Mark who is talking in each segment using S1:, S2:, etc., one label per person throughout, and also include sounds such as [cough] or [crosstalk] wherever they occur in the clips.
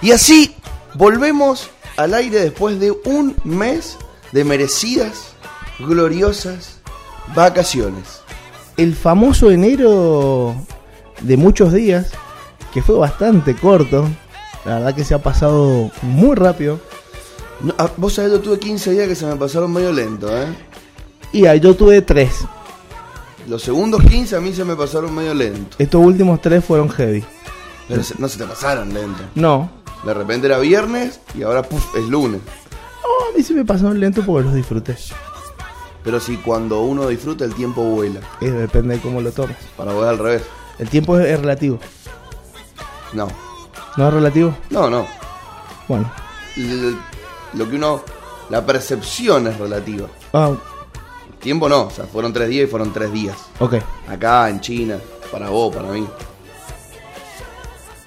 S1: Y así volvemos al aire después de un mes de merecidas, gloriosas vacaciones.
S2: El famoso enero de muchos días, que fue bastante corto. La verdad que se ha pasado muy rápido.
S1: No, ah, vos sabés, yo tuve 15 días que se me pasaron medio lento, ¿eh?
S2: Y ahí yo tuve tres.
S1: Los segundos 15 a mí se me pasaron medio lento.
S2: Estos últimos tres fueron heavy.
S1: Pero se- no se te pasaron lento.
S2: No.
S1: De repente era viernes y ahora puff, es lunes.
S2: No, a mí se me pasaron lento porque los disfruté.
S1: Pero si cuando uno disfruta el tiempo vuela.
S2: Eh, depende de cómo lo tomes.
S1: Para vos es al revés.
S2: El tiempo es, es relativo.
S1: No,
S2: ¿No es relativo?
S1: no, no.
S2: Bueno.
S1: L- Lo que uno... La percepción es relativa.
S2: Ah,
S1: El tiempo no. O sea, fueron tres días y fueron tres días.
S2: ok.
S1: Acá, en China. Para vos, para mí.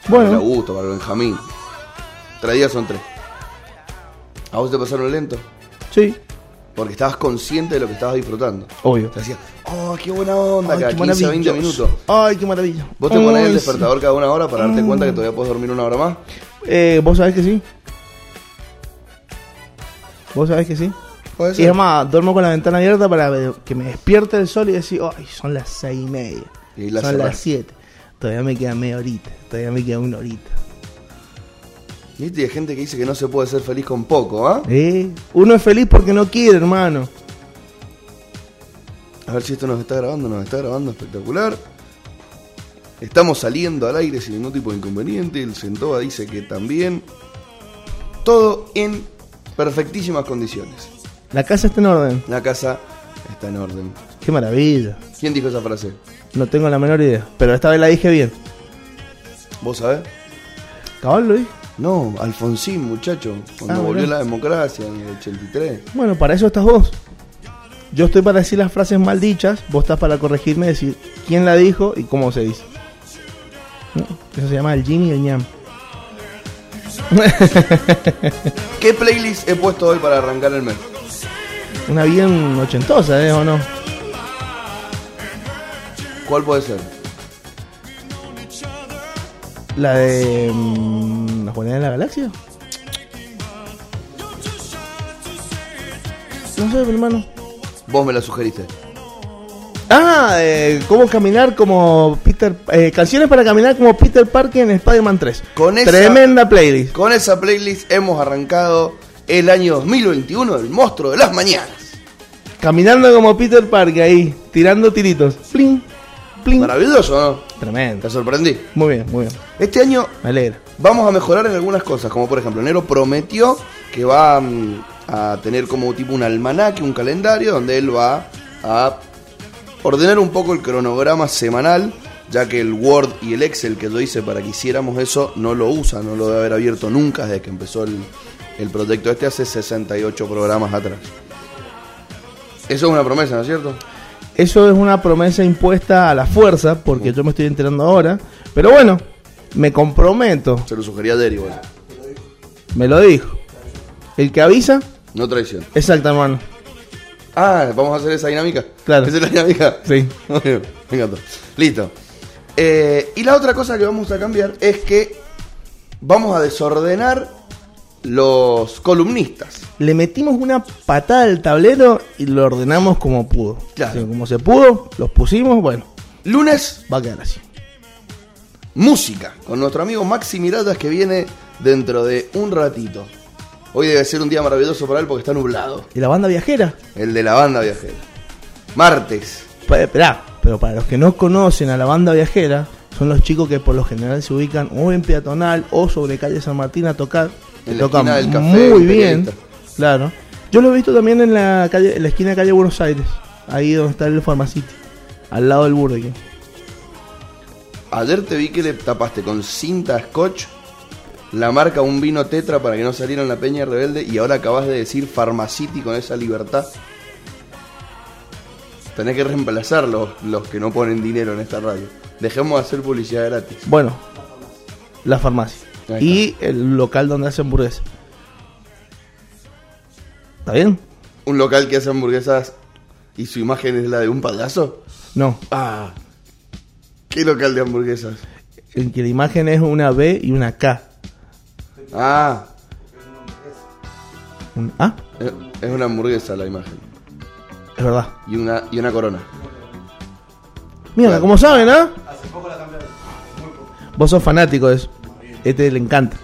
S1: Para el
S2: Bueno,
S1: Augusto, para el Benjamín. Tres días son tres. ¿A vos te pasaron lento?
S2: sí,
S1: Porque estabas consciente de lo que estabas disfrutando.
S2: obvio.
S1: Te hacías, ¡oh, qué buena onda!
S2: Ay,
S1: cada
S2: qué
S1: 15 20
S2: maravilloso.
S1: minutos.
S2: Ay, qué maravilla.
S1: Vos te pones
S2: Ay,
S1: el
S2: sí. Mm.
S1: despertador cada una hora para darte cuenta que todavía puedes dormir una hora más.
S2: Eh, vos sabés que sí. Vos sabés que sí.
S1: Puede
S2: Y
S1: ser.
S2: es más, duermo con la ventana abierta para ver- que me despierte el sol y decir, ay, son las seis y media.
S1: Y la
S2: son
S1: cerrás.
S2: las siete. Todavía me queda media horita. Todavía me queda una horita.
S1: ¿Viste? Y hay gente que dice que no se puede ser feliz con poco, ¿ah?
S2: ¿Eh? Uno es feliz porque no quiere, hermano.
S1: A ver si esto nos está grabando, nos está grabando espectacular. Estamos saliendo al aire sin ningún tipo de inconveniente. El Centoa dice que también. Todo en perfectísimas condiciones.
S2: La casa está en orden.
S1: La casa está en orden.
S2: Qué maravilla.
S1: ¿Quién dijo esa frase?
S2: No tengo la menor idea. Pero esta vez la dije bien.
S1: ¿Vos sabés?
S2: Cabal, Luis.
S1: No, Alfonsín, muchacho. Cuando
S2: Ah,
S1: volvió
S2: mirá.
S1: la democracia en el 83.
S2: Bueno, para eso estás vos. Yo estoy para decir las frases mal dichas, vos estás para corregirme y decir quién la dijo y cómo se dice. ¿No? Eso se llama el Jimmy y el ñam.
S1: ¿Qué playlist he puesto hoy para arrancar el mes?
S2: [laughs] Una bien ochentosa, ¿eh? ¿O no?
S1: ¿Cuál puede ser?
S2: La de... mm, ¿Los Guardianes de la Galaxia? No sé, hermano.
S1: Vos me la sugeriste.
S2: Ah, eh, cómo caminar como Peter... eh, canciones para caminar como Peter Parker en Spider-Man 3.
S1: Con esa-
S2: Tremenda playlist.
S1: Con esa playlist hemos arrancado el año 2021 del monstruo de las mañanas.
S2: Caminando como Peter Parker ahí, tirando tiritos. Plin, plin.
S1: Maravilloso, ¿no?
S2: Tremendo.
S1: Te sorprendí.
S2: Muy bien, muy bien.
S1: Este año
S2: Me alegra.
S1: vamos a mejorar en algunas cosas, como por ejemplo, enero prometió que va mm, a tener como tipo un almanaque, un calendario, donde él va a ordenar un poco el cronograma semanal, ya que el Word y el Excel que yo hice para que hiciéramos eso no lo usa, no lo debe haber abierto nunca desde que empezó el, el proyecto este hace 68 programas atrás. Eso es una promesa, ¿no es cierto?
S2: Eso es una promesa impuesta a la fuerza, porque yo me estoy enterando ahora. Pero bueno, me comprometo.
S1: Se lo sugería a Derry, igual.
S2: Me lo dijo. El que avisa,
S1: No traición.
S2: exacto, hermano.
S1: Ah, vamos a hacer esa dinámica.
S2: Claro.
S1: Esa es la dinámica. [laughs]
S2: Sí.
S1: Muy bien, Me encantó. Listo. Eh, y la otra cosa que vamos a cambiar es que vamos a desordenar los columnistas.
S2: Le metimos una patada al tablero y lo ordenamos como pudo.
S1: Claro.
S2: O sea, como se pudo, los pusimos, bueno,
S1: Lunes,
S2: va a quedar así.
S1: música, con nuestro amigo Maxi Miradas que viene dentro de un ratito. Hoy debe ser un día maravilloso para él porque está nublado.
S2: ¿Y la banda viajera?
S1: El de la banda viajera. Martes,
S2: Pa- Esperá, pero para los que no conocen a la banda viajera, son los chicos que por lo general se ubican o en peatonal o sobre calle San Martín a tocar. que
S1: En la
S2: tocan
S1: esquina del café,
S2: muy
S1: el
S2: bien.
S1: periodista.
S2: Claro. Yo lo he visto también en la calle, en la esquina de calle Buenos Aires, ahí donde está el Pharmacity, al lado del Burger King.
S1: ayer te vi que le tapaste con cinta scotch la marca un vino tetra para que no saliera en la peña rebelde y ahora acabas de decir Pharmacity con esa libertad. Tenés que reemplazar los, los que no ponen dinero en esta radio. Dejemos de hacer publicidad gratis.
S2: Bueno, la farmacia.
S1: Ahí
S2: Y el local donde hace hamburguesa. ¿Está bien?
S1: Un local que hace hamburguesas y su imagen es la de un payaso.
S2: No,
S1: Ah. ¿Qué local de hamburguesas?
S2: el que la imagen es una B y una K.
S1: Ah,
S2: Un A,
S1: es es una hamburguesa la imagen.
S2: es verdad.
S1: Y una, y una corona.
S2: Mira, como saben, ¿ah? Hace poco la cambiaron. Vos sos fanático de eso. Este le encanta.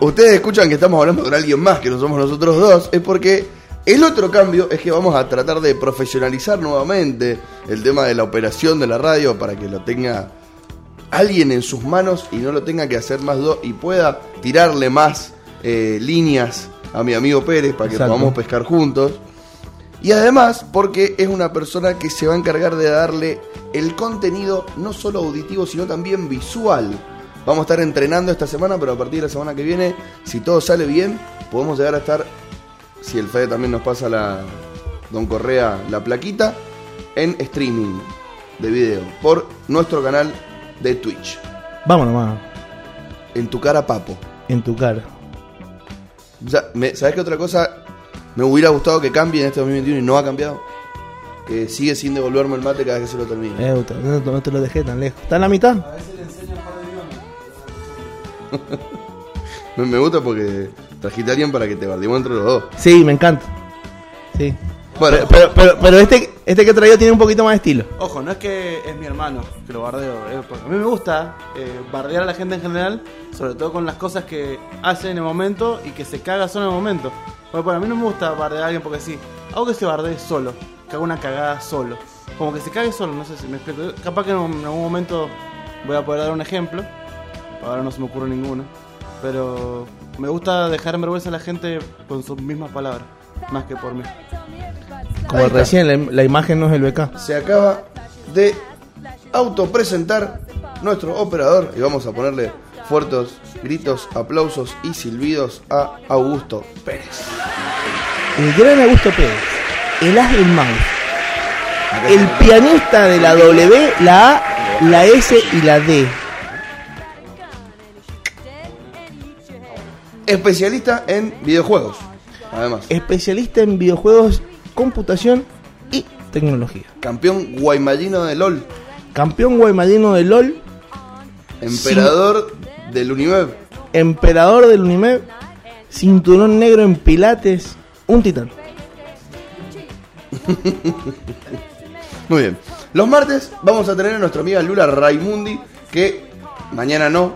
S1: Ustedes escuchan que estamos hablando con alguien más que no somos nosotros dos, es porque el otro cambio es que vamos a tratar de profesionalizar nuevamente el tema de la operación de la radio para que lo tenga alguien en sus manos y no lo tenga que hacer más dos y pueda tirarle más eh, líneas a mi amigo Pérez para que
S2: Exacto.
S1: podamos pescar juntos. Y además porque es una persona que se va a encargar de darle el contenido no solo auditivo, sino también visual. Vamos a estar entrenando esta semana, pero a partir de la semana que viene, si todo sale bien, podemos llegar a estar, si el Fede también nos pasa la Don Correa la plaquita, en streaming de video por nuestro canal de Twitch.
S2: Vámonos, mano.
S1: En tu cara, papo.
S2: En tu cara.
S1: Ya, me- ¿Sabes qué otra cosa me hubiera gustado que cambie en este 2021 y no ha cambiado? Que sigue sin devolverme el mate cada vez que se lo termine.
S2: Eh, puta, no, no te lo dejé tan lejos. ¿Está en la mitad?
S1: Me, me gusta porque trajiste a alguien para que te bardeemos entre los dos.
S2: Sí, me encanta. Sí.
S1: Bueno,
S2: Pero, pero, pero este, este que he traído tiene un poquito más de estilo.
S3: Ojo, no es que es mi hermano que lo bardeo. eh, porque a mí me gusta eh, bardear a la gente en general, sobre todo con las cosas que hace en el momento y que se caga solo en el momento. Porque para mí no me gusta bardear a alguien porque sí, hago que se bardee solo, que haga una cagada solo. Como que se cague solo, no sé si me explico. Yo- Capaz que en un- en algún momento voy a poder dar un ejemplo. Ahora no se me ocurre ninguno. Pero me gusta dejar en vergüenza a la gente con sus mismas palabras, más que por mí.
S1: Ahí
S2: Como
S1: está.
S2: recién, la, im- la imagen no es el BK.
S1: se acaba de autopresentar nuestro operador y vamos a ponerle fuertes gritos, aplausos y silbidos a Augusto Pérez.
S2: El gran Augusto Pérez. El as del mouse.
S1: Acá
S2: El
S1: está.
S2: pianista de la W, la A, la S y la D.
S1: especialista en videojuegos. Además,
S2: Especialista en videojuegos, computación y tecnología.
S1: campeón guaymallino de LOL,
S2: Campeón guaymadino de LOL,
S1: emperador del Uniweb,
S2: emperador del Unimed, cinturón negro en pilates, un titán.
S1: Muy bien. Los martes vamos a tener a nuestra amiga Lula Raimundi, que mañana no,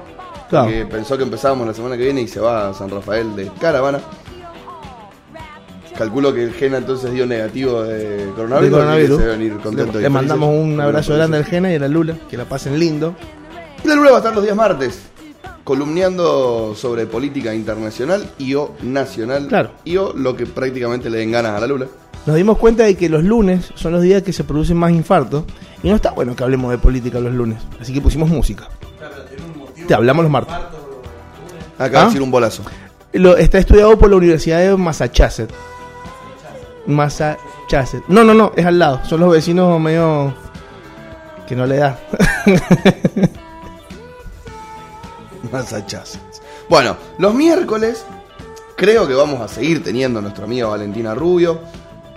S2: Claro.
S1: porque pensó que empezábamos la semana que viene y se va a San Rafael de caravana. Calculo que el Gena entonces dio negativo de coronavirus.
S2: De
S1: así
S2: coronavirus.
S1: que se deben ir contentos
S2: Le,
S1: y
S2: le mandamos
S1: felices.
S2: un abrazo grande al Gena y a la Lula, que la pasen lindo.
S1: La Lula va a estar los días martes, columneando sobre política internacional y o nacional.
S2: Claro.
S1: Y o lo que prácticamente le den ganas a la Lula.
S2: Nos dimos cuenta de que los lunes son los días que se producen más infartos y no está bueno que hablemos de política los lunes, así que pusimos música. Te hablamos los martes.
S1: Acá va
S2: ¿Ah?
S1: a decir un bolazo.
S2: Lo, está estudiado por la Universidad de Massachusetts. Massachusetts. No, no, no, es al lado. Son los vecinos medio que no le [laughs] da.
S1: Massachusetts. Bueno, los miércoles creo que vamos a seguir teniendo a nuestra amiga Valentina Rubio.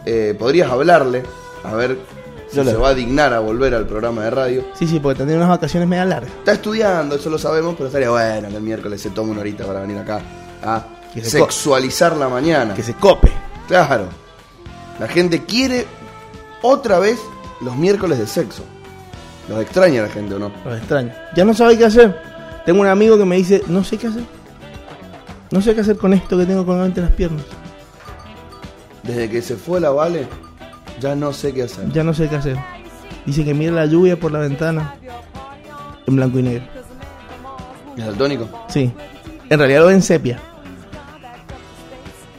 S1: Eh, Podrías hablarle, a ver si
S2: Yo le-
S1: se va a dignar a volver al programa de radio.
S2: Sí, sí, porque tendría unas vacaciones media largas.
S1: Está estudiando, eso lo sabemos, pero estaría bueno que el miércoles se tome una horita para venir acá a
S2: Que se co-
S1: sexualizar la mañana.
S2: Que se cope.
S1: Claro. La gente quiere otra vez los miércoles de sexo. Los extraña la gente, ¿o no?
S2: Los extraño. Ya no sabe qué hacer. Tengo un amigo que me dice, no sé qué hacer. No sé qué hacer con esto que tengo colgado entre las piernas.
S1: Desde que se fue la Vale, ya no sé qué hacer.
S2: Ya no sé qué hacer. Dice que mira la lluvia por la ventana. En blanco y negro.
S1: ¿Es daltónico?
S2: Sí. En realidad lo ve en sepia.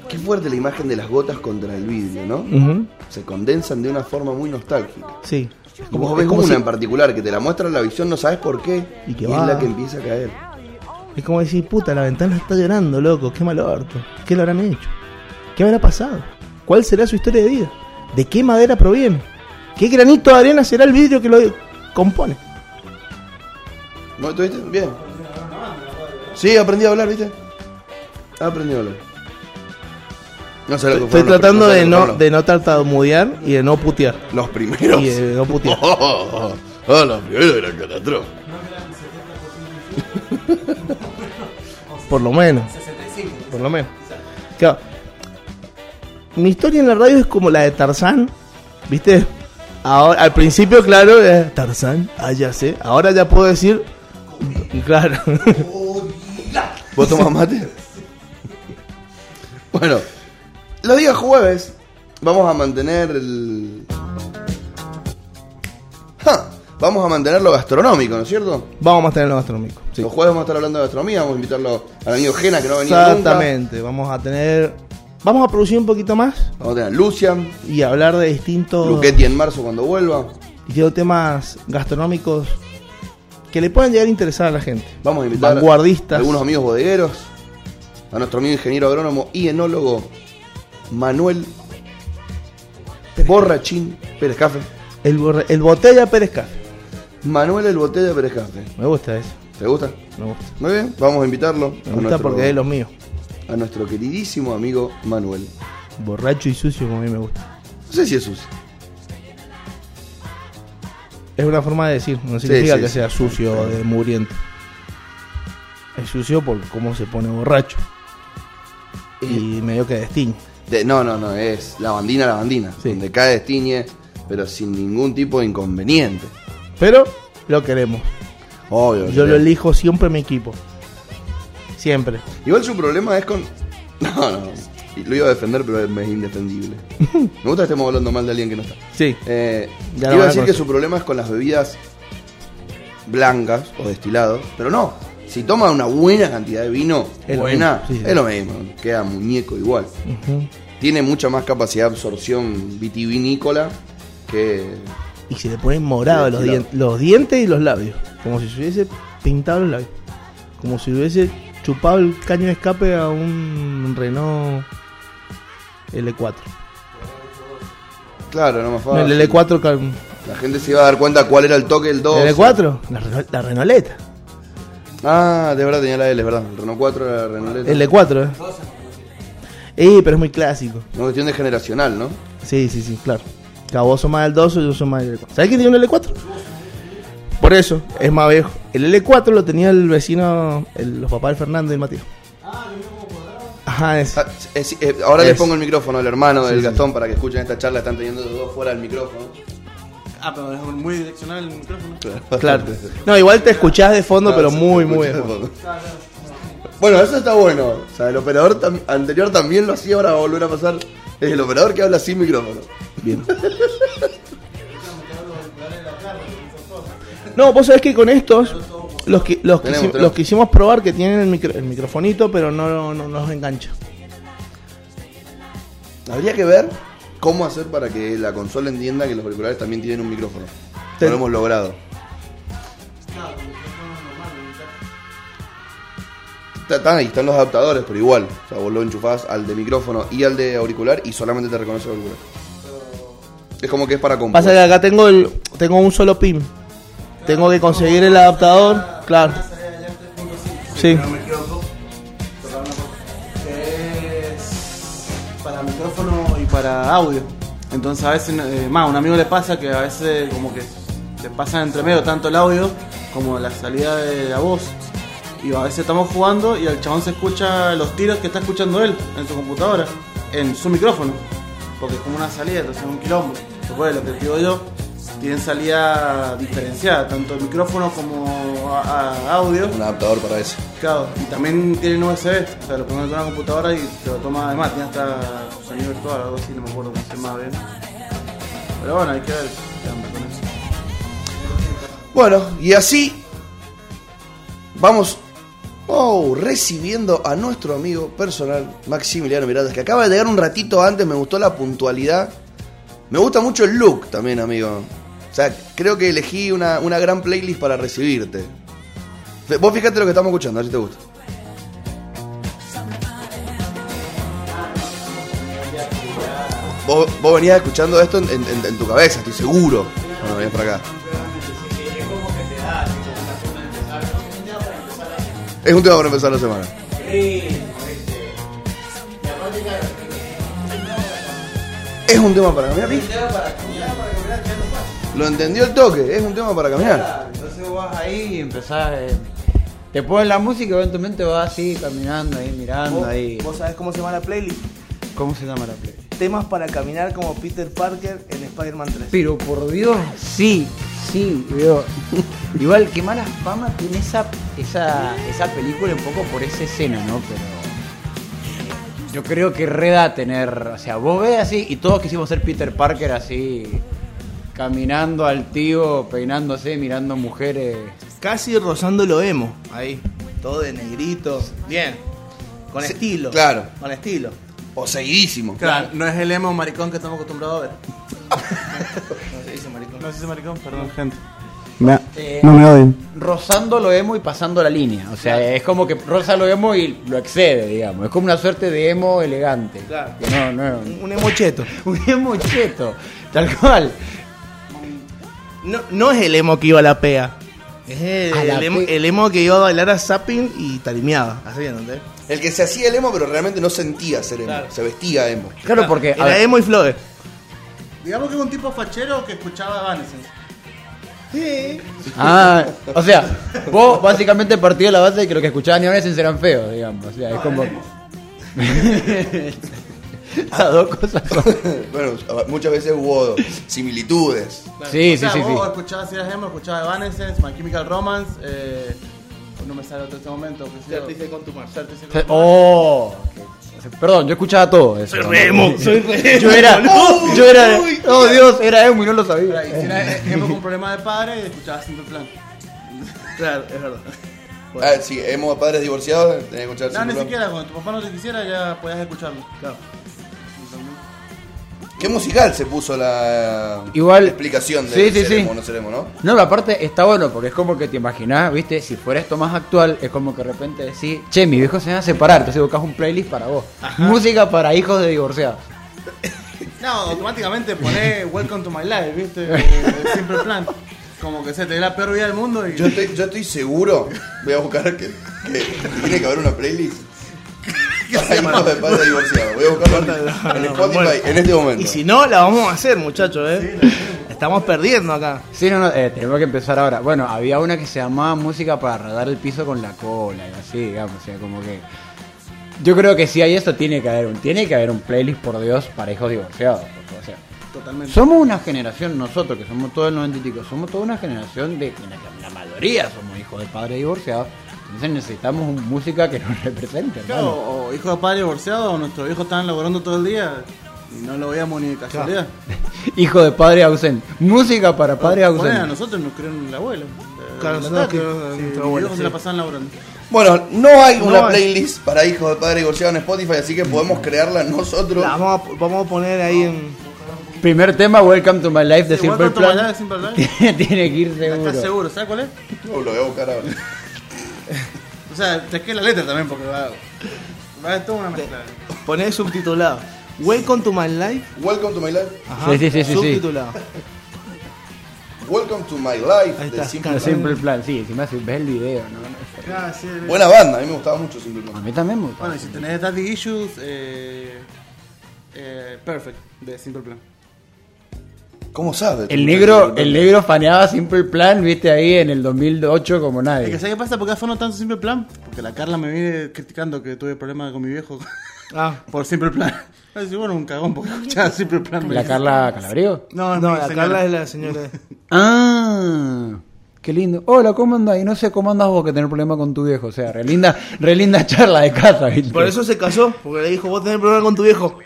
S1: Qué fuerte la imagen de las gotas contra el vidrio, ¿no?
S2: Ujú.
S1: Se condensan de una forma muy nostálgica.
S2: Sí.
S1: Y vos ves una en particular que te la muestra en la visión, no sabes por qué,
S2: Y que
S1: es
S2: va.
S1: la que empieza a caer.
S2: Es como decir, puta, la ventana está llorando, loco, qué mal orto. ¿Qué le habrán hecho? ¿Qué habrá pasado? ¿Cuál será su historia de vida? ¿De qué madera proviene? ¿Qué granito de arena será el vidrio que lo compone?
S1: ¿No estuviste? Bien. Sí, aprendí a hablar, ¿viste? Aprendí a hablar. No sé lo que
S2: Estoy
S1: fueron los
S2: tratando de
S1: primeros-
S2: no,
S1: fueron
S2: de no tartamudear y de no putear.
S1: los- Los primeros.
S2: Y eh,
S1: [laughs]
S2: de no putear.
S1: Oh, oh, oh, oh, los primeros eran catastróficos.
S2: Por lo menos.
S4: 65.
S2: Por lo menos. Claro. Mi historia en la radio es como la de Tarzán, ¿viste? Ahora, al principio, claro, eh, Tarzán, ah, ya sé. Ahora ya puedo decir. Claro. [laughs]
S1: ¿Vos tomás mate? [laughs] bueno, los días jueves vamos a mantener el. Ja, vamos a mantener lo gastronómico, ¿no es cierto?
S2: Vamos a mantener lo gastronómico. sí.
S1: Los jueves vamos a estar hablando de gastronomía, vamos a invitarlo al amigo Jena que no ha venido nunca.
S2: Exactamente. Vamos a tener. Vamos a producir un poquito más
S1: Vamos a tener a Lucian,
S2: y hablar de distintos.
S1: Luquetti en marzo cuando vuelva.
S2: distintos temas gastronómicos que le puedan llegar a interesar a la gente.
S1: Vamos a invitar
S2: Vanguardistas.
S1: a algunos amigos bodegueros, a nuestro amigo ingeniero agrónomo y enólogo Manuel Borrachín Pérez Café.
S2: El, borre- el botella Pérez Café.
S1: Manuel el Botella Pérez Café.
S2: Me gusta eso.
S1: ¿Te gusta?
S2: Me gusta.
S1: Muy bien, vamos a invitarlo
S2: Me
S1: a,
S2: gusta
S1: nuestro,
S2: porque es de los míos.
S1: a nuestro queridísimo amigo Manuel.
S2: Borracho y sucio, como a mí me gusta.
S1: No sé si es sucio.
S2: Es una forma de decir, no
S1: Sí,
S2: significa
S1: sí,
S2: que
S1: sí.
S2: sea sucio o muriente. Es sucio por cómo se pone borracho. Y medio que destiñe.
S1: De- no, no, no, es la bandina, la bandina.
S2: Sí.
S1: Donde cae destiñe, pero sin ningún tipo de inconveniente.
S2: Pero lo queremos.
S1: Obvio.
S2: Yo
S1: que-
S2: lo elijo siempre a mi equipo. Siempre.
S1: Igual su problema es con. [laughs] No, no. y Lo iba a defender, pero es es
S2: [laughs]
S1: indefendible. Me gusta que estemos hablando mal de alguien que no está.
S2: Sí.
S1: Eh,
S2: Ya lo
S1: iba
S2: van
S1: a
S2: a
S1: decir que
S2: conocer.
S1: su problema es con las bebidas blancas o destilados, pero no. Si toma una buena cantidad de vino,
S2: Es lo
S1: buena,
S2: mismo, sí, sí.
S1: es lo mismo, queda muñeco igual.
S2: Ujú.
S1: Tiene mucha más capacidad de absorción vitivinícola que.
S2: Y se le ponen morados los,
S1: Destilado.
S2: dien- los dientes y los labios. Como si se hubiese pintado los labios. Como si hubiese chupado el caño de escape a un Renault L4.
S1: Claro, no más
S2: No,
S1: fácil.
S2: el L4. cal-
S1: La gente se iba a dar cuenta cuál era el toque del 2.
S2: ¿El L4? La, Renault- la Renoleta.
S1: Ah, de verdad tenía la L, es verdad. El Renault 4 era la Renault
S2: El L4, ¿eh? Eh, pero es muy clásico.
S1: Una cuestión de generacional, ¿no?
S2: Sí, sí, sí, claro. Cada vos sos más del 2 yo soy más del L4. ¿Sabés quién tiene un L4? Por eso, es más viejo. El L4 lo tenía el vecino, el- los papás de Fernando y Matías. Ah, Ajá, ese.
S1: Ah, es- eh, ahora le
S2: Es.
S1: pongo el micrófono al hermano
S2: Sí,
S1: del
S2: sí.
S1: Gastón para que escuchen esta charla. Están teniendo los dos fuera del micrófono.
S3: Ah, pero es muy direccional el micrófono.
S1: [laughs]
S2: Claro. No, igual te escuchás de fondo, pero muy, muy. de fondo.
S1: Bueno, eso está bueno. O sea, el operador tam- anterior también lo hacía, ahora va a volver a pasar. Es el operador que habla sin micrófono.
S2: Bien. No, vos sabés que con estos, los que, los,
S1: Tenemos,
S2: que hici-
S1: tenemos.
S2: los que hicimos probar que tienen el, micro- el microfonito, pero no, no, no los engancha.
S1: [laughs] Habría que ver cómo hacer para que la consola entienda que los auriculares también tienen un micrófono.
S2: Ten-
S1: No lo hemos logrado. Está- Están ahí, están los adaptadores, pero igual. O sea, vos lo enchufás al de micrófono y al de auricular y solamente te reconoce el auricular. Es como que es para comprar.
S2: Pasa que acá tengo el, tengo un solo pin. Tengo que conseguir el adaptador, claro. Sí,
S4: No me equivoco. Tocar una cosa.
S3: Que es para micrófono y para audio. Entonces a veces, eh, más, a un amigo le pasa que a veces eh, como que le pasan entre medio tanto el audio como la salida de la voz. Y a veces estamos jugando y al chabón se escucha los tiros que está escuchando él en su computadora, en su micrófono. Porque es como una salida, entonces es un quilombo. Después lo que te digo yo, tienen salida diferenciada, tanto el micrófono como a- a audio.
S1: Un adaptador para eso.
S3: Claro, y también tienen USB, o sea, lo pones en una computadora y te lo toma además, tiene hasta sonido virtual, algo así, no me acuerdo cómo se llama bien. Pero bueno, hay que ver qué onda con eso.
S1: Bueno, y así vamos oh, recibiendo a nuestro amigo personal, Maximiliano Miranda, que acaba de llegar un ratito antes, me gustó la puntualidad. Me gusta mucho el look también, amigo. O sea, creo que elegí una, una gran playlist para recibirte. Fe- Vos fíjate lo que estamos escuchando, a ver si te gusta. Vos, vos venías escuchando esto en, en- en- en tu cabeza, estoy seguro. Cuando venías para acá. Es un tema para empezar la semana. Es un tema para caminar, ¿viste? Lo entendió el toque, es un tema para caminar.
S4: Entonces vos vas ahí y empezás. eh, Te pones la música y eventualmente vas así, caminando ahí, mirando
S2: ¿Vos,
S4: ahí.
S2: vos sabés cómo se llama la playlist?
S4: ¿Cómo se llama la play?
S2: Temas para caminar como Peter Parker en Spider-Man 3.
S4: Pero por Dios, sí, sí, veo. [laughs] Igual que mala fama tiene esa, esa, esa película un poco por esa escena, ¿no? Pero eh, yo creo que reda tener, o sea, vos ves así y todos quisimos ser Peter Parker así, caminando al tío, peinándose, mirando mujeres.
S2: Casi rozando lo emo, ahí. Todo de negrito. Bien. Con
S1: Sí,
S2: estilo.
S1: claro.
S2: Con estilo.
S1: O seguidísimo.
S3: Claro, no es el emo maricón que estamos acostumbrados a ver.
S2: [laughs] No se dice maricón.
S3: No sé si maricón, perdón, gente.
S4: Eh,
S3: No me odien.
S4: rozando lo emo y pasando la línea. O sea, es como que roza lo emo y lo excede, digamos. Es como una suerte de emo elegante.
S2: Claro.
S4: Que No, no.
S2: Un, un emo cheto.
S4: Un emo cheto, tal cual.
S2: No, no es el emo que iba a la PEA. Es el,
S4: A la
S2: el emo,
S4: pe-
S2: el emo que iba a bailar a Zapping y talimeaba. Así, ¿no? ¿entendés?
S1: El que se hacía el emo, pero realmente no sentía ser emo. Se vestía emo. [laughs]
S4: Claro, porque. a
S2: Era
S4: ver,
S2: emo y flores.
S3: Digamos que es un tipo fachero que escuchaba Evanescence.
S2: Sí.
S4: ah, o sea, vos básicamente partías de la base de que lo que escuchaban ni eran feos, digamos. O sea, es como. [laughs] Las dos cosas son-
S1: bueno, muchas veces hubo similitudes.
S4: Sí,
S3: o sea,
S4: sí, sí,
S3: Vos
S4: sí.
S3: escuchabas, si eras emo, escuchabas Evanescence, My Chemical Romance. Eh, no me sale otro en este momento. que sé yo.
S2: Certice con tu mar.
S3: Certice
S4: Se- Oh. Perdón, yo escuchaba todo eso.
S2: Soy re emo, Oh, soy re emo,
S4: Yo era.
S2: boludo.
S4: Yo era. Oh Dios, era emo y no lo sabía.
S3: Y si eras emo con problemas de padre, escuchabas Simple Plan.
S2: Claro, es verdad.
S1: Ah, sí, emo a padres divorciados, tenés que escuchar
S3: No, ni
S1: Simple Plan.
S3: siquiera, cuando tu papá no te quisiera ya podías escucharlo. Claro.
S1: ¿Qué musical se puso la
S4: Igual-
S1: explicación de
S4: Sí, sí,
S1: ser
S4: sí.
S1: emo o no ser emo, no?
S4: No, pero aparte está bueno porque es como que te imaginás, viste, si fuera esto más actual, es como que de repente decís, che, mis viejos se van a separar, entonces buscas un playlist para vos. Música para hijos de divorciados.
S3: No, automáticamente poné Welcome to My Life, ¿viste? [laughs] Eh, Simple Plan. Como que se te dé la peor vida del mundo y.
S1: Yo estoy, yo estoy seguro, voy a buscar que, que tiene que haber una playlist. Para hijos de padres divorciados. Voy a buscarlo en, en Spotify en este momento.
S2: Y si no, la vamos a hacer, muchachos, ¿eh? Estamos perdiendo acá.
S4: Sí, no, no, eh, tenemos que empezar ahora. Bueno, había una que se llamaba Música para rodar el piso con la cola y así, digamos, o sea, como que... Yo creo que si hay esto, tiene que haber un, tiene que haber un playlist, por Dios, para hijos divorciados. porque, o sea,
S3: Totalmente.
S4: Somos una generación, nosotros que somos todos el 90 y pico, somos toda una generación de en la que la mayoría somos hijos de padres divorciados. Entonces necesitamos un- música que nos represente,
S3: Claro,
S4: hermano.
S3: o hijo de padre divorciado, o nuestros hijos estaban laborando todo el día y no lo veíamos ni de casualidad.
S4: [laughs] Hijo de padre ausente. Música para padres
S3: Poné, a
S4: ausentes.
S3: nosotros nos crearon eh, la abuela.
S2: Claro,
S3: los
S2: nosotros crearon a nuestra abuela,
S3: se la
S2: sí.
S3: pasaban laborando.
S1: Bueno, no hay una
S2: hay.
S1: playlist para hijos de padres divorciados en Spotify, así que podemos crearla nosotros.
S2: La vamos, a, vamos a poner ahí en.
S4: Primer tema, Welcome to My Life de
S3: Sí,
S4: Simple
S3: Welcome to My
S4: Plan.
S2: [laughs]
S3: Life, Simple Plan.
S4: [laughs] Tiene que ir seguro.
S3: ¿Estás seguro? ¿Sabes cuál es?
S1: No, lo voy a buscar ahora.
S3: O sea, te queda la letra también porque va. Va a toda una mezcla.
S2: Poner subtitulado. Welcome to my life.
S1: Welcome to my life.
S2: Ajá,
S4: Sí, sí, sí, sí, sí.
S2: Subtitulado.
S1: Welcome to my life.
S2: Ahí
S1: de
S2: está,
S1: Simple
S4: De
S1: Plan.
S4: Simple Plan, sí, encima si ves el video, ¿no?
S3: Ah, sí, sí.
S1: Buena banda, a mí me gustaba mucho Simple
S4: A
S1: Plan.
S4: mí también me gusta.
S3: Bueno, y si tenés Daddy Issues, eh, eh, Perfect, de Simple Plan.
S1: ¿Cómo sabes?
S4: El negro, el negro faneaba Simple Plan, viste ahí en el 2008 como nadie.
S3: Es que ¿sabes qué pasa? ¿Por qué fue no tanto Simple Plan? Porque la Carla me viene criticando que tuve problemas con mi viejo [laughs]
S2: Ah,
S3: por Simple Plan. [laughs] Así, bueno, un cagón porque escuchaba Simple Plan. me
S4: ¿La
S3: dice.
S4: Carla Calabrío?
S3: No, es
S2: no,
S3: mi
S2: la
S3: señora.
S2: Carla es la señora.
S4: Ah, qué lindo. Hola, ¿cómo andás? Y no sé cómo andás vos que tenés problema con tu viejo. O sea, re linda, re linda charla de casa, ¿viste?
S2: Por eso se casó, porque le dijo: Vos tenés problema con tu viejo.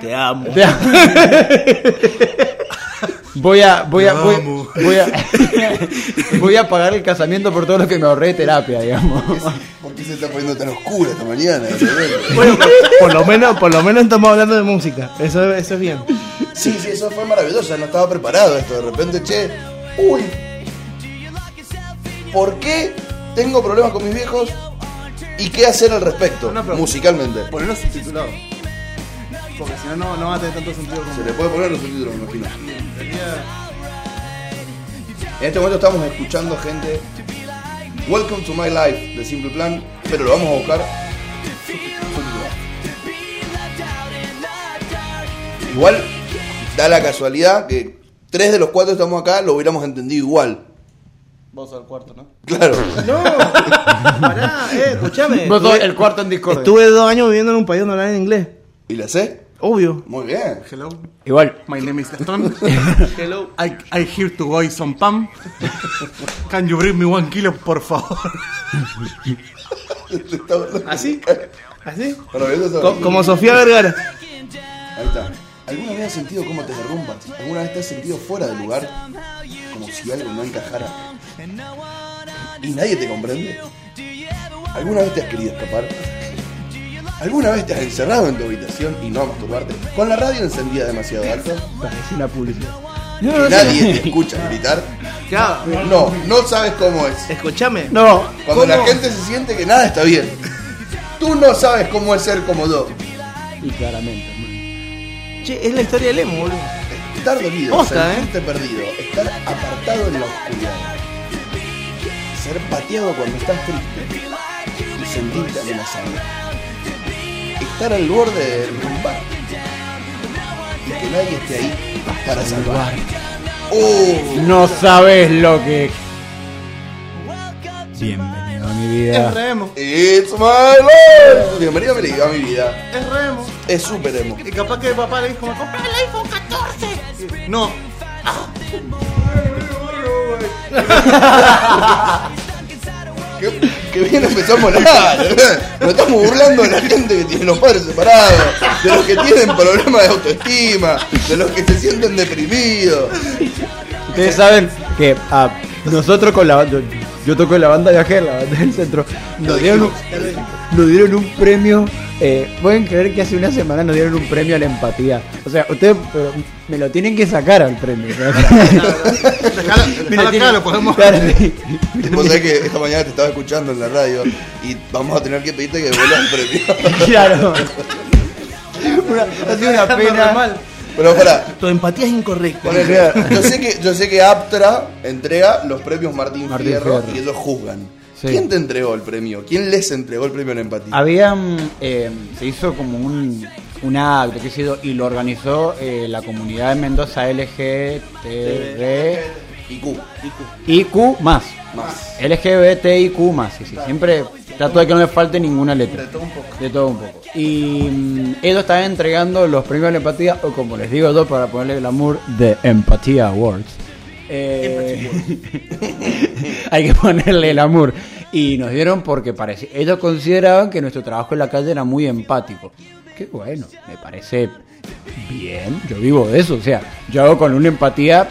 S2: Te amo.
S4: O sea, voy a, voy a, voy, voy a, [laughs] voy a pagar el casamiento por todo lo que me ahorré de terapia, digamos.
S1: ¿Por qué se está poniendo tan oscura esta
S4: [laughs]
S1: mañana?
S2: Bueno, por lo menos, por lo menos estamos hablando de música. Eso, eso es bien.
S1: sí, sí, eso fue maravilloso. No estaba preparado esto. De repente, che, uy. ¿Por qué tengo problemas con mis viejos? ¿Y qué hacer al respecto?
S3: No, pero-
S1: musicalmente.
S3: Ponerlo subtitulado. Porque si no, no, no va a tener tanto sentido como.
S1: Se le puede poner los subtítulos, me imagino. En este momento estamos escuchando gente. Welcome to my life de Simple Plan, pero lo vamos a buscar. Igual da la casualidad que tres de los cuatro estamos acá lo hubiéramos entendido igual.
S3: Vos al cuarto, ¿no?
S1: Claro.
S2: No, Pará, eh, escuchame.
S4: Vos sos
S2: Estuve-
S4: el cuarto en Discord.
S2: Estuve dos años viviendo en un país donde hablan en inglés.
S1: ¿Y la sé?
S2: Obvio.
S1: Muy bien.
S3: Hello,
S4: Igual,
S3: my name
S2: [laughs]
S3: is Gastón. Hello, I, I here to buy some pan. Can you bring me one kilo, por favor?
S2: ¿Así? ¿Así?
S1: Bueno, eso es
S2: Co- como Sofía Vergara.
S1: Ahí está. ¿Alguna vez has sentido cómo te derrumbas? ¿Alguna vez te has sentido fuera de lugar? Como si algo no encajara. ¿Y nadie te comprende? ¿Alguna vez te has querido escapar? ¿Alguna vez te has encerrado en tu habitación y no masturbarte? ¿Con la radio encendida demasiado alto?
S4: parece una publicidad.
S1: ¿Que nadie te escucha gritar?
S2: Claro,
S1: No, no sabes cómo es.
S2: escúchame.
S4: No,
S1: Cuando la gente se siente que nada está bien. Tú no sabes cómo es ser como yo.
S4: y claramente, hermano.
S2: Che, es la historia del emo, boludo.
S1: Estar dolido,
S2: Posta,
S1: sentirte perdido, estar apartado en la oscuridad, ser pateado cuando estás triste y sentirte amenazado, estar al borde del rumbar y que nadie esté ahí para salvar. ¡Oh!
S4: No sabes lo que. Bienvenido a mi
S3: Es
S4: vida.
S3: remo,
S1: ¡It's my life! Bienvenido bienvenido a mi vida.
S3: es remo.
S1: Es súper emo.
S3: Y capaz que el papá le dijo, compré el iPhone 14. No,
S1: Qué, qué bien empezamos nada. Nos estamos burlando de la gente que tiene los padres separados, de los que tienen problemas de autoestima, de los que se sienten deprimidos.
S4: Ustedes saben que ah, nosotros con la banda. Yo, yo toco en la banda viajera, la banda del centro. Nos dieron un, nos dieron un premio. eh, Pueden creer que hace una semana nos dieron un premio a la empatía. O sea, ustedes pero, me lo tienen que sacar al premio.
S3: dejalo, dejalo acá, lo podemos.
S4: Claro, sí.
S1: Vos sabés que esta mañana te estaba escuchando en la radio y vamos a tener que pedirte que devuelvas el premio.
S4: Claro. Una- ha sido una pena.
S3: Normal.
S1: Pero pará,
S2: Tu empatía es incorrecta.
S1: ponele, yo sé que, yo sé que Aptra entrega los premios Martín,
S4: Martín
S1: Fierro,
S4: Fierro.
S1: y ellos juzgan.
S4: Sí.
S1: ¿Quién te entregó el premio? ¿Quién les entregó el premio en empatía?
S4: Habían, eh, se hizo como un, un acto, qué sé yo, y lo organizó eh, la comunidad de Mendoza LGTB
S1: IQ,
S4: IQ más.
S1: más.
S4: LGBTIQ más, sí, sí. Siempre trato de que no le falte ninguna letra. De todo un poco. Y mm, ellos estaban entregando los premios de empatía, o como les digo yo para ponerle glamour, The Empatía Awards. Eh, [laughs] hay que ponerle el amor. Y nos dieron porque parecía, ellos consideraban que nuestro trabajo en la calle era muy empático. Qué bueno, me parece bien, yo vivo de eso, o sea, yo hago con una empatía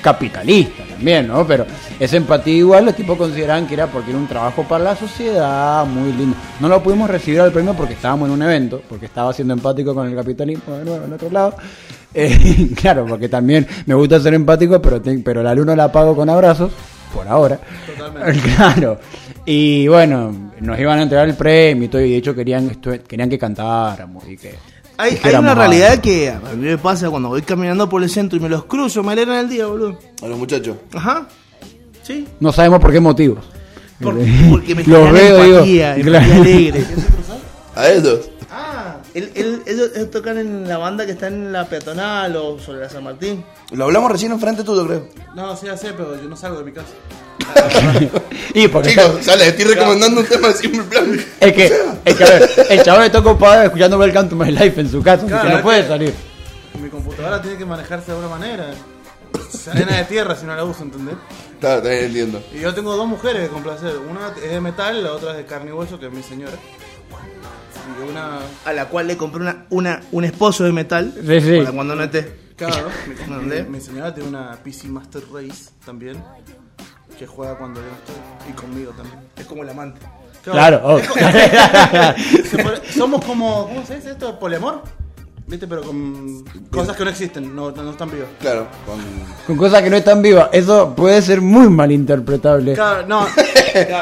S4: capitalista también, ¿no? Pero esa empatía igual los tipos consideraban que era porque era un trabajo para la sociedad, muy lindo. No lo pudimos recibir al premio porque estábamos en un evento, porque estaba siendo empático con el capitalismo de nuevo en otro lado. [laughs] Eh, claro, porque también me gusta ser empático, pero, te- pero el alumno la pago con abrazos, por ahora. [laughs] Claro. Y bueno, nos iban a entregar el premio y todo, y de hecho querían, estu- querían que cantáramos y que...
S2: Hay,
S4: que
S2: hay una
S4: éramos
S2: realidad que a mí me pasa cuando voy caminando por el centro y me los cruzo, me alegran el día, boludo.
S1: A los muchachos.
S2: Ajá. Sí.
S4: No sabemos por
S3: [laughs]
S4: qué motivos.
S2: Por- porque me
S4: [laughs] Los
S2: generan
S4: veo, digo,
S2: empatía, empatía
S4: claro. [laughs]
S2: alegre.
S1: A ellos.
S2: Ah, él- él- ellos, ellos tocan en la banda que está en la peatonal o sobre la San Martín.
S1: Lo hablamos recién enfrente tuyo, creo.
S3: No, sí, ya sé, pero yo no salgo de mi casa.
S4: y porque
S1: Chicos, sale, estoy recomendando un tema de Simple Plan. [laughs]
S4: es que, es que, a ver, el chaval está ocupado escuchando el canto My Life en su casa, así
S3: Claro,
S4: que
S3: es
S4: no puede
S3: que-
S4: salir.
S3: Mi computadora tiene que manejarse de alguna manera. Es arena de tierra si no la uso, ¿entendés?
S1: Está, está, entiendo.
S3: Y yo tengo dos mujeres que complacer. Una es de metal, la otra es de carne y hueso, que es mi señora. Y una...
S2: A la cual le compré una, una, un esposo de metal.
S4: Sí, sí.
S2: Para cuando no esté. [laughs]
S3: Claro, mi,
S2: ¿Dónde?
S3: mi- mi señora tiene una PC Master Race también, que juega cuando yo no estoy. Y conmigo también.
S2: Es como el amante.
S4: Claro, oh.
S3: Es co- [laughs] Se pone- Somos como, ¿cómo se dice esto? ¿Poliamor? ¿Viste? Pero con cosas que no existen, no, no están vivas.
S1: Claro, con...
S4: Con cosas que no están vivas, eso puede ser muy malinterpretable.
S3: Claro, no.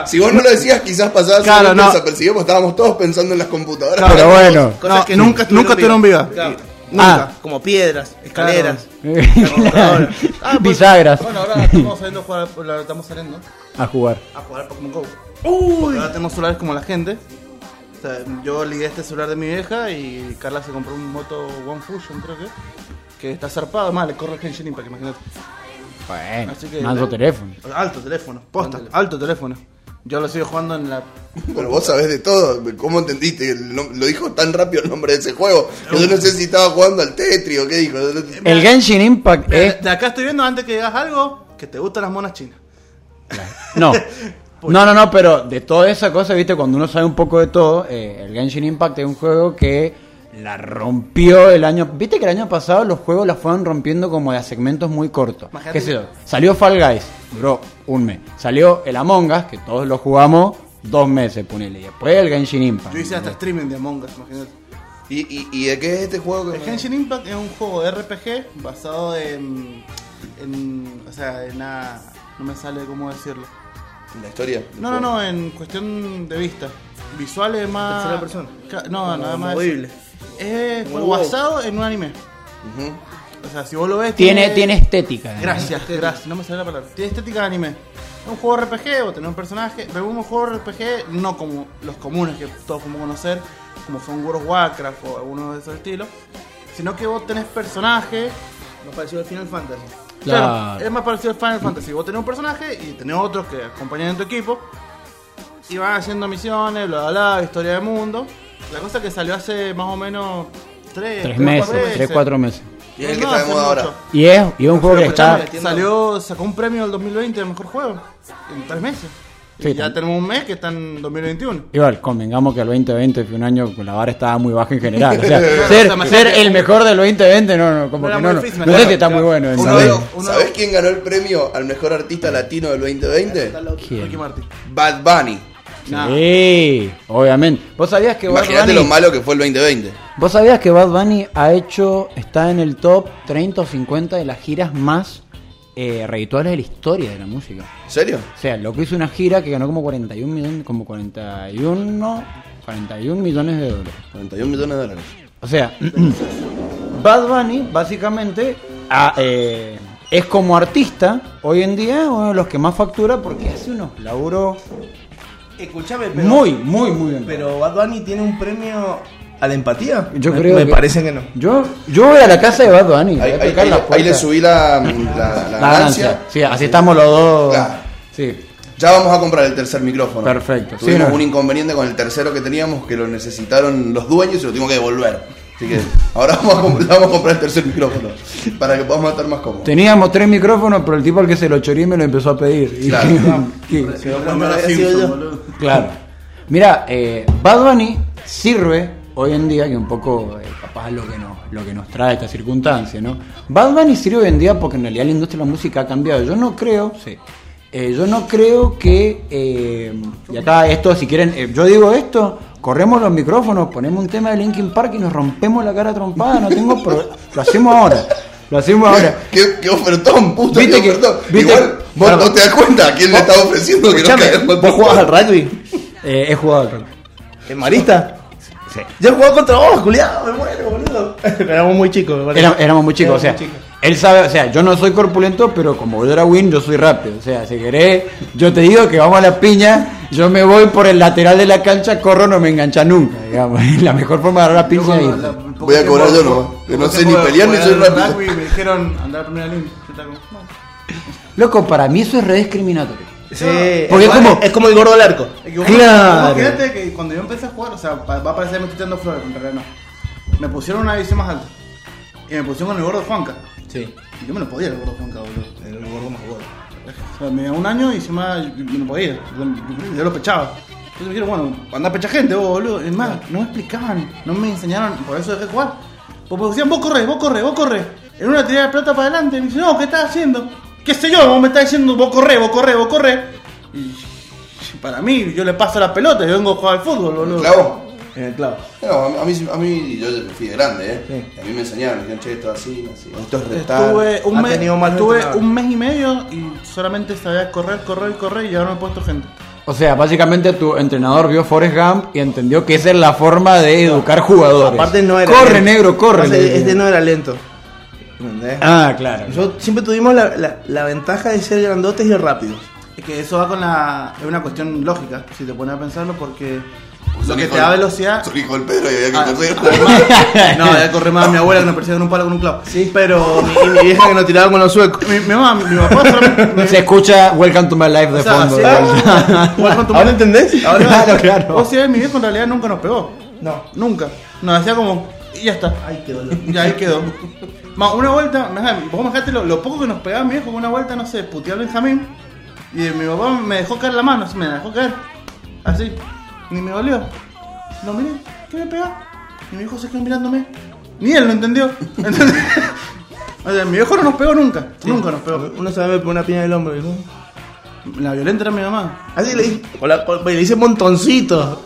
S1: Si vos no lo decías, quizás pasabas
S3: Claro,
S1: solamente
S3: no.
S1: desapercibido, porque estábamos todos pensando en las computadoras.
S4: Pero bueno.
S2: Cosas
S3: No,
S2: que
S3: nunca-
S2: nunca
S3: nunca tuvieron vida.
S2: Claro.
S4: Ah.
S2: Nunca. Como piedras, escaleras.
S4: Claro. [laughs]
S3: Ah, pues,
S4: Bisagras
S3: Bueno, ahora estamos saliendo a jugar, ahora estamos saliendo
S4: [laughs] a jugar.
S3: a jugar Pokémon Go. Uy. Ahora tenemos celulares como la gente. O sea, yo ligué este celular de mi vieja y Carla se compró un Moto One Fusion, creo que. Que está zarpado, más le corre el Genshin Impact, imagínate.
S4: Bueno,
S3: Así que-
S4: mando teléfono.
S3: Alto teléfono, posta, alto teléfono. Yo lo sigo jugando en la.
S1: Bueno, vos sabés de todo. ¿Cómo entendiste? El nom- Lo dijo tan rápido el nombre de ese juego. Yo no sé si estaba jugando al Tetris o qué dijo.
S4: El Genshin Impact
S2: Eh,
S3: Mira,
S4: es.
S3: Eh, De acá estoy viendo antes que digas algo que te gustan las monas chinas. [laughs]
S4: No.
S3: Pues
S4: No, no, no, pero de toda esa cosa, viste, cuando uno sabe un poco de todo, eh, el Genshin Impact es un juego que la rompió el año. Viste que el año pasado los juegos la fueron rompiendo como de a segmentos muy cortos.
S3: Imagínate.
S4: ¿Qué sé yo? Salió Fall Guys, duró un mes. Salió el Among Us, que todos lo jugamos, dos meses, ponele. Y después el Genshin Impact.
S3: Yo hice hasta streaming de Among Us, imagínate.
S1: ¿Y, y, y de qué es este juego? que
S3: El
S1: me-
S3: Genshin Impact es un juego de RPG basado en. en o sea, en la. No me sale cómo decirlo.
S1: La historia. del
S3: No, no,
S1: juego.
S3: no, en cuestión de vista. Visuales más.
S2: Tercera persona.
S3: Ca- No, nada más.
S2: movible.
S3: Es
S2: Como
S3: juego
S2: WoW.
S3: basado en un anime.
S1: Ujú.
S3: O sea, si vos lo ves.
S4: Tiene, tiene estética. ¿no?
S3: Gracias, gracias. No me sale la palabra. Tiene estética de anime. Es un juego RPG, o tenés un personaje. Pero es un juego RPG no como los comunes que todos podemos conocer, como son World of Warcraft o algunos de esos estilos. Sino que vos tenés personajes.
S2: Nos pareció el Final Fantasy.
S4: Claro.
S3: Claro, es más parecido al Final Fantasy. Vos tenés un personaje y tenés otros que acompañan en tu equipo. Y van haciendo misiones, bla, bla, bla, historia del mundo. La cosa que salió hace más o menos 3,
S4: Tres meses, tres, cuatro meses.
S1: Y es el que está de moda ahora.
S4: Y es, y es un juego que está.
S3: Salió, sacó un premio el 2020 de mejor juego. En tres meses.
S4: Sí,
S3: y ya
S4: tam-
S3: tenemos un mes que está en 2021.
S4: Igual, convengamos que el 2020 fue un año que la vara estaba muy baja en general. O
S3: [laughs]
S4: sea, ser,
S3: o sea,
S4: ser
S3: imagínate.
S4: el mejor del 2020, no, no,
S3: No
S4: como
S3: era
S4: que no,
S3: muy
S4: no.
S3: difícil,
S4: No
S3: imagínate.
S4: sé si está muy bueno.
S1: Uno
S4: ¿sabes?
S1: de los- ¿Sabés quién ganó el premio al mejor artista latino del 2020?
S4: ¿Quién?
S3: Ricky Martin.
S1: Bad Bunny.
S3: Nah.
S4: Sí, obviamente. ¿Vos sabías que Bad
S1: Imagínate lo
S4: Bunny,
S1: malo que fue el 2020.
S4: vos sabías que Bad Bunny ha hecho, está en el top 30 o 50 de las giras más eh, redituales de la historia de la música?
S1: ¿En serio?
S4: O sea, lo que hizo una gira que ganó como 41 millones, como 41, 41 millones de dólares.
S1: 91 millones de dólares.
S4: O sea, [clears throat] Bad Bunny básicamente a- eh, es como artista hoy en día uno de los que más factura porque hace unos laburos
S2: Escuchame, pero.
S4: muy, muy, muy bien.
S2: Pero Bad Bunny tiene un premio a la empatía.
S4: Yo
S2: me,
S4: creo
S2: Me
S4: que-
S2: parece que no.
S4: yo, yo voy a la casa de Bad Bunny. voy
S1: Ahí,
S4: a
S1: ahí-
S4: tocar
S1: ahí-
S4: la
S1: ahí
S4: puerta.
S1: le subí la, la, la
S4: la
S1: ganancia.
S4: ganancia. Sí, así estamos los dos.
S1: Claro.
S4: Sí.
S1: Ya vamos a comprar el tercer micrófono.
S4: Perfecto. Sí,
S1: Tuvimos
S4: no.
S1: un inconveniente con el tercero que teníamos que lo necesitaron los dueños y se lo tuvimos que devolver. Así que ahora [laughs] vamos a, comp- vamos a comprar el tercer micrófono para que podamos estar más cómodos.
S4: Teníamos tres micrófonos, pero el tipo al que se lo chorí me lo empezó a pedir. Y-
S1: Claro.
S4: ¿Qué?
S2: Yo cuando había sido yo.
S4: Claro. Mira, eh, Bad Bunny sirve hoy en día, que un poco eh, capaz es lo que, nos, lo que nos trae esta circunstancia, ¿no? Bad Bunny sirve hoy en día porque en realidad la industria de la música ha cambiado. Yo no creo, sí. eh, yo no creo que. eh, y acá, esto, si quieren, eh, yo digo esto. Corremos los micrófonos, ponemos un tema de Linkin Park y nos rompemos la cara trompada, no tengo problema. Lo hacemos ahora. Lo hacemos ahora.
S1: ¿Qué, qué ofertón, puto,
S4: Viste
S1: qué
S4: que-
S1: ofertón.
S4: viste
S1: Igual
S4: que-
S1: vos
S4: Pará.
S1: no te das cuenta a quién le estaba ofreciendo que no
S2: Escuchame,
S1: caiga
S2: ¿Vos jugabas al rugby?
S4: Eh, he jugado al rock.
S2: ¿En Marista? Sí. Yo he jugado contra vos, culiado. Me muero, boludo. [laughs] Pero éramos muy chicos, me parece.
S4: Era- éramos muy chicos, o sea,
S2: Éramos muy
S4: él sabe, o sea, yo no soy corpulento, pero como yo era win, yo soy rápido. O sea, si querés, yo te digo que vamos a la piña, yo me voy por el lateral de la cancha, corro, no me engancha nunca, digamos. [laughs] La mejor forma de agarrar la piña es irse.
S1: Voy a cobrar yo nomás, que no sé ni pelear ni soy rápido.
S3: Y me dijeron andar a primera línea. Yo estaba como, "Bueno,
S4: Loco, para mí eso es rediscriminatorio.
S2: Sí.
S4: Porque es como-
S2: es como el gordo del arco.
S3: equivocado".
S4: Claro.
S3: Imagínate que cuando yo empecé a jugar, o sea, pa- va a parecer que me estoy tirando flores, pero en realidad no. Me pusieron una división más alta. Y me pusieron con el gordo Juanca.
S2: Sí.
S3: Y yo me lo podía el gordo Juanca, boludo.
S2: El gordo más gordo.
S3: O sea, me da un año y encima yo- yo no podía. Yo, yo lo pechaba. Entonces me dijeron, bueno, andá a pechar gente, vos, boludo. Es más, no me explicaban, no me enseñaron, por eso dejé de jugar. Porque decían, vos corres, vos corres, vos corres. En una tirada de plata para adelante. Y me dicen, no, ¿qué estás haciendo? ¿Qué sé yo? Vos me estás diciendo, vos corres, vos corres, vos corres. Y [laughs] para mí, yo le paso la pelota, yo vengo a jugar al fútbol, boludo.
S1: Clavo.
S2: En el clavo.
S1: No, a, a mí, a mí yo fui de grande, ¿eh?
S2: Sí.
S1: A mí me enseñaron, me dijeron, che, esto es así, así. Esto es retar.
S3: Estuve, un
S2: Ha
S3: mes,
S2: tenido mal
S3: estuve
S2: entrenador.
S3: un mes y medio y solamente sabía correr, correr, correr y ahora me he puesto gente.
S4: O sea, básicamente tu entrenador vio Forrest Gump y entendió que esa es la forma de educar jugadores.
S2: Aparte no era.
S4: Corre,
S2: lento.
S4: negro, corre.
S2: Aparte,
S4: le decía.
S2: este no era lento. ¿Entendés?
S4: Ah, claro.
S2: Nosotros siempre tuvimos la, la- la ventaja de ser grandotes y rápidos.
S3: Es que eso va con la. Es una cuestión lógica, si te pones a pensarlo, porque
S1: Pues
S3: Lo
S1: son
S3: que
S1: hijo
S3: te
S1: de- [laughs]
S3: da velocidad.
S1: Son hijo del Pedro y había que
S3: Ah,
S1: correr. [laughs]
S3: además- no, ya corre más mi abuela que nos persigue con un palo con un clavo. Sí. Pero mi, mi vieja que nos tiraba con los suecos. Mi, mi mamá, mi papá solamente-
S4: [laughs]
S3: mi-
S4: Se escucha Welcome to my life de
S3: o sea,
S4: fondo.
S3: sí, igual con
S2: ¿Ahora
S3: tu madre.
S2: entendés?
S3: Ahora, [laughs]
S4: Claro, claro.
S3: Vos si ves, mi viejo en realidad nunca nos pegó.
S2: No.
S3: Nunca. Nos hacía como. Y ya está.
S2: Ay, qué dolor.
S3: Y ahí quedó. Más una vuelta, me dejaste- vos me dejaste lo, lo poco que nos pegaba mi viejo, una vuelta, no sé, puteó a Benjamín. Y mi papá me dejó caer la mano, así, me la dejó caer. Así. Ni me dolió. Lo miré, ¿qué me pega? Y mi viejo se quedó mirándome. Ni él lo entendió. [laughs] ¿entendés? o sea, mi viejo no nos pegó nunca. Nunca nos pegó.
S2: Uno se me pone una piña en el hombro. ¿no?
S3: La violenta era mi mamá.
S2: Así le dije. o la- o- le hice montoncito.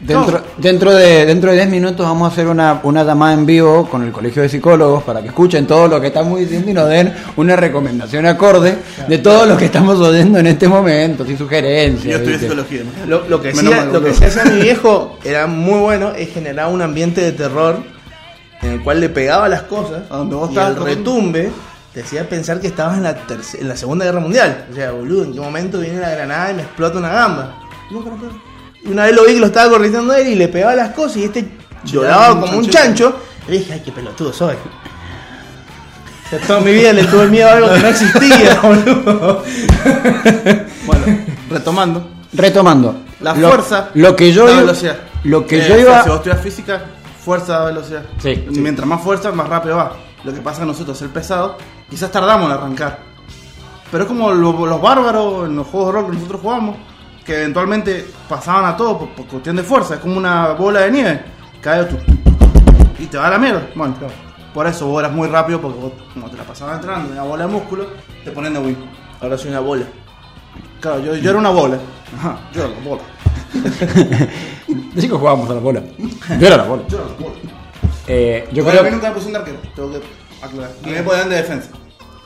S4: Dentro, dentro, de, dentro de 10 minutos vamos a hacer una, una llamada en vivo con el Colegio de Psicólogos para que escuchen todo lo que estamos diciendo y nos den una recomendación acorde de todo lo que estamos oyendo en este momento, sin sugerencias.
S3: Yo estudié
S4: ¿viste?
S3: psicología. ¿no?
S2: Lo, lo que
S3: Menos
S2: hacía,
S3: mal,
S2: lo que
S3: boludo.
S2: sí hacía mi viejo era muy bueno, es generar un ambiente de terror en el cual le pegaba las cosas
S3: A donde vos
S2: y
S3: estabas
S2: el retumbe te hacía pensar que estabas en la, terce- en la Segunda Guerra Mundial. O sea, boludo, ¿en qué momento viene la granada y me explota una gamba? Nunca lo pegó. Y Una vez lo vi que lo estaba corrigiendo él y le pegaba las cosas y este lloraba
S3: un
S2: como un
S3: chanchito.
S2: chancho. Y le dije, ay, qué pelotudo soy. O sea, toda mi vida le tuve miedo a algo que no
S3: [laughs]
S2: existía, boludo.
S3: Bueno, retomando.
S4: Retomando.
S3: La
S4: Lo-
S3: fuerza,
S4: Lo que yo
S3: la
S4: iba-
S3: velocidad.
S4: Lo que
S3: Eh,
S4: yo
S3: o sea,
S4: iba.
S3: Si vos estudias física, fuerza da velocidad.
S4: Sí.
S3: Y Mientras más fuerza, más rápido va. Lo que pasa a nosotros, el pesado, quizás tardamos en arrancar. Pero es como lo- los bárbaros en los juegos de rol que nosotros jugamos, que eventualmente pasaban a todo por, por cuestión de fuerza. Es como una bola de nieve. Cae tu- y te va a la mierda. Bueno, por eso vos eras muy rápido porque vos, como te la pasabas entrando en una bola de músculo, te ponen de win.
S2: Ahora soy una bola.
S3: Claro, yo, yo era una bola. Ajá, yo era la bola.
S4: De chicos jugábamos a la bola. Yo era la bola.
S3: Yo era la bola.
S4: Eh, yo
S3: Bueno,
S4: creo
S3: a mí nunca me pusieron de arquero, tengo que aclarar. A mí me ponían de defensa.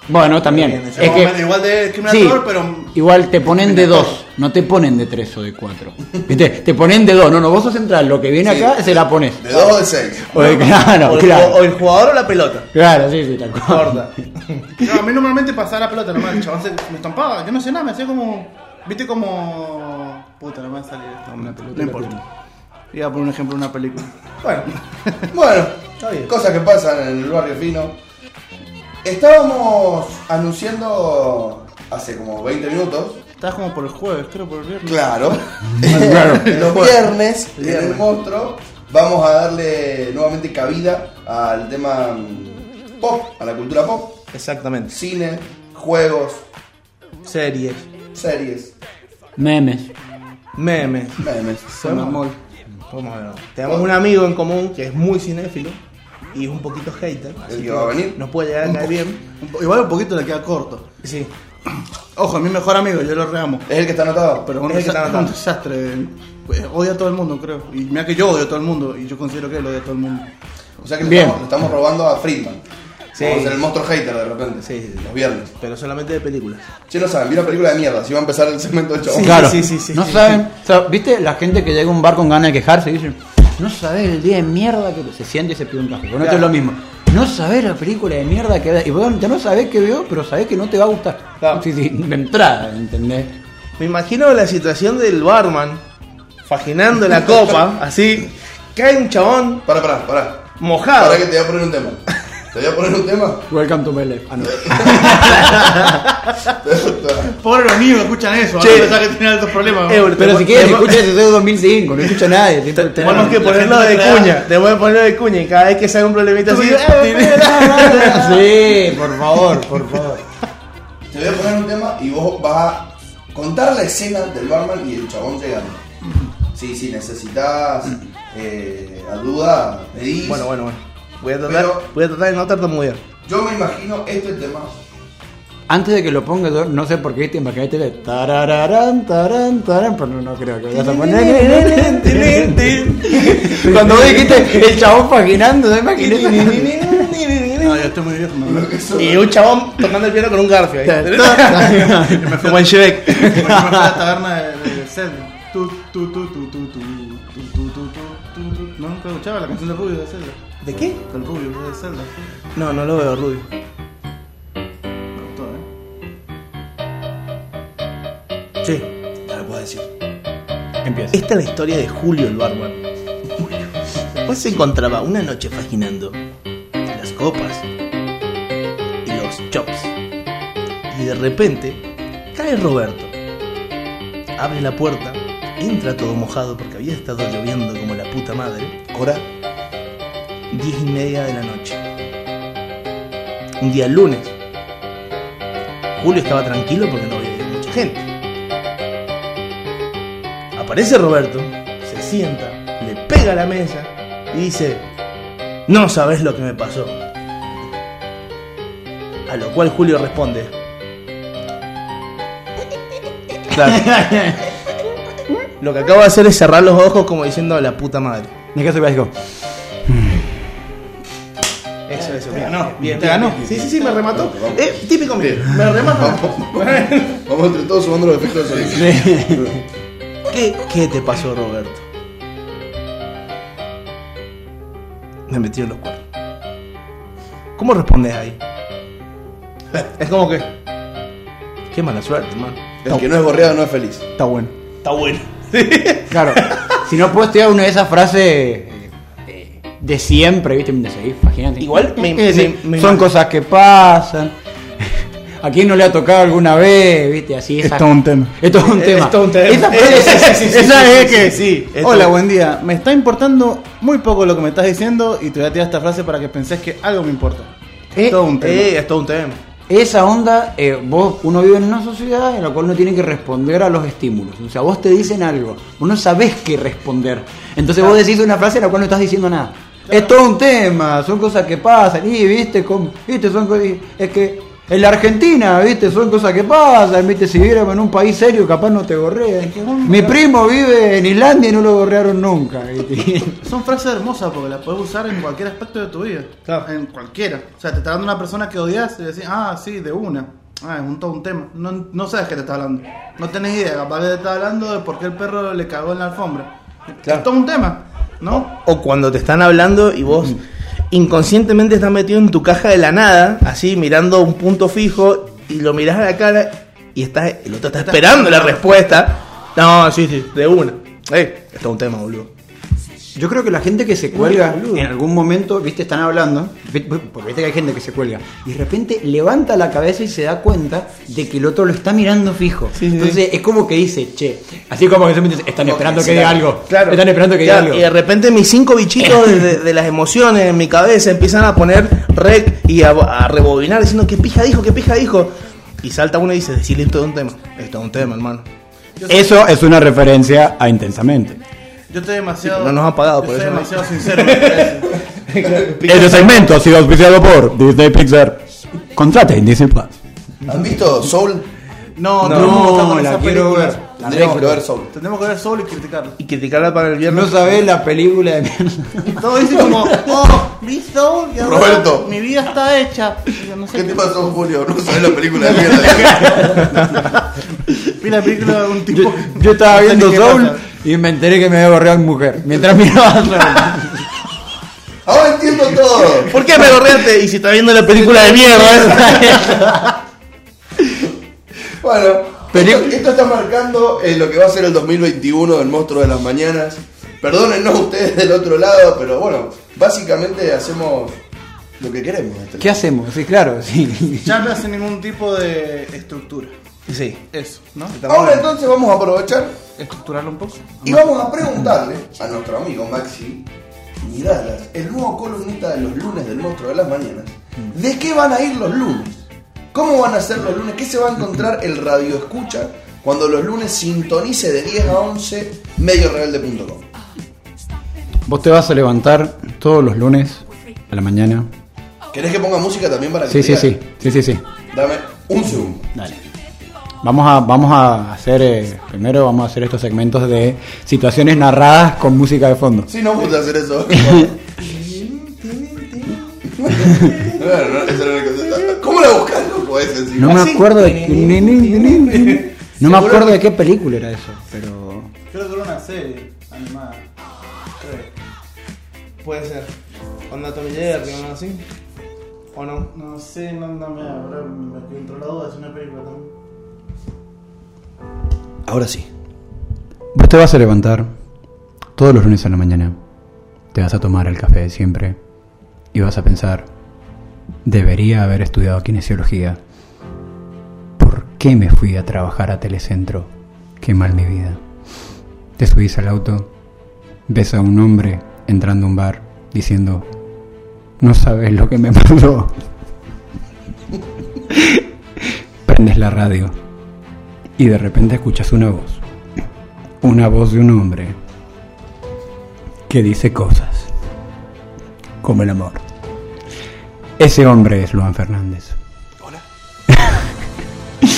S4: Bueno, también.
S3: En
S4: Es
S3: ese momento,
S4: que.
S3: igual de
S4: Sí,
S3: discriminador, pero.
S4: igual te ponen de
S3: discriminador.
S4: dos, no te ponen de tres o de cuatro. ¿Viste? Te ponen de dos, no, no, vos sos central, lo que viene acá se la pones.
S1: De 2 de 6.
S4: O de- claro,
S2: o, el,
S4: claro.
S2: o el jugador o la pelota.
S4: Claro, sí, sí, tal cual.
S2: Corta.
S3: No, a mí normalmente pasaba la pelota normal, el chabón se me estampaba. Yo no sé nada, me hacía como. ¿Viste como. Puta, no me va a salir esto. Una pelota. No importa. Iba a poner un ejemplo de una película.
S1: Bueno, bueno, cosas que pasan en el barrio fino. Estábamos anunciando hace como 20 minutos.
S3: Estabas como por el jueves, creo, por el
S1: [laughs]
S3: viernes.
S1: Claro. Los viernes, en el monstruo, vamos a darle nuevamente cabida al tema mm, pop, a la cultura pop,
S2: Exactamente.
S1: cine, juegos,
S2: Series,
S1: series,
S4: Memes.
S2: memes.
S1: memes.
S2: Podemos- podemos ver. Tenemos un amigo en común que es muy cinéfilo y es un poquito hater. así
S1: que
S2: que
S1: va a venir.
S2: Nos puede llegar a caer bien.
S3: Un po- Igual un poquito le queda corto.
S2: Sí.
S3: Ojo, es mi mejor amigo, yo lo reamo.
S1: ¿Es el que está anotado?
S3: Pero es un,
S2: Es el que
S3: desa-
S2: está
S3: un desastre. eh, Odia a todo el mundo, creo. Y mira que yo odio a todo el mundo, y yo considero que él odia a todo el mundo.
S1: O sea que le
S4: Bien.
S1: estamos, le estamos robando a Friedman.
S2: Sí.
S1: Vamos a ser el monstruo hater de repente.
S2: Sí, sí, sí.
S1: Los viernes.
S2: Pero solamente de películas.
S1: Che, no saben, vi una película de mierda. Si va a empezar el segmento del chabón.
S4: claro.
S2: sí, sí, sí,
S4: no
S2: sí,
S4: saben. o sea, ¿Viste la gente que llega a un bar con ganas de quejarse y dice, no saber el día de mierda que se siente y se pide un café? Bueno, esto es lo mismo. No saber la película de mierda que ve- Y vos ya no sabés que veo, pero sabés que no te va a gustar.
S2: Claro.
S4: Sí, sí, de entrada, ¿entendés?
S2: Me imagino la situación del barman faginando la copa, así. Cae un chabón
S1: Pará, pará, pará.
S2: mojado.
S1: Pará que te voy a poner un tema. Te voy a poner un tema.
S4: Welcome to my life. Ah, no.
S3: Pobre los niños que escuchan eso,
S2: Che.
S3: van a pensar que tienen altos problemas.
S2: Eh, boludo,
S4: Pero
S2: te
S4: si
S2: pon-
S4: quieres,
S2: te pon-
S4: escucha ese de 2005, no escucha nadie. siempre tenés-
S2: Tenemos que
S3: La
S2: ponerlo
S3: gente
S2: de
S3: no te da.
S2: cuña. Te voy a ponerlo de cuña y cada vez que salga un problemita así.
S4: [laughs] Sí, por favor, por favor.
S1: Te voy a poner un tema y vos vas a contar la escena del barman y el chabón llegando. Sí, sí, necesitas eh, ayuda, pedís.
S2: Bueno, bueno, bueno. Voy a tratar,
S1: Pero-
S2: voy a tratar de no tartamudear.
S1: Yo me imagino este tema.
S4: Antes de que lo ponga, yo no sé por qué te imaginaste de tarararán, tarán, tarán, pero no creo que vayas a poner. Cuando vos dijiste el chabón paginando, ¿no imaginé?
S3: No, yo estoy muy viejo, [laughs] me
S1: Lo que son-
S2: Y un chabón tocando el piano con un garfio ahí. [laughs] Como en Shebeck.
S3: Como si fuera la taberna de, de Zelda. Tu, tu, tu, tu, tu, tu, tu, tu, tu, tu, tu. No, nunca escuchaba la canción del Rubio de Zelda.
S2: ¿De qué?
S3: Del Rubio de Zelda. sí.
S2: No, no lo veo, Rubio.
S3: Me gustó, ¿eh?
S2: Sí.
S1: Ya lo puedo decir.
S5: Empieza.
S2: Esta es la historia de Julio el Bárbaro. Pues se encontraba una noche faginando las copas y los chops. Y de repente cae Roberto. Abre la puerta, entra todo mojado porque había estado lloviendo como la puta madre. Hora diez y media de la noche. Un día lunes. Julio estaba tranquilo porque no había habido mucha gente. Aparece Roberto, se sienta, le pega a la mesa y dice, no sabes lo que me pasó. A lo cual Julio responde, claro. Lo que acabo de hacer es cerrar los ojos como diciendo la puta madre.
S5: Me caso básico.
S2: Eso, eso, me
S3: Ah,
S2: ganó. te ganó. Sí, sí, sí, me remató. Eh, típico mío. Me remató. [laughs]
S1: Vamos entre todos sumando los efectos de sonido.
S2: ¿Qué, qué te pasó, Roberto? Me metió en los cuernos. ¿Cómo respondes ahí? [laughs] Es como que. Qué mala suerte, hermano.
S1: El que no es borreado no es feliz.
S4: Está bueno.
S2: Está bueno.
S4: Claro. si no puedes tirar una de esas frases eh, eh, de siempre, ¿viste? De seguir imaginate.
S2: Igual me-
S4: Es decir,
S2: me- me-
S4: son cosas que pasan. [laughs] ¿A quién no le ha tocado alguna vez? ¿Viste? Así esa-
S5: Es todo un tema.
S4: Esto es un
S2: Es
S4: tema.
S2: todo un tema.
S4: Esa
S2: [laughs] Sí,
S4: puede ser-
S2: sí, sí,
S4: esa
S2: sí,
S4: es
S2: sí,
S4: que.
S2: sí, sí.
S3: Hola, buen día. Me está importando muy poco lo que me estás diciendo y te voy a tirar esta frase para que pensés que algo me importa.
S4: Eh,
S3: Todo un tema.
S2: Eh, es todo un tema.
S4: Esa onda, eh, vos, uno vive en una sociedad en la cual uno tiene que responder a los estímulos. O sea, vos te dicen algo, vos no sabés qué responder. Entonces vos decís una frase en la cual no estás diciendo nada. Es todo un tema, son cosas que pasan, y viste, con, viste, son co- y es que en la Argentina, viste, son cosas que pasan, viste, si viéramos en un país serio capaz no te gorrean. Mi primo vive en Islandia y no lo gorrearon nunca, viste.
S3: Son frases hermosas porque las puedes usar en cualquier aspecto de tu vida. En cualquiera. O sea, te está hablando una persona que odias y decís, ah, sí, de una. Ah, es un, todo un tema. No, no sabes qué te está hablando. No tenés idea. Capaz que te está hablando de por qué el perro le cagó en la alfombra.
S1: Claro.
S3: Es todo un tema, ¿no?
S2: O cuando te están hablando y vos inconscientemente estás metido en tu caja de la nada, así mirando un punto fijo y lo mirás a la cara y estás, el otro está esperando la respuesta. No, sí, sí, de una. Eh, es todo un tema, boludo.
S4: Yo creo que la gente que se cuelga en algún momento, viste, están hablando, vi- porque viste que hay gente que se cuelga, y de repente levanta la cabeza y se da cuenta de que el otro lo está mirando fijo. Entonces es como que dice, che, así como que siempre dice, están esperando que diga algo. Están esperando que diga
S2: Claro,
S4: algo.
S2: Y de repente mis cinco bichitos de, de- de las emociones en mi cabeza empiezan a poner rec y a, a rebobinar diciendo que pija dijo, que pija dijo. Y salta uno y dice, decirle esto es un tema. Esto es un tema, hermano.
S4: Eso es una referencia a intensamente.
S3: Yo estoy demasiado.
S2: Sí, pero no nos han pagado
S3: yo
S2: por
S3: soy
S2: eso, ¿no?
S3: demasiado sincero. me parece.
S4: Este segmento ha sido auspiciado por Disney Pixar. Contrate en Disney Plus.
S1: ¿Han visto Soul?
S3: no,
S4: No,
S3: tenemos que estar con
S4: la
S3: esas
S4: quiero
S3: películas.
S4: ver.
S1: Tendríamos que ver Soul.
S3: Tenemos que ver solo y criticarlo.
S2: Y criticarla para el viernes.
S4: No sabés la película de mierda.
S3: Y todo dice como, oh, vi Soul y ahora
S1: Roberto.
S3: mi vida está hecha. Y yo no sé
S1: ¿Qué te pasó, Julio? No sabes la película de [laughs] mierda.
S3: Vi la película de un tipo.
S4: Yo, yo estaba
S3: No sé
S4: viendo
S3: ni qué
S4: Soul
S3: pasa.
S4: y me enteré que me había borrado en mujer. Mientras miraba Soul.
S1: Ahora entiendo todo.
S2: ¿Por qué me gorreaste? Y si está viendo la película de mierda ¿eh? esa.
S1: Bueno, esto, esto está marcando eh, lo que va a ser el 2021 del Monstruo de las Mañanas. Perdónennos ustedes del otro lado, pero bueno, básicamente hacemos lo que queremos.
S4: ¿Qué hacemos? Sí, claro, [laughs] sí.
S3: Charlas sin ningún tipo de estructura.
S2: Sí.
S3: Eso, ¿no?
S1: Ahora entonces vamos a aprovechar
S3: Estructurarlo un poco.
S1: y vamos a preguntarle a nuestro amigo Maxi Miradas, el nuevo columnista de los lunes del Monstruo de las Mañanas, ¿de qué van a ir los lunes? ¿Cómo van a ser los lunes? ¿Qué se va a encontrar el radio escucha cuando los lunes sintonice de 10 a 11 mediorebelde.com?
S4: Vos te vas a levantar todos los lunes a la mañana.
S1: ¿Querés que ponga música también para que
S4: Sí,
S1: te
S4: sí,
S1: diga?
S4: sí, sí, sí, sí.
S1: Dame un segundo.
S4: Dale. Vamos a, vamos a hacer, eh, primero vamos a hacer estos segmentos de situaciones narradas con música de fondo.
S1: Sí, no gusta hacer
S4: [laughs]
S1: eso. [laughs] Bueno, no, esa no era la cosa. ¿Cómo la buscas, loco? Es sencillo.
S4: No me
S2: Así.
S4: acuerdo de... No me acuerdo de qué película era eso, pero...
S3: Creo que era una serie animada.
S2: Puede ser. Onda Tommy Jerry, ¿no? Así. ¿O no?
S3: No sé, no, no me ahora me entró la duda, es una película también.
S1: Ahora sí.
S4: Vos te vas a levantar todos los lunes a la mañana. Te vas a tomar el café de siempre y vas a pensar, debería haber estudiado kinesiología. ¿Por qué me fui a trabajar a Telecentro? Qué mal mi vida. Te subís al auto, ves a un hombre entrando a un bar diciendo, no sabes lo que me [laughs] pasó. Prendes la radio y de repente escuchas una voz. Una voz de un hombre que dice cosas como el amor. Ese hombre es Luan Fernández. Hola. [laughs]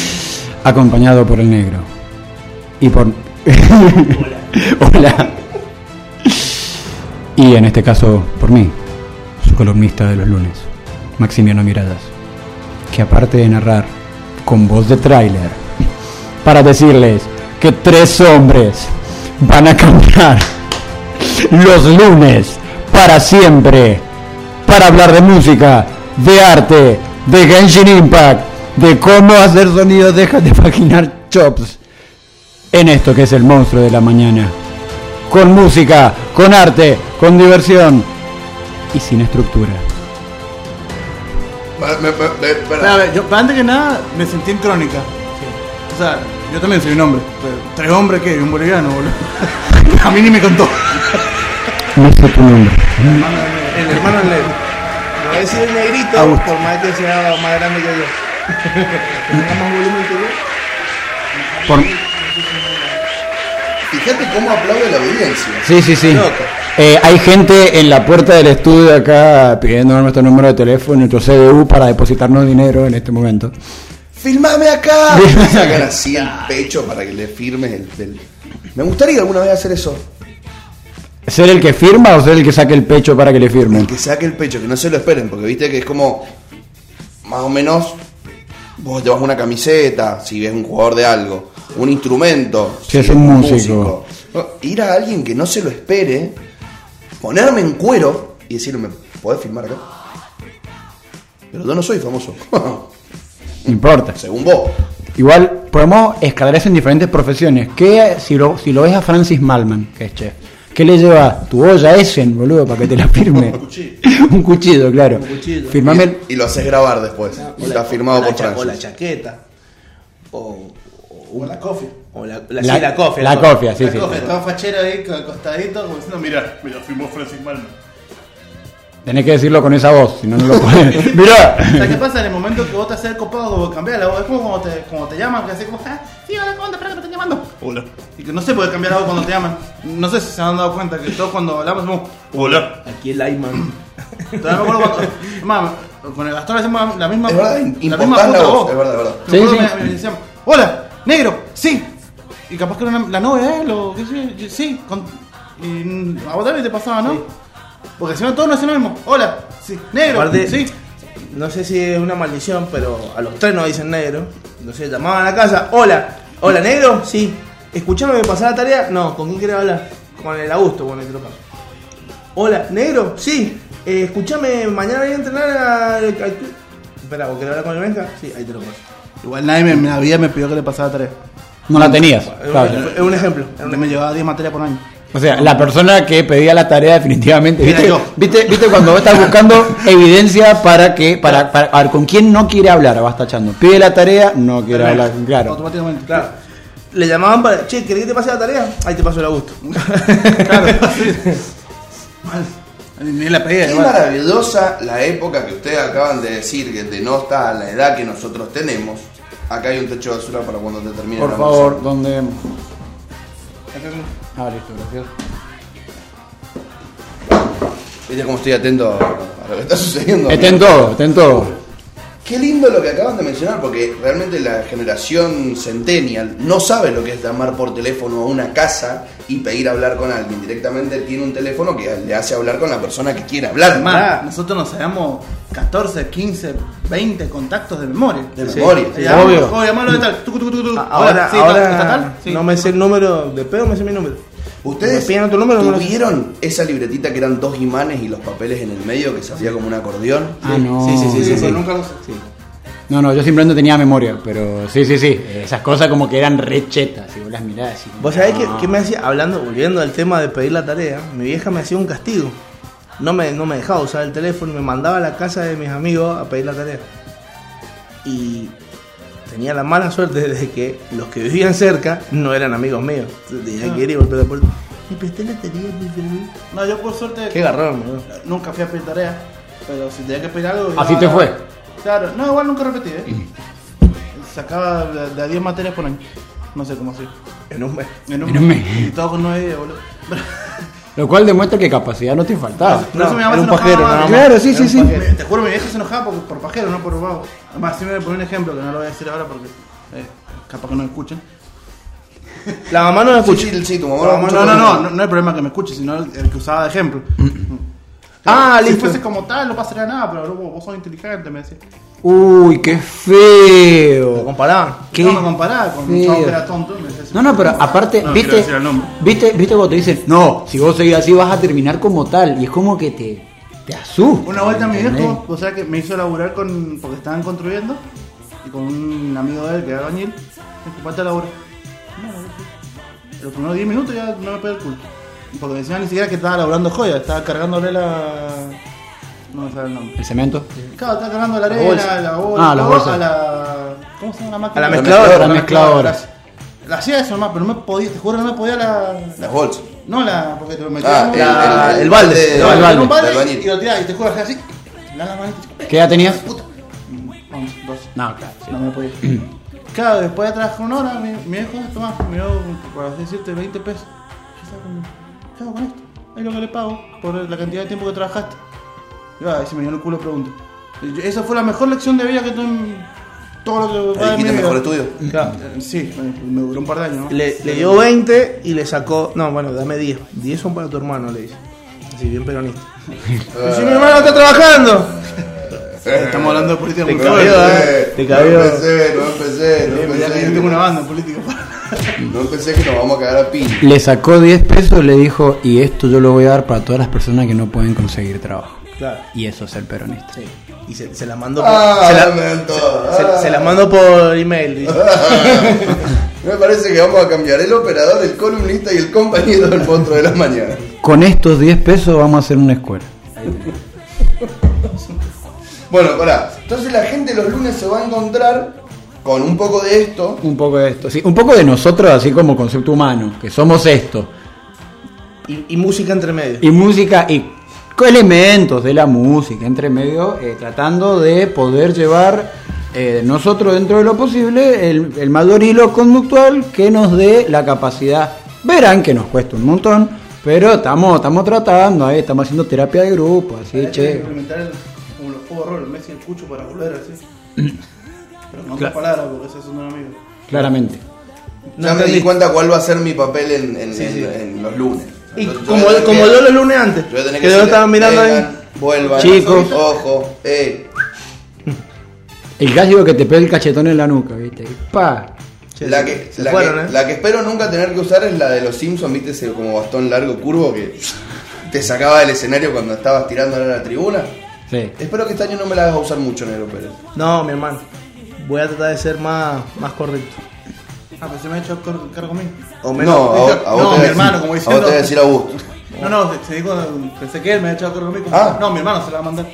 S4: Acompañado por el negro. Y por... [laughs] Hola. Y en este caso por mí, su columnista de los lunes, Maximiano Miradas, que aparte de narrar con voz de tráiler, para decirles que tres hombres van a cantar los lunes para siempre, para hablar de música, de arte, de Genshin Impact, de cómo hacer sonido, deja de imaginar chops, en esto que es el monstruo de la mañana, con música, con arte, con diversión y sin estructura.
S1: Pa- me- me- me- para.
S3: Espera, a ver, yo, pero antes que nada, me sentí en crónica. O sea, yo también soy un hombre. pero ¿Tres hombres qué? Un boliviano, boludo. [laughs] A mí ni me contó.
S4: No sé tu nombre.
S2: El hermano le [laughs] Lo voy a decir el negrito,
S4: Augusto.
S2: por más que sea más grande que yo. Tenga más volumen que yo.
S4: Por-
S1: Fíjate cómo aplaude la audiencia.
S4: Sí, sí, sí. Eh, hay gente en la puerta del estudio acá pidiendo nuestro número de teléfono, nuestro CDU para depositarnos dinero en este momento.
S1: ¡Filmame acá! Y me sacan así el pecho para que le firmes el, el- Me gustaría alguna vez hacer eso.
S4: ¿Ser el que firma o ser el que saque el pecho para que le firmen?
S1: Que saque el pecho, que no se lo esperen, porque viste que es como. Más o menos. Vos te vas una camiseta, si ves un jugador de algo, un instrumento.
S4: Si es
S1: ves
S4: un músico.
S1: músico. Ir a alguien que no se lo espere, ponerme en cuero y decirle, ¿me podés filmar acá? Pero yo no soy famoso. [laughs]
S4: No importa.
S1: Según vos.
S4: Igual podemos escalar eso en diferentes profesiones. ¿Qué, si lo, si lo ves a Francis Malman, que es chef, ¿qué le lleva tu olla Essen, boludo, para que te la firme? [laughs] Un cuchillo. Un cuchillo, claro. Firmame el-
S1: Y, y lo haces grabar después.
S3: Ah,
S1: Y está firmado
S2: la
S1: por
S2: cha- O la
S1: Francis.
S2: chaqueta. O, o la cofia. O la, la,
S4: La-
S2: sí, la cofia.
S4: la cofia, sí,
S2: La
S4: sí.
S2: cofia,
S3: Estaba fachero ahí con el costadito, como diciendo, mirá, me lo firmó Francis
S1: [laughs]
S3: Malman.
S4: Tenés que decirlo con esa voz, si no, no
S2: [laughs]
S4: lo puedes. Mirá.
S3: O sea, ¿qué pasa en el momento que vos te haces el copado, como cambiar la voz? Es como cuando te, cuando te llaman, que haces como, ah, sí, hola, ¿cómo andas? Espera que me están llamando. Hola. Y que no se puede cambiar la voz cuando te llaman. No sé si se han dado cuenta que todos cuando hablamos somos, hola.
S2: Aquí el Ayman.
S3: Todavía me acuerdo cuando,
S1: [laughs]
S3: mamá, con el Gastón hacemos la misma,
S1: Es verdad,
S3: la misma
S1: impostás
S3: puta
S1: la voz.
S3: voz.
S1: Es verdad, es verdad.
S3: Me
S4: Sí,
S3: acuerdo
S4: sí.
S3: Me, me decían, hola, negro, sí. Y capaz que era una- la novia de él o qué sé yo, sí. con- y mm, a vos también te pasaba, ¿no? Porque si no, todos no hacen lo mismo. Hola, sí, negro,
S2: Aparte-
S3: sí.
S2: No sé si es una maldición, pero a los tres nos dicen negro. No sé, llamaban a la casa. Hola, hola negro, sí. ¿Escucharon que me pasaba la tarea? No, ¿con quién querés hablar? Con el Augusto, bueno, te lo paso. Hola, negro, sí. Eh, escuchame, mañana voy a entrenar al. al club. Espera, ¿vos querés hablar con el Benja? Sí, ahí te lo paso.
S3: Igual nadie me- en la vida me pidió que le pasara tarea.
S4: No la tenías.
S2: Es un,
S4: claro.
S2: es un ejemplo. es un
S3: Me llevaba 10 materias por año.
S4: O sea, la persona que pedía la tarea definitivamente.
S3: Era
S4: ¿Viste,
S3: yo.
S4: ¿viste, viste cuando vos estás buscando evidencia para que. Para, para- a ver, ¿con quién no quiere hablar? Vas tachando. Pide la tarea, no quiere
S3: Pero,
S4: hablar. Claro.
S3: Automáticamente.
S2: Claro. Le llamaban para. Che, ¿querés que te pase la tarea? Ahí te paso el
S3: [laughs]
S2: Augusto.
S3: Ni la pedía.
S1: Qué
S3: igual.
S1: maravillosa la época que ustedes acaban de decir, que de no está a la edad que nosotros tenemos. Acá hay un techo de basura para cuando te termine
S4: Por
S1: la
S4: favor, ¿dónde.? Ah, listo, gracias.
S1: música. Viste cómo estoy atento a lo que está sucediendo.
S4: Estén todos, estén todos.
S1: Qué lindo lo que acaban de mencionar, porque realmente la generación centennial no sabe lo que es llamar por teléfono a una casa y pedir hablar con alguien. Directamente tiene un teléfono que le hace hablar con la persona que quiere hablar.
S3: Además,
S2: Ah.
S3: nosotros nos sabíamos 14, 15, 20 contactos de memoria.
S1: De memoria.
S3: Sí, llamamos,
S4: obvio.
S3: "Oye, llamalo de tal. tucu, tucu, tucu, tucu".
S2: Ah, Ahora,
S3: Hola, sí,
S2: ahora
S3: tal, está tal, sí.
S2: no me sé el número, de pedo me sé mi número.
S1: ¿Ustedes
S2: Me piden otro número, no me lo-
S1: tuvieron esa libretita que eran dos imanes y los papeles en el medio que se hacía como un acordeón?
S4: Ah, no.
S2: Sí, sí, sí, sí, sí.
S3: Nunca lo
S2: Sí.
S4: No, no, yo simplemente tenía memoria, pero sí, sí, sí. Esas cosas como que eran rechetas, y vos las mirás y-
S2: Vos sabés que,
S4: No.
S2: que me hacía, hablando, volviendo al tema de pedir la tarea, mi vieja me hacía un castigo. No me, no me dejaba usar el teléfono, me mandaba a la casa de mis amigos a pedir la tarea. Y tenía la mala suerte de que los que vivían cerca no eran amigos míos. Entonces Tenía que ir y golpear la puerta. Me presté la tarea, me enfermé.
S3: No, yo por suerte.
S2: Qué garrón, boludo.
S3: Nunca fui a pedir tarea, pero si tenía que pedir algo.
S4: Así
S3: yo-
S4: te fue. Mm.
S3: Claro, no, igual nunca repetí, ¿eh? Sacaba de de a 10 materias por año. No sé cómo así.
S2: En un mes.
S3: En
S4: En un mes.
S3: Y todo con 9 días, boludo.
S4: Lo cual demuestra que capacidad no te faltaba.
S3: Por eso mi
S2: era
S3: mamá se
S2: un
S3: enojaba
S2: pajero,
S3: más.
S2: nada más.
S4: Claro, sí,
S2: Era
S4: sí,
S2: un
S4: sí.
S2: pajero.
S3: Me- te juro, mi vieja se enojaba por, por pajero, no por vago. Además, si me voy a poner un ejemplo, que no lo voy a decir ahora porque eh, capaz que no me escuchen.
S2: La mamá no me escucha.
S1: Sí, sí, sí, tu mamá
S3: No,
S1: va
S3: no,
S1: mucho
S3: no,
S1: con-
S3: no, no, no hay problema que me escuche, sino el, el que usaba de ejemplo.
S4: Mm.
S2: Ah,
S3: si
S2: listo.
S3: fuese como tal, no pasaría nada, pero vos, vos sos inteligente, me decía.
S4: Uy, qué
S2: Lo
S4: feo.
S2: comparaban.
S4: ¿Qué?
S3: No me comparaba con un
S4: Sí.
S3: chavo que era tonto. Me decía,
S4: No, no, pero aparte,
S3: No, quiero
S4: viste,
S3: decir el nombre.
S4: viste, viste cuando te dicen, no, si vos seguís así vas a terminar como tal. Y es como que te, te asusta.
S3: Una vuelta mi
S4: ¿entendés?
S3: viejo, o sea que me hizo laburar con. porque estaban construyendo. Y con un amigo de él que era albañil, me dijo, "Ponte a laburar. No, no, no. Los primeros 10 minutos ya no me pegué el culo. Porque me decían ni siquiera que estaba laburando joya, estaba cargándole la. No me sale el nombre.
S4: El cemento.
S3: Claro, estaba cargando la arena,
S4: bolsa.
S3: la bolsa,
S4: Ah, las
S3: todo,
S4: bolsas.
S3: a la. ¿Cómo se llama la máquina?
S2: A la mezcladora.
S4: La mezcladora.
S3: gracias. La hacía eso nomás, pero no me podía, te juro, no me podía la.
S1: Las bolsas.
S3: No la. porque te lo metía
S1: Ah,
S3: en un-
S1: el,
S3: la-
S1: el- el
S2: balde.
S1: de-
S3: no,
S4: el
S3: metía en Eh, un
S1: balde
S3: balde
S1: de albañil.
S3: y lo tiraba y te juro, hacía así. Le daba la mano y te-
S4: ¿Qué edad tenías?
S3: puta. Vamos, dos.
S4: No, claro. sí.
S3: No me podía. claro, después de trabajar una hora, mi, mi viejo Tomás me dio, por así decirte, 20 pesos. Yo estaba como, ¿qué hago con esto? Es lo que le pago por la cantidad de tiempo que trabajaste. Y va, y se me dio el culo pregunta. Y yo- Esa fue la mejor lección de vida que tuve en todo lo que va
S1: Ahí
S3: de mi
S1: quita
S3: vida.
S1: mejor estudio.
S2: Claro.
S3: Eh, Sí, me, me duró un par de años. ¿no?
S2: Le, le dio 20 y le sacó. No, bueno, dame 10. 10 son para tu hermano, le dice. Así, bien peronista. Pero si mi hermano está trabajando.
S3: Eh, Estamos hablando de política
S2: Te
S3: muy
S2: cabió,
S3: fuerte.
S2: eh. Te
S1: No
S2: cabió.
S1: empecé, no empecé, no
S3: Eh, mirá que
S1: empecé.
S3: yo tengo una banda en política. [laughs]
S1: No empecé que nos vamos a cagar a piña.
S4: Le sacó 10 pesos, le dijo, y esto yo lo voy a dar para todas las personas que no pueden conseguir trabajo.
S2: Claro.
S4: Y eso es ser peronista.
S2: Y se, se la mandó por.
S1: Ah,
S2: se, la,
S1: dame todo. Ah,
S2: se- se la mandó por email. dice.
S1: Me parece que vamos a cambiar el operador, el columnista y el compañero del potro de la mañana.
S4: Con estos 10 pesos vamos a hacer una escuela.
S1: Bueno, pará. Entonces la gente los lunes se va a encontrar con un poco de esto.
S4: Un poco de esto, sí. Un poco de nosotros, así como concepto humano, que somos esto.
S2: Y, y música entre medio.
S4: Y música y co- elementos de la música, entre medio, eh, tratando de poder llevar eh, nosotros dentro de lo posible el, el mayor hilo conductual que nos dé la capacidad. Verán que nos cuesta un montón, pero estamos, estamos tratando, ahí, estamos haciendo terapia de grupo, así, che.
S3: Implementar el- como los juegos de rol, el Messi y el Cucho para volver así. Pero no con palabras, porque eso es un amigo.
S4: Claramente.
S2: No
S1: ya me di
S2: entendí.
S1: cuenta cuál va a ser mi papel en, en-
S2: Sí,
S1: en-
S2: sí.
S1: en los lunes.
S2: Y
S1: Yo- yo voy
S2: como,
S1: a tener
S2: como
S1: que-
S2: yo los lunes antes.
S1: yo voy a tener
S2: que yo lo
S1: decirle,
S2: estaba mirando ahí.
S1: vengan, Vuelvan,
S4: Chicos.
S1: ojo, eh.
S4: El gallo que te pega el cachetón en la nuca, ¿viste? Pa.
S2: Che,
S1: la,
S2: se-
S1: que,
S2: se
S1: la,
S2: fueron,
S1: que,
S2: ¿eh?
S1: la que espero nunca tener que usar es la de los Simpsons, viste ese como bastón largo curvo que te sacaba del escenario cuando estabas tirándola a la tribuna.
S4: Sí.
S1: Espero que este año no me la hagas usar mucho, Negro Pérez.
S2: No, mi hermano. Voy a tratar de ser más, más correcto.
S3: Ah, pero se me ha hecho cor- cargo mío.
S2: O
S1: No,
S2: menos.
S1: a, vos- a vos
S3: No,
S1: te
S3: mi
S1: voy a
S3: hermano,
S1: decir-
S3: como
S1: A vos
S3: diciendo-
S1: te voy a decir Augusto. [laughs]
S3: No, no, se, se dijo, pensé que él me ha hecho cargo mío. como-
S1: Ah.
S3: No, mi hermano se la va a mandar.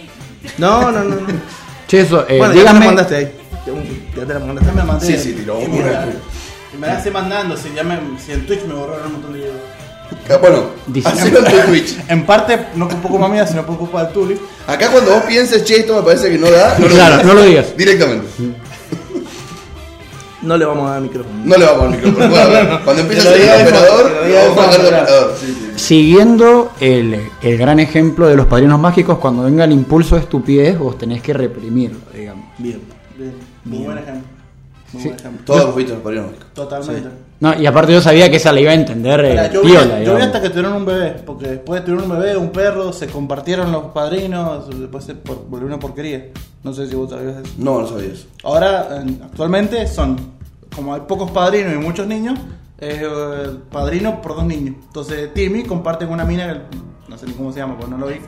S2: No, no, no. no.
S4: Che, eso, eh,
S2: bueno, ya te la
S4: dígame.
S2: mandaste ahí. Ya te la mandaste.
S3: Ya me la mandé.
S1: Sí, sí, tiró
S3: Y
S1: una.
S3: me la- y me la hace mandando, si, ya me, si en Twitch me borraron un montón de videos.
S1: Acá, Bueno,
S4: Dice-
S1: hacelo en tu Twitch.
S3: En parte, no por culpa mía, sino por culpa del Tuli.
S1: Acá cuando vos pienses, che, esto me parece que no da, no lo
S4: Claro,
S1: digas.
S4: no lo digas.
S1: Directamente.
S2: No le vamos a dar micrófono.
S1: No le vamos al micrófono. Bueno, cuando empiece
S2: Que
S1: a
S2: lo
S1: ser
S2: diga
S1: el
S2: de
S1: operador,
S2: fondo, que lo diga de
S1: vamos a
S2: fondo,
S1: hablar de
S2: claro.
S1: operador. Sí, sí.
S4: Siguiendo el, el gran ejemplo de los padrinos mágicos, cuando venga el impulso de estupidez, vos tenés que reprimirlo, digamos.
S2: Bien.
S3: Bien, Muy buen ejemplo. Muy buen ejemplo.
S1: Todos los bichos los
S3: Totalmente.
S4: No, y aparte yo sabía que esa la iba a entender eh,
S3: Mira, yo, vi,
S4: piola,
S3: yo vi
S4: digamos.
S3: hasta que tuvieron un bebé, porque después tuvieron un bebé, un perro, se compartieron los padrinos, después se por- volvió una porquería. No sé si vos sabías eso.
S1: No, no sabía eso.
S3: Ahora, en- actualmente son, como hay pocos padrinos y muchos niños, es eh, padrino por dos niños. Entonces Timmy comparte con una mina, que no sé ni cómo se llama, pues no lo vi.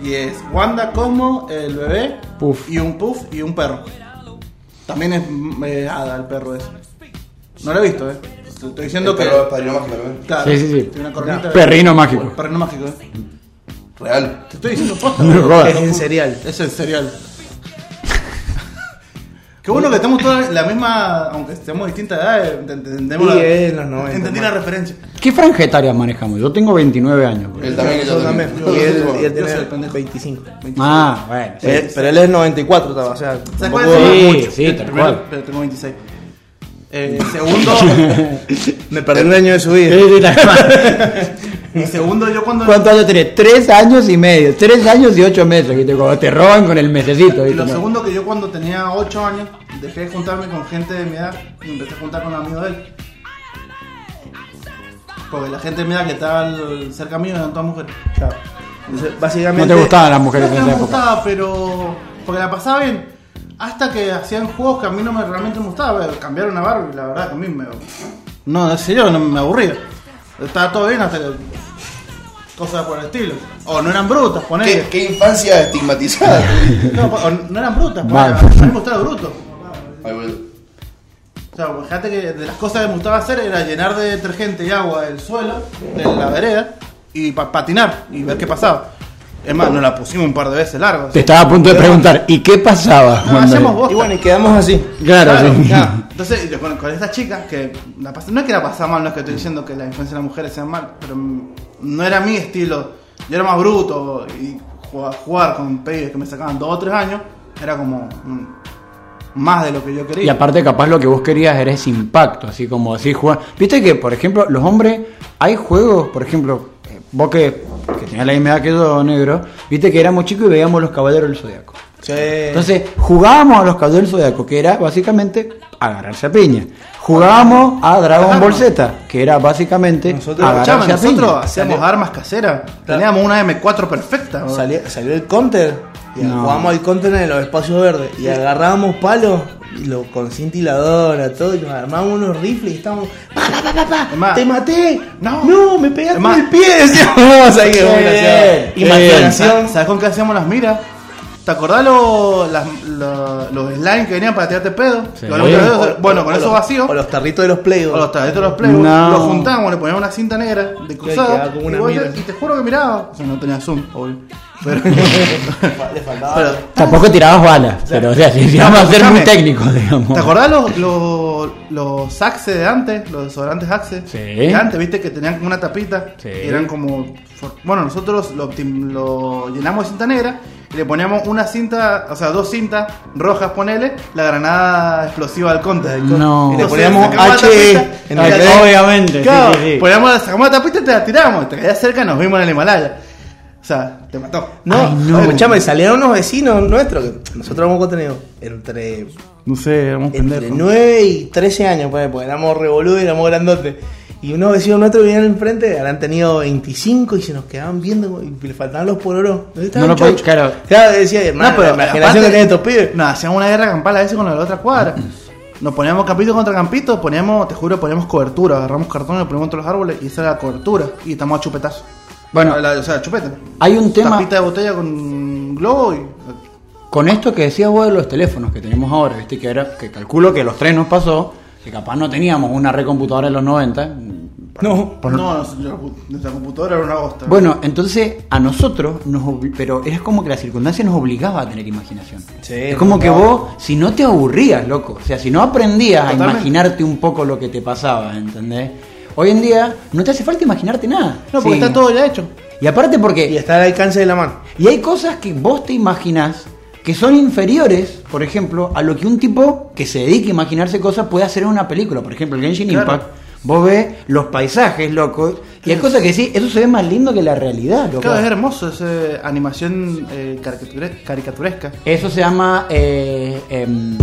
S3: Y es Wanda, Cosmo, el bebé,
S4: Puff.
S3: y un puff y un perro. También es mm, eh, hada el perro ese. No lo he visto, eh. Te estoy diciendo
S1: El
S3: que.
S1: perro es padrino mágico también.
S3: Claro,
S4: Sí, sí, sí.
S3: Tiene una coronita.
S4: Perrino mágico.
S3: Perrino mágico, eh.
S1: Real.
S3: Te estoy
S4: [laughs]
S3: diciendo posta.
S4: No,
S3: boludo.
S4: joda.
S2: Es en cereal.
S3: Es el cereal. Qué bueno que estamos todas la misma, aunque estemos distintas edades, ent- entendemos
S2: Y
S3: la,
S2: es en los 90,
S3: entendí
S2: man.
S3: la referencia.
S4: ¿Qué franja etaria manejamos? Yo tengo 29 años. boludo.
S1: Él también, yo
S2: Yo también.
S1: también. [laughs]
S2: Y él, y él
S3: Yo soy
S2: tiene
S3: el pendejo.
S2: 25.
S4: Ah, bueno. sí.
S2: Eh, pero él es 94, estaba, o sea,
S3: ¿Sabes
S2: tampoco-
S3: cuál es?
S4: Sí,
S3: Mucho.
S4: sí,
S3: Yo
S4: tal
S3: primero,
S4: cual.
S3: Pero tengo 26. Eh,
S4: [laughs]
S3: segundo,
S2: me perdí un año de su vida.
S4: Sí, sí, tal cual.
S3: y segundo, yo cuando.
S4: ¿Cuántos años tenés? Tres años y medio. Tres años y ocho meses, ¿viste? Cuando te roban con el mesecito,
S3: Y
S4: ¿viste?
S3: lo
S4: No.
S3: segundo que yo cuando tenía 8 años dejé de juntarme con gente de mi edad y empecé a juntar con amigos de él. Porque la gente de mi edad que estaba al- cerca mío eran todas mujeres.
S2: Claro. Entonces, básicamente,
S4: No te gustaban las mujeres
S3: No,
S4: en
S3: no me
S4: esa época.
S3: gustaba, pero. Porque la pasaba bien. Hasta que hacían juegos que a mí no me realmente me gustaba. pero Cambiaron a Barbie, la verdad que a mí me. No, no sé yo, no me aburría. Estaba todo bien hasta que. Cosas por el estilo. O no eran brutas, ponele.
S1: ¿Qué, qué infancia estigmatizada.
S3: [laughs] No, po- o no eran brutas,
S4: Vale.
S3: ponele. A mí me gustaba bruto.
S1: Ay, boludo.
S3: O sea, pues, fíjate que de las cosas que me gustaba hacer era llenar de detergente y agua el suelo de la vereda y pa- patinar y ver qué pasaba. Es más, nos la pusimos un par de veces largo.
S4: Te estaba a punto de preguntar, ¿y qué pasaba?
S3: No,
S4: cuando-
S3: hacemos vos.
S2: y bueno, y quedamos así.
S4: Claro,
S3: Claro,
S4: sí.
S3: claro. Entonces, yo con, con estas chicas, que la pas- no es que la pasaba mal, no es que estoy diciendo que la influencia de las mujeres sea mal, pero mm, no era mi estilo. Yo era más bruto y jugar, jugar con pibes que me sacaban dos o tres años era como mm, más de lo que yo quería.
S4: Y aparte, capaz lo que vos querías era ese impacto, así como así jugar. Viste que, por ejemplo, los hombres, hay juegos, por ejemplo, eh, vos que, que tenías la misma edad que yo, negro, viste que éramos chicos y veíamos los caballeros del zodiaco.
S2: Sí.
S4: Entonces, jugábamos a los caballeros del zodiaco, que era básicamente agarrarse a piña. Jugábamos a Dragon Ball Z, que era básicamente
S2: Nosotros-
S4: agarrarse
S3: Chama,
S4: a
S3: nosotros
S4: piña.
S3: hacíamos
S2: Salió.
S3: armas caseras. Teníamos una M4 perfecta. bro.
S2: Oh. Salió, salió el counter. Y
S4: No.
S2: jugamos al counter en los espacios verdes. Y agarrábamos palos y lo, con cintiladora, todo. Y nos armábamos unos rifles y estábamos. "Pa, pa, pa, pa, pa,
S3: Es más-
S2: Ah, ¡Te maté!
S3: No.
S2: ¡No! ¡Me pegaste
S3: Es
S2: en
S3: más-
S2: el pie! Decíamos. [laughs] Ahí que
S4: Bien,
S2: bueno, Eh, hacía-
S4: bien.
S2: Imaginación.
S3: ¿Sabes eh, sabes con qué hacíamos las miras? ¿Te acordás lo- las- la- los slimes que venían para tirarte pedo?
S4: Sí.
S3: Los alumnos de dedos, bueno, con
S2: O
S3: esos
S2: los-
S3: vacíos,
S2: O los tarritos de los playboys.
S3: o los tarjetos de los Playboy,
S4: No.
S3: los juntábamos, le poníamos una cinta negra de cruzada.
S2: quedaba como una
S3: y, vos
S2: mira.
S3: te- y te juro que miraba. O sea, no tenía zoom, obvio.
S2: [laughs]
S3: Pero.
S2: Le faltaba.
S3: pero-
S4: Tampoco tirabas balas, pero o sea, si si vamos a ser muy
S3: Escuchame.
S4: técnicos, digamos.
S3: ¿Te acordás los, los, los Axe de antes? Los desodorantes Axe.
S4: Sí.
S3: De antes, viste, que tenían como una tapita.
S4: Sí.
S3: Y eran como. for- Bueno, nosotros lo, optim- lo llenamos de cinta negra y le poníamos una cinta, o sea, dos cintas rojas, ponele, la granada explosiva al contra.
S4: No.
S2: Y le
S3: Entonces,
S2: poníamos
S3: sacamos la
S2: H
S3: tapita,
S2: en
S4: Ah,
S2: el
S3: la-
S2: medio.
S4: Obviamente, sí,
S3: Claro,
S4: sí, sí.
S3: poníamos la- sacamos la tapita y te la tiramos. Te caías cerca, nos vimos en el Himalaya. O sea, te mató.
S2: No,
S4: Ay, no.
S2: escuchame, salieron unos vecinos nuestros que nosotros hemos tenido entre
S3: No sé, vamos
S2: entre 9 y 13 años, pues, porque éramos revoludos y éramos grandotes. Y unos vecinos nuestros que vinieron enfrente, habrán tenido 25 y se nos quedaban viendo y le faltaban los pororos. ¿Dónde estaban,
S4: No lo podés-
S2: chocho?
S4: claro.
S2: Claro, decía, hermano,
S3: No, pero
S2: la imaginación que
S3: aparte-
S2: tienen estos pibes.
S3: No, hacíamos una guerra campal a veces con la otra cuadra. Nos poníamos campito contra campito, poníamos, te juro, poníamos cobertura, agarramos cartón y lo poníamos entre los árboles y esa era la cobertura. Y estamos a chupetazo.
S4: Bueno,
S3: A la- o sea, chupeta.
S4: hay un tema.
S3: Tapita de botella con globo y.
S4: Con esto que decías vos de los teléfonos que tenemos ahora, viste que era, que calculo que los tres nos pasó, que capaz no teníamos una red computadora en los 90.
S2: No.
S3: No, nos- yo- nuestra computadora era una bosta.
S4: Bueno, entonces a nosotros nos obli- pero es como que la circunstancia nos obligaba a tener imaginación.
S2: Sí,
S4: es como que
S2: total.
S4: vos, si no te aburrías, loco, o sea, si no aprendías a
S3: Totalmente.
S4: imaginarte un poco lo que te pasaba, ¿entendés? Hoy en día no te hace falta imaginarte nada.
S3: no, porque
S4: Sí.
S3: está todo ya hecho.
S4: Y aparte porque
S2: Y está al alcance de la mano.
S4: Y hay cosas que vos te imaginás que son inferiores, por ejemplo, a lo que un tipo que se dedique a imaginarse cosas puede hacer en una película. Por ejemplo, el Genshin
S3: Claro.
S4: Impact. Vos ves los paisajes, locos, y hay cosas que sí, eso se ve más lindo que la realidad, loco.
S3: Claro, es hermoso esa animación eh, caricature- caricaturesca.
S4: Eso se llama eh, em,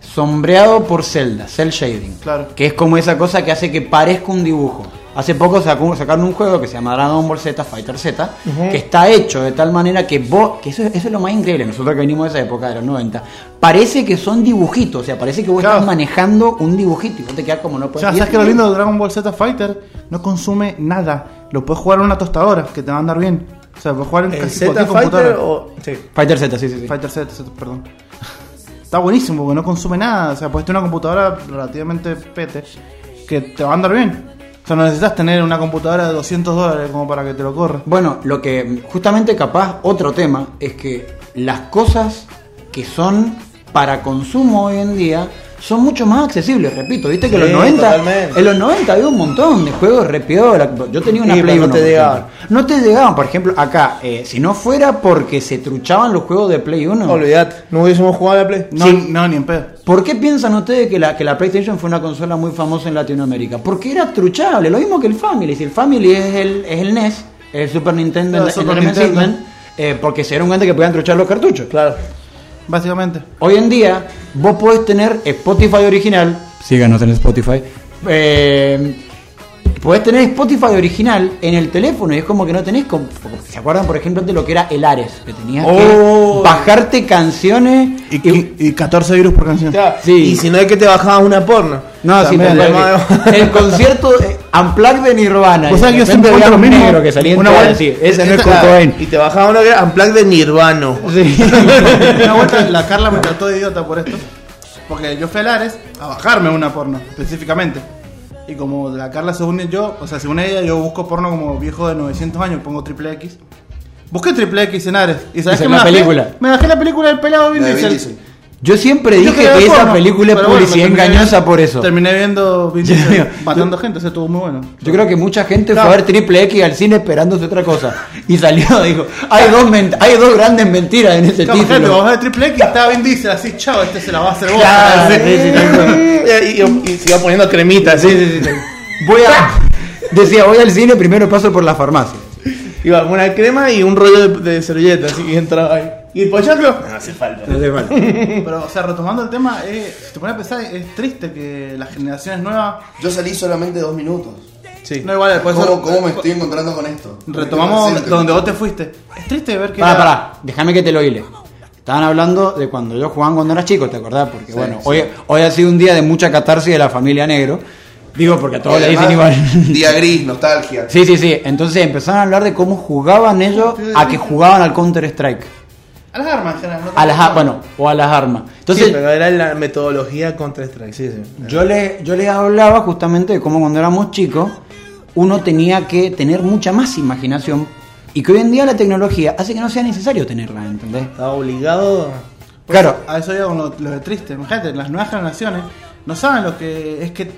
S4: sombreado por celda, cel shading.
S3: Claro.
S4: Que es como esa cosa que hace que parezca un dibujo. Hace poco sacó- sacaron un juego que se llama Dragon Ball Z, Fighter Z, que está hecho de tal manera que vos, que eso, eso es lo más increíble, nosotros que venimos de esa época de los 90, parece que son dibujitos, o sea, parece que vos
S3: Claro.
S4: estás manejando un dibujito y vos te quedás como no
S3: O
S4: puedes.
S3: sea,
S4: y
S3: ¿sabes
S4: es-
S3: que lo lindo de Dragon Ball Z Fighter? No consume nada. Lo puedes jugar en una tostadora, que te va a andar bien. O sea, puedes jugar en
S2: ¿El
S3: casi
S2: Z
S3: cualquier
S2: Fighter
S3: computadora.
S2: o.? Sí.
S4: Fighter Z, sí, sí, sí.
S3: Fighter Z, Z, perdón. Está está buenísimo porque no consume nada. O sea, puedes tener una computadora relativamente pete que te va a andar bien. O sea, no necesitas tener una computadora de 200 dólares como para que te lo corra.
S4: Bueno, lo que justamente capaz otro tema es que las cosas que son para consumo hoy en día son mucho más accesibles, repito, viste que en
S2: Sí,
S4: los 90
S2: totalmente.
S4: en los 90 había un montón de juegos repiola, yo tenía una
S2: Sí,
S4: Play
S2: pero no
S4: 1,
S2: te
S4: por
S2: llegaban.
S4: ejemplo. No te llegaban, por ejemplo, acá, eh, si no fuera porque se truchaban los juegos de Play 1.
S2: Olvidate, no hubiésemos jugado a la Play.
S3: No,
S4: Sí.
S3: no, ni en pedo.
S4: ¿Por qué piensan ustedes que la, que la PlayStation fue una consola muy famosa en Latinoamérica? Porque era truchable, lo mismo que el Family. Si el Family es el, es el NES, el Super Nintendo,
S3: Ah,
S4: el, el
S3: Super
S4: MS
S3: Nintendo.
S4: Segment, eh, porque se dieron cuenta que podían truchar los cartuchos.
S2: Claro.
S3: Básicamente.
S4: Hoy en día, vos podés tener Spotify original,
S6: Síganos en Spotify.
S4: eh, podés tener Spotify original en el teléfono y es como que no tenés. com- ¿Se acuerdan, por ejemplo, de lo que era el Ares? Que tenías
S2: Oh.
S4: que bajarte canciones
S3: Y, y- y 14 virus por canción.
S2: Claro.
S4: Sí.
S2: Y si no es que te bajabas una porno.
S4: No, sí,
S2: También,
S4: tal
S2: hermano.
S3: [laughs]
S4: cual. el concierto Amplar de Nirvana.
S3: Vos sabés que yo
S4: De repente
S3: siempre
S4: había
S3: cuento
S4: un
S3: lo mismo.
S4: negro que salía en
S3: Una
S4: todas, eh,
S3: vuelta-
S4: sí, ese no
S2: [laughs]
S4: es
S2: Claro,
S4: Kurt
S2: Y te bajaba uno que era Unplugged de Nirvano.
S3: [laughs] Una vuelta la Carla me trató de idiota por esto. Porque yo fui a Lares a bajarme una porno, específicamente. Y como la Carla según yo, o sea, según ella, yo busco porno como viejo de 900 años, pongo triple X. Busqué triple X en Ares. ¿Y sabes
S4: Esa
S3: que
S4: es
S3: me
S4: la
S3: bajé?
S4: película.
S3: Me bajé la película del pelado Vin
S1: La de Vin
S3: Diesel.
S1: Diesel.
S4: Yo siempre
S3: Yo
S4: dije
S3: quería ver
S4: que esa
S3: porno,
S4: película es
S3: pero bueno,
S4: publicidad
S3: terminé-
S4: engañosa por eso.
S3: Terminé viendo Vin
S4: [laughs]
S3: Diesel
S4: digo,
S3: matando gente, eso estuvo muy bueno.
S4: Yo creo que mucha gente
S2: Claro.
S4: fue a ver Triple X al cine esperándose otra cosa. Y salió, [laughs] dijo, hay dos, men- hay dos grandes mentiras en ese
S3: Claro, gente,
S4: título.
S3: vamos a ver triple X, estaba Vin Diesel así, chao, este se la va a hacer vos.
S4: Claro, sí, sí, tal cual.
S2: Eh, y, y- y se iba poniendo cremita, sí, sí, sí.
S4: Voy a... Decía, voy al cine, primero paso por la farmacia.
S2: Iba con una crema y un rollo de, de servilleta, así que entraba ahí. ¿Y el pochoclo? No hace falta.
S4: No sé, bueno.
S3: Pero, o sea, retomando el tema, eh, si te pones a pensar, es triste que las generaciones nuevas.
S1: Yo salí solamente dos minutos.
S2: Sí.
S3: No, igual, después.
S1: ¿Cómo, cómo me estoy encontrando con esto?
S3: Retomamos
S1: Presente.
S3: donde vos te fuiste. Es triste ver que.
S4: Pará,
S3: la-
S4: pará, déjame que te lo hile. Estaban hablando de cuando yo jugaba cuando era chico, ¿te acordás? Porque bueno, Hoy, hoy ha sido un día de mucha catarsis de la familia negro. Digo porque a todos le dicen igual.
S1: Además, Día gris, nostalgia.
S4: [laughs] sí, sí, sí. Entonces empezaron a hablar de cómo jugaban ellos a que jugaban al Counter Strike.
S3: A las armas, en general. no te-
S4: A las a- bueno, o a las armas. Entonces,
S2: Sí, pero era la metodología contra Strike, sí, sí.
S4: Yo les, yo les hablaba justamente de cómo cuando éramos chicos uno tenía que tener mucha más imaginación y que hoy en día la tecnología hace que no sea necesario tenerla, ¿entendés?
S2: Estaba obligado. [laughs]
S4: Claro,
S3: A eso iba con lo, lo de triste. Imagínate, las nuevas generaciones no saben lo que. Es que.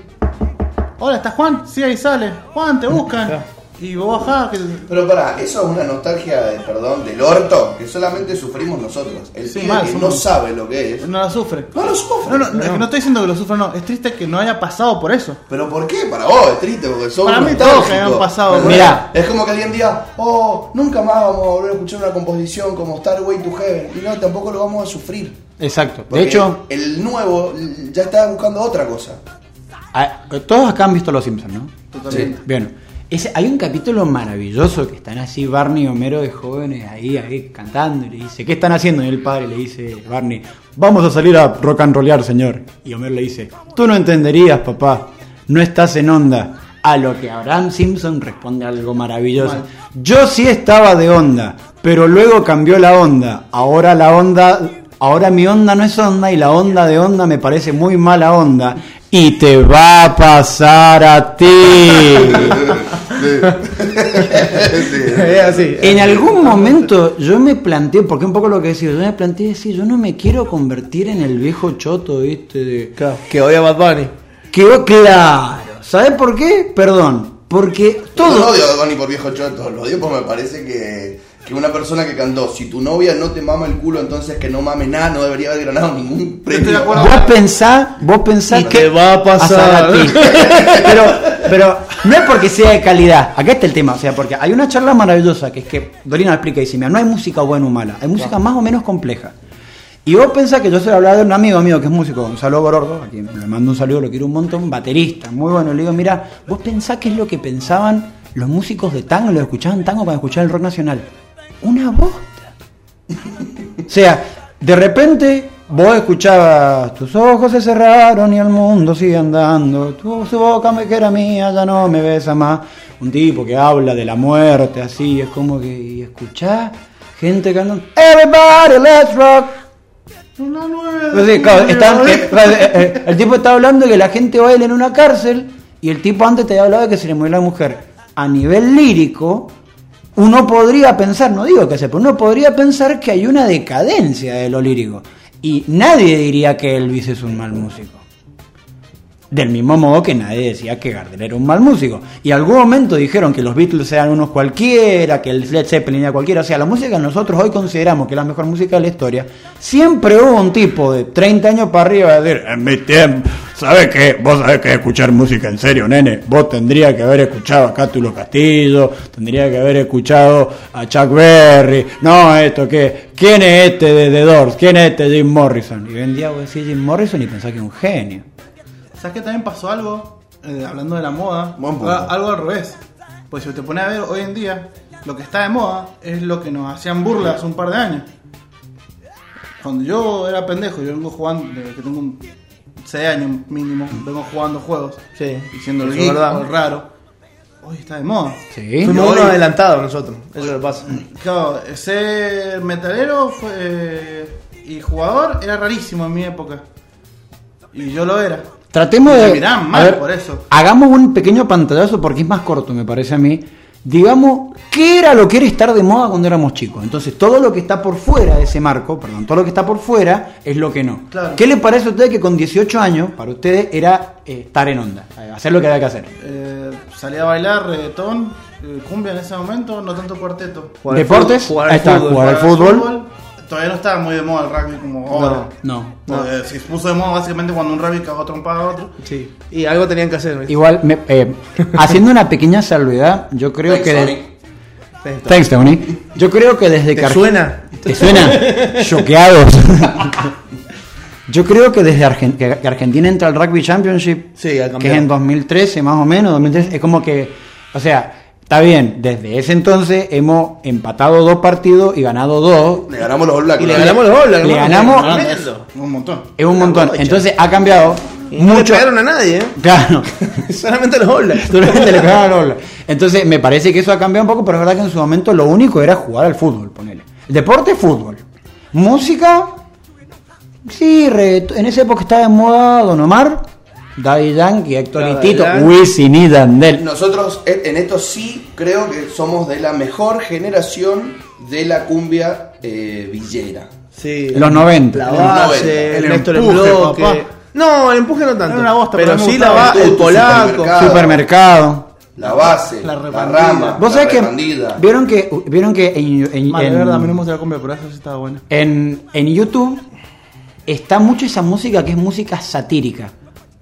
S3: Hola, ¿estás Juan? Sí, ahí sale. Juan, te buscan. Y vos bajás. Que...
S1: Pero pará, eso es una nostalgia, de, perdón, del orto que solamente sufrimos nosotros. El
S3: Sí,
S1: pibe
S3: mal,
S1: que
S3: somos-
S1: no sabe lo que es.
S3: No la sufre.
S1: No lo sufre.
S3: No, no, no, es que no estoy diciendo que lo sufra, no. Es triste que no haya pasado por eso.
S1: ¿Pero por qué? Para vos, es triste, porque sos
S3: Para
S1: un
S3: mí todos
S1: nostálgico.
S3: que hayan pasado,
S1: Pero
S4: mirá.
S1: bueno, Es como que alguien diga, oh, nunca más vamos a volver a escuchar una composición como Star Way to Heaven. Y no, tampoco lo vamos a sufrir.
S4: exacto. De
S1: Porque
S4: hecho,
S1: el nuevo mm, ya está buscando otra
S3: [laughs]
S1: cosa. [laughs]
S4: a- Ah, todos acá han visto Los Simpsons, ¿no?
S1: Totalmente.
S4: Bien. Ese, hay un capítulo maravilloso que están así Barney y Homero de jóvenes ahí, ahí cantando y le dice, ¿qué están haciendo? Y el padre le dice, Barney, vamos a salir a rock and rollear, señor. Y Homero le dice, tú no entenderías, papá, no estás en onda. A lo que Abraham Simpson responde algo maravilloso. Yo sí estaba de onda, pero luego cambió la onda. Ahora la onda, ahora mi onda no es onda y la onda de onda me parece muy mala onda. Y te va a pasar
S1: [laughs]
S4: a ti.
S2: Es así.
S4: En algún momento yo me planteé, porque un poco lo que decía, yo me planteé decir, yo no me quiero convertir en el viejo choto, ¿viste? de-
S2: Claro, que odia a Bad Bunny.
S4: Que va- claro. ¿Sabes por qué? Perdón. Porque
S1: No
S4: todo.
S1: odio a Donny por viejo choto, lo odio porque me parece que, que una persona que cantó, si tu novia no te mama el culo, entonces que no mame nada, no debería haber ganado ningún premio.
S3: Estoy de acuerdo.
S4: Vos pensás, vos pensás
S2: Y te va a pasar.
S4: a ti. Pero, pero no es porque sea de calidad. Acá está el tema. O sea, porque hay una charla maravillosa que es que Dorina explica y dice: Mira, no hay música buena o mala. Hay música más o menos compleja. Y vos pensás que yo se lo hablaba de un amigo mío que es músico, Gonzalo Gorordo, a quien le mando un saludo, lo quiero un montón, baterista, muy bueno. Le digo, mira, vos pensás qué es lo que pensaban los músicos de tango, los que escuchaban tango para escuchar el rock nacional. Una bosta. O sea, de repente vos escuchabas, tus ojos se cerraron y el mundo sigue andando, tu, su boca me- que era mía ya no me besa más. Un tipo que habla de la muerte, así, es como que y escuchás gente cantando, Everybody let's rock. No sé, claro, están- eh, eh, eh, el tipo está hablando de que la gente baila en una cárcel y el tipo antes te había hablado de que se le murió la mujer. A nivel lírico, uno podría pensar, no digo que sea, pero uno podría pensar que hay una decadencia de lo lírico. Y nadie diría que Elvis es un mal músico. Del mismo modo que nadie decía que Gardner era un mal músico. Y algún momento dijeron que los Beatles eran unos cualquiera, que el Led Zeppelin era cualquiera. O sea, la música que nosotros hoy consideramos que es la mejor música de la historia. Siempre hubo un tipo de 30 años para arriba a decir,
S7: En mi tiempo, ¿sabes qué? Vos sabés que es escuchar música en serio, nene. Vos tendrías que haber escuchado a Cátulo Castillo, tendrías que haber escuchado a Chuck Berry. No, esto que. ¿Quién es este de The Doors? ¿Quién es este Jim Morrison? Y hoy en día vos decís Jim Morrison y pensás que es un genio.
S3: ¿Sabes que también pasó algo? Eh, hablando de la moda.
S1: Buen punto.
S3: a- Algo al revés. Pues si te pones a ver hoy en día, lo que está de moda es lo que nos hacían burla hace un par de años. Cuando yo era pendejo, yo vengo jugando, desde que tengo un 6 años mínimo, vengo jugando juegos.
S2: Sí.
S3: Y siendo el
S2: Eso
S3: geek
S2: es verdad.
S3: o el raro. Hoy está de moda.
S4: sí,
S2: Fuimos
S3: Yo
S2: uno
S3: hoy-
S2: adelantado nosotros. Eso es lo que pasa.
S3: Mm. Claro, ser metalero fue, eh, y jugador era rarísimo en mi época. Y yo lo era.
S4: Tratemos
S3: Me
S4: de.
S3: miran mal por eso.
S4: Hagamos un pequeño pantallazo porque es más corto, me parece a mí. Digamos, ¿qué era lo que era estar de moda cuando éramos chicos? Entonces, todo lo que está por fuera de ese marco, perdón, todo lo que está por fuera es lo que no.
S3: Claro.
S4: ¿Qué le parece a ustedes que con 18 años, para ustedes, era eh, estar en onda? eh, Hacer lo que había que hacer.
S3: Eh, salí a bailar reggaetón, eh, cumbia en ese momento, no tanto cuarteto.
S2: Jugar al
S4: Deportes,
S2: fútbol, jugar al
S4: ahí está,
S2: fútbol.
S4: jugar al fútbol.
S3: Todavía no estaba muy de moda el rugby como ahora.
S4: No.
S3: No, eh, se puso de moda básicamente cuando un rugby cagó trompada a otro.
S2: Sí. Y algo tenían que hacer. ¿viste?
S4: Igual, me- eh, haciendo una pequeña salvedad, yo creo
S8: Thanks,
S4: que. de-
S8: Sonic.
S4: Thanks, Tony. Yo creo que desde
S2: ¿Te
S4: que Arge-
S2: suena?
S4: ¿Te suena? Choqueados. [laughs] Yo creo que desde Argen- que que Argentina entra al Rugby Championship,
S2: Sí, al
S4: que es en 2013 más o menos, 2013, es como que, o sea, está bien, desde ese entonces hemos empatado dos partidos y ganado dos,
S1: Le ganamos los All Blacks.
S2: Y le
S1: ¿no?
S2: ganamos los goles.
S4: Le ganamos-
S3: Un montón.
S4: es un montón. Entonces ha cambiado
S2: No le
S4: mucho.
S2: pegaron a nadie,
S4: Claro.
S2: ¿eh? [laughs] Solamente a los Oblak.
S4: Solamente le pegaron a Lola. Entonces me parece que eso ha cambiado un poco, pero es verdad que en su momento lo único era jugar al fútbol, ponele. El deporte, fútbol. Música, sí, reggaetón. en esa época estaba de moda Don Omar, Daddy Yankee, Héctor
S2: Daddy
S4: y Tito,
S2: Yankee.
S4: Wisin y Dandel.
S1: Nosotros eh, en esto sí creo que somos de la mejor generación de la cumbia eh, villera.
S2: Sí.
S4: Los 90.
S2: La
S1: El
S2: base,
S1: noventa.
S2: el
S1: El
S2: Néstor el
S3: empuje,
S2: bloque.
S3: papá.
S2: No, el empuje no tanto.
S3: Era una bosta,
S2: pero,
S3: pero me
S2: sí la
S3: gustaba.
S2: va, el
S1: Tu- tu
S2: polaco.
S1: supermercado.
S4: Supermercado.
S1: La base,
S3: La
S1: la,
S3: rebandida.
S1: rama, la
S4: Vos sabés que
S1: rebandida.
S4: vieron que vieron que en, en-
S3: Más de
S4: en-
S3: verdad, a mí no me gusta la cumbia, pero eso sí estaba bueno.
S4: En, en YouTube está mucho esa música que es música satírica.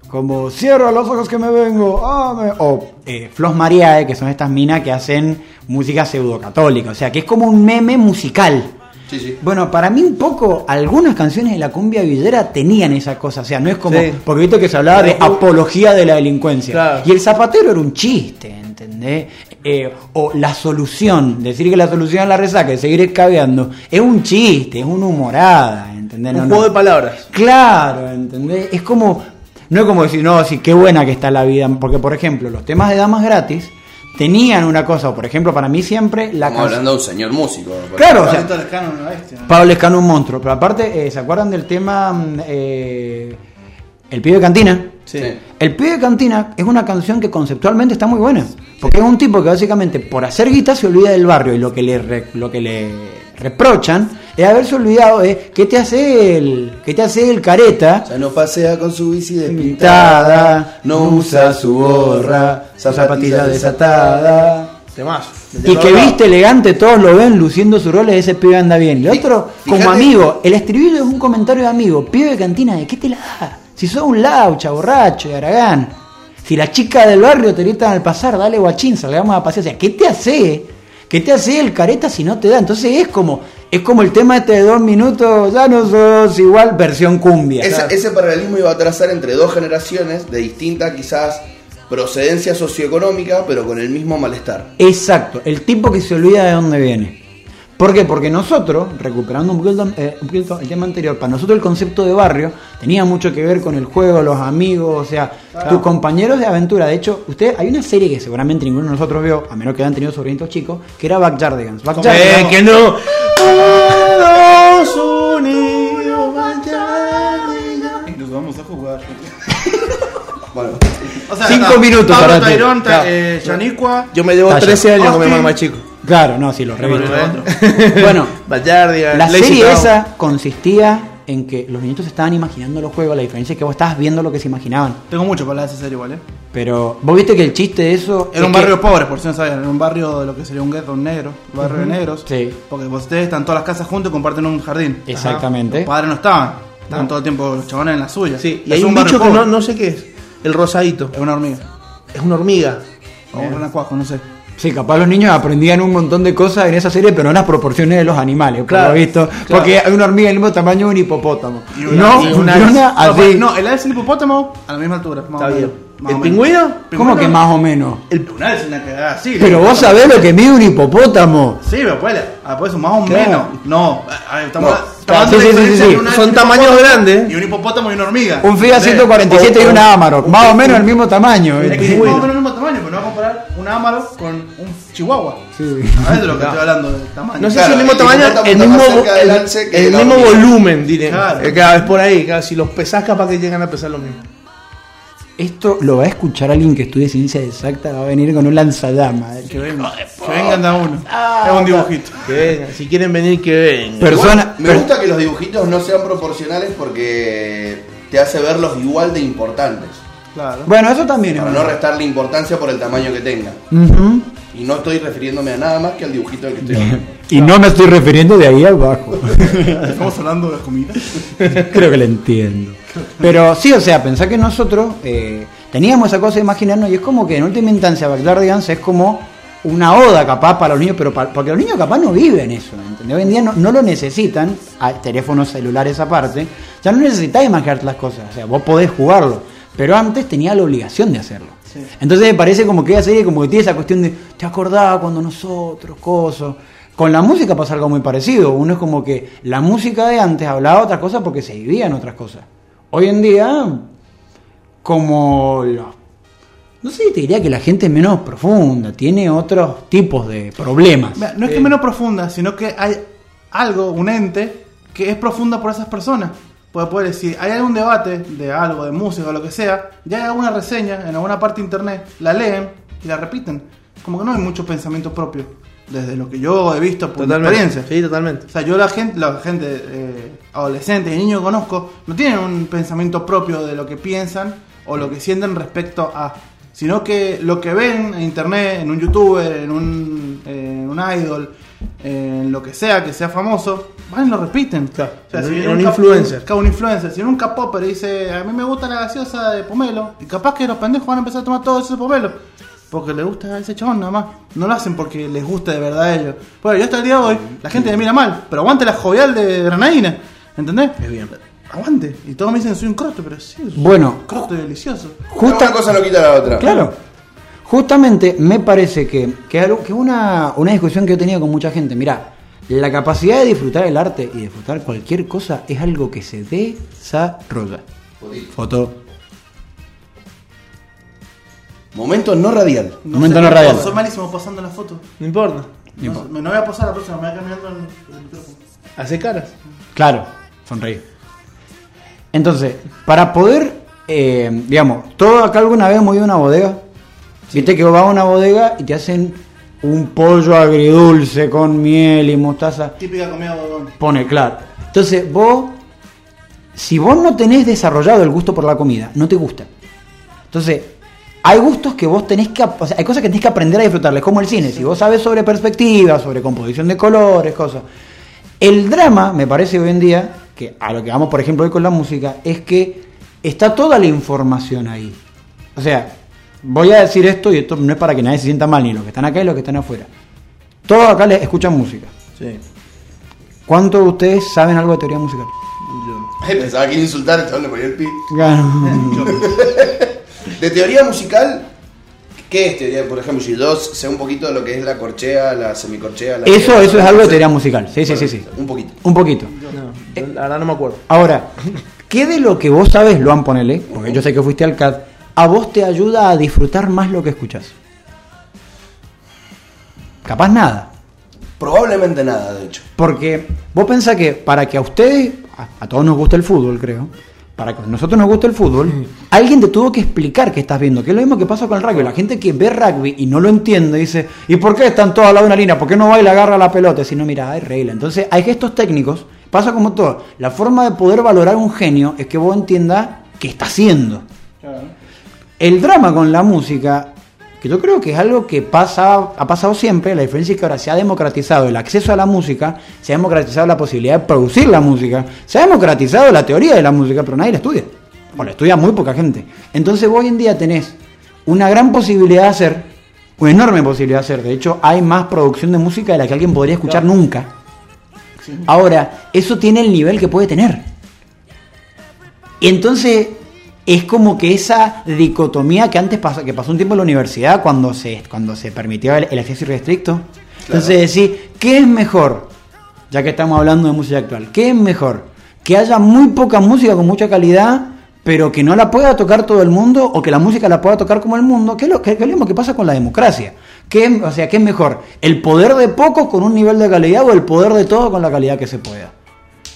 S4: Como cierro los ojos que me vengo. ah, me-". O eh, Flos Mariae, que son estas minas que hacen música pseudocatólica. O sea, que es como un meme musical.
S1: Sí, sí.
S4: Bueno, para mí un poco, algunas canciones de la cumbia villera tenían esa cosa. O sea, no es como.
S2: Sí.
S4: Porque viste que se hablaba de
S2: Claro.
S4: apología de la delincuencia.
S2: Claro.
S4: Y el zapatero era un chiste, ¿entendés? Eh, o la solución, decir que la solución a la resaca es seguir escabeando, es un chiste, es una humorada, ¿entendés?
S2: Un
S4: No,
S2: juego
S4: no.
S2: de palabras.
S4: Claro, ¿entendés? Es como. No es como decir, no, sí, qué buena que está la vida. Porque, por ejemplo, los temas de damas gratis tenían una cosa. o, Por ejemplo, para mí siempre la
S1: Estamos
S4: canción.
S1: hablando de un señor músico.
S4: Claro, o sea,
S3: Carlito Lescano era una bestia. ¿no?
S4: Pablo Escano un monstruo. Pero aparte, eh, ¿se acuerdan del tema mm, eh, El pibe de cantina?
S1: Sí.
S4: El pibe de cantina es una canción que conceptualmente está muy buena. Porque es un tipo que básicamente por hacer guita se olvida del barrio y lo que le, re- lo que le reprochan es haberse olvidado de qué te hace el, qué te hace el careta.
S1: Ya no pasea con su bici
S4: Pintada,
S1: despintada, no usa su gorra,
S4: su zapatilla
S1: zapatilla
S4: desatada.
S2: Demás.
S4: Y que viste elegante, todos lo ven luciendo su rol, ese pibe anda bien. El
S1: Fí-
S4: otro,
S1: fíjate-
S4: como amigo, el estribillo es un comentario de amigo. Pibe de cantina, ¿de qué te la da? Si sos un laucha, borracho, de Aragán. Si la chica del barrio te gritan al pasar, dale guachín, salgamos a pasear. O sea, ¿qué te hace? ¿Qué te hace el careta si no te da? Entonces es como, es como el tema este de dos minutos, ya no sos igual, versión cumbia.
S1: Ese, ese paralelismo iba a trazar entre dos generaciones de distinta quizás procedencia socioeconómica, pero con el mismo malestar.
S4: Exacto, el tipo que se olvida de dónde viene. ¿Por qué? Porque nosotros, recuperando un poquito, eh, un poquito el tema anterior, para nosotros el concepto de barrio tenía mucho que ver con el juego, los amigos, o sea, tus compañeros de aventura. De hecho, usted, hay una serie que seguramente ninguno de nosotros vio, a menos que hayan tenido sobrinitos chicos, que era Backyardigans.
S2: ¡Eh,
S4: Backyardigans.
S2: que no! Todos unidos, vaya
S3: sea,
S4: Cinco
S3: está
S4: minutos
S3: Pablo
S4: para ti.
S3: Tairón, Ta-
S4: Claro.
S3: eh, Yaniqua.
S2: Yo me debo
S4: Talla.
S2: 13 años con mi
S3: Austin.
S2: hermano más chico.
S4: Claro, no, sí, lo revisto.
S3: ¿eh?
S2: [laughs]
S4: [laughs]
S9: Bueno,
S2: Bayardia,
S9: La
S2: Lazy
S9: serie
S2: Town.
S9: esa consistía en que los niñitos estaban imaginando los juegos, la diferencia es que vos estabas viendo lo que se imaginaban.
S3: Tengo mucho para hablar de esa serie igual, eh.
S9: Pero vos viste que el chiste de eso... es
S3: Era un
S9: que-
S3: barrio pobre, por si no sabían, era un barrio de lo que sería un ghetto negro, un barrio de negros.
S9: Sí.
S3: Porque ustedes están todas las casas juntas y comparten un jardín.
S9: Exactamente.
S3: Los padres no estaban, estaban todo el tiempo los chabones en la suya.
S2: Sí, y
S3: Es
S2: hay un
S3: barrio
S2: bicho que
S3: pobre.
S2: no, no sé qué es. El rosadito.
S3: Es una hormiga.
S2: Es una hormiga.
S3: O un renacuajo, no sé.
S4: Sí, capaz los niños aprendían un montón de cosas en esa serie, pero no las proporciones de los animales, por
S2: Claro,
S4: lo visto. Porque hay una hormiga del mismo tamaño de un hipopótamo. no,
S3: y
S4: una,
S3: no,
S4: así.
S3: pues, no, el alce y el hipopótamo a la misma altura. más
S2: Está
S3: o menos.
S2: bien.
S3: Más o
S2: ¿El
S3: menos.
S2: pingüino?
S4: ¿Cómo
S3: pingüino-
S4: que más o menos?
S3: El un alce es una cagada, sí.
S4: Pero vos sabés lo que mide un hipopótamo.
S3: Sí, pero puede. Ah, pues más o
S4: Claro.
S3: menos. No, a- a- estamos
S4: No.
S3: estamos
S4: Claro,
S3: hablando
S4: sí,
S3: de
S4: sí, sí,
S3: diferencia
S4: sí.
S3: de un
S2: Son
S3: alce y un hipopótamo
S2: tamaños grandes.
S3: Y un hipopótamo y una hormiga.
S4: Un Fiat
S3: Sí.
S4: 147 y una Amarok, más o menos del mismo tamaño.
S3: Es
S4: ¿viste?
S3: que más o menos el mismo tamaño, pero no vamos a comparar un ámaro con un [laughs] chihuahua.
S4: Sí.
S3: A ver de lo que estoy hablando, del tamaño.
S2: No sé
S1: Claro,
S2: si el mismo
S1: el
S2: tamaño,
S1: hipopótamo
S2: el
S1: está
S2: mismo,
S1: más cerca del
S2: el-
S1: alce que
S2: el
S1: la
S2: mismo
S1: hormiga.
S2: volumen, diré.
S3: Claro.
S2: Eh, Cada vez por ahí. cada- si los pesás, capaz que llegan a pesar lo mismo.
S4: Esto lo va a escuchar alguien que estudie ciencia exacta, va a venir con un lanzadama. ¿eh?
S3: Que venga, que vengan de Ah, a uno. es un dibujito.
S2: Que vengan. Si quieren venir, que vengan.
S4: Persona,
S1: Me
S4: per-
S1: gusta que los dibujitos no sean proporcionales porque te hace verlos igual de importantes.
S3: Claro.
S4: Bueno, eso también es
S1: Para no
S4: verdad.
S1: restarle importancia por el tamaño que tenga.
S4: Ujú.
S1: Y no estoy refiriéndome a nada más que al dibujito del que estoy hablando.
S4: Y no me estoy refiriendo de ahí abajo.
S3: [laughs] Estamos hablando de comida.
S4: [laughs] Creo que lo entiendo. Pero sí, o sea, pensá que nosotros eh, teníamos esa cosa de imaginarnos y es como que en última instancia Backyardigans es como una oda capaz para los niños, pero pa- porque los niños capaz no viven eso, ¿entendés? Hoy en día no, no lo necesitan, a- teléfonos celulares aparte, ya no necesitas imaginarte las cosas, o sea, vos podés jugarlo, pero antes tenía la obligación de hacerlo. Entonces me parece como que esa serie como que tiene esa cuestión de, ¿te acordás cuando nosotros, coso? Con la música pasa algo muy parecido. Uno es como que la música de antes hablaba otras cosas porque se vivían otras cosas. Hoy en día, como los- No sé, te diría que la gente es menos profunda, tiene otros tipos de problemas.
S3: Mira, No es que es menos profunda, sino que hay algo, un ente, que es profunda por esas personas. Porque puede decir, hay algún debate de algo, de música o lo que sea, ya hay alguna reseña en alguna parte de internet, la leen y la repiten. Como que no hay mucho pensamiento propio, desde lo que yo he visto por mi experiencia.
S2: Sí, totalmente.
S3: O sea, yo la gente, la gente eh, adolescente y niños que conozco no tienen un pensamiento propio de lo que piensan o lo que sienten respecto a, sino que lo que ven en internet, en un youtuber, en un, eh, en un idol, en lo que sea que sea famoso, van y lo repiten.
S2: Claro,
S3: O sea,
S2: en
S3: si
S2: un-
S3: viene
S2: en un
S3: cap-
S2: influencer.
S3: claro, un influencer, si en un capopper dice, a mí me gusta la gaseosa de pomelo, y capaz que los pendejos van a empezar a tomar todo eso de pomelo. Porque le gusta a ese chabón nada más. No lo hacen porque les gusta de verdad a ellos. Bueno, yo hasta el día de hoy, la gente me mira mal, pero aguante la jovial de granadina. ¿Entendés? Es bien. Aguante. Y todos me dicen, soy un croto, pero sí. soy
S4: Bueno.
S3: Un croto delicioso.
S4: [laughs] Justa-
S1: Una cosa no quita la otra.
S4: Claro. Justamente me parece que, que algo- que una, una discusión que he tenido con mucha gente, mirá, la capacidad de disfrutar el arte y disfrutar cualquier cosa es algo que se desarrolla. Foto.
S1: Momento no radial. [laughs]
S4: Momento no
S3: qué
S4: radial.
S3: pasa, Soy malísimo pasando la foto.
S2: No importa.
S3: No, sé, me- no voy a pasar la próxima, me voy a quedar mirando el- el micrófono.
S2: Hace caras.
S4: Claro, sonreí. Entonces, para poder, eh, digamos, todo acá alguna vez hemos ido a una bodega. Viste que vas a una bodega y te hacen un pollo agridulce con miel y mostaza.
S3: Típica comida bodón.
S4: Pone, claro. Entonces, vos, si vos no tenés desarrollado el gusto por la comida, no te gusta. Entonces, hay gustos que vos tenés que, ap- o sea, hay cosas que tenés que aprender a disfrutarles, como el cine. Si vos sabes sobre perspectiva, sobre composición de colores, cosas. El drama, me parece hoy en día, que a lo que vamos, por ejemplo, hoy con la música, es que está toda la información ahí. O sea, voy a decir esto y esto no es para que nadie se sienta mal, ni los que están acá y los que están afuera. Todos acá les escuchan música.
S2: Sí.
S4: ¿Cuántos de ustedes saben algo de teoría musical?
S1: Ay, Pensaba que iba a insultar, chaval, le ponía el pi.
S4: Claro.
S1: De teoría musical, ¿qué es teoría? Por ejemplo, si dos sé un poquito de lo que es la corchea, la semicorchea. La
S4: Eso, eso es algo de teoría musical. Sí, sí, sí, sí.
S1: Un poquito.
S4: Un poquito.
S2: No,
S3: Eh.
S2: yo la verdad no me acuerdo.
S4: Ahora, ¿qué de lo que vos sabes, Luan, ponele, porque yo sé que fuiste al CAD, a vos te ayuda a disfrutar más lo que escuchás? Capaz nada.
S1: Probablemente nada, de hecho.
S4: Porque vos pensás que para que a ustedes, a, a todos nos gusta el fútbol, creo, para que a nosotros nos guste el fútbol, alguien te tuvo que explicar qué estás viendo, que es lo mismo que pasa con el rugby. La gente que ve rugby y no lo entiende dice, ¿y por qué están todos al lado de una línea? ¿Por qué no va y le agarra la pelota? Si no, mira, hay regla. Entonces, hay gestos técnicos, pasa como todo. La forma de poder valorar un genio es que vos entiendas qué está haciendo. El drama con la música, que yo creo que es algo que pasa, ha pasado siempre, la diferencia es que ahora se ha democratizado el acceso a la música, se ha democratizado la posibilidad de producir la música, se ha democratizado la teoría de la música, pero nadie la estudia. O la estudia muy poca gente. Entonces vos hoy en día tenés una gran posibilidad de hacer, una enorme posibilidad de hacer. De hecho, hay más producción de música de la que alguien podría escuchar nunca. Ahora, eso tiene el nivel que puede tener. Y entonces es como que esa dicotomía que antes pasó, que pasó un tiempo en la universidad cuando se, cuando se permitía el, el acceso irrestricto. Entonces decir, ¿qué es mejor? Ya que estamos hablando de música actual, ¿qué es mejor? ¿Que haya muy poca música con mucha calidad, pero que no la pueda tocar todo el mundo o que la música la pueda tocar como el mundo? ¿Qué es lo que, que es lo mismo que pasa con la democracia? ¿Qué, es- o sea, ¿qué es mejor? ¿El poder de pocos con un nivel de calidad o el poder de todos con la calidad que se pueda?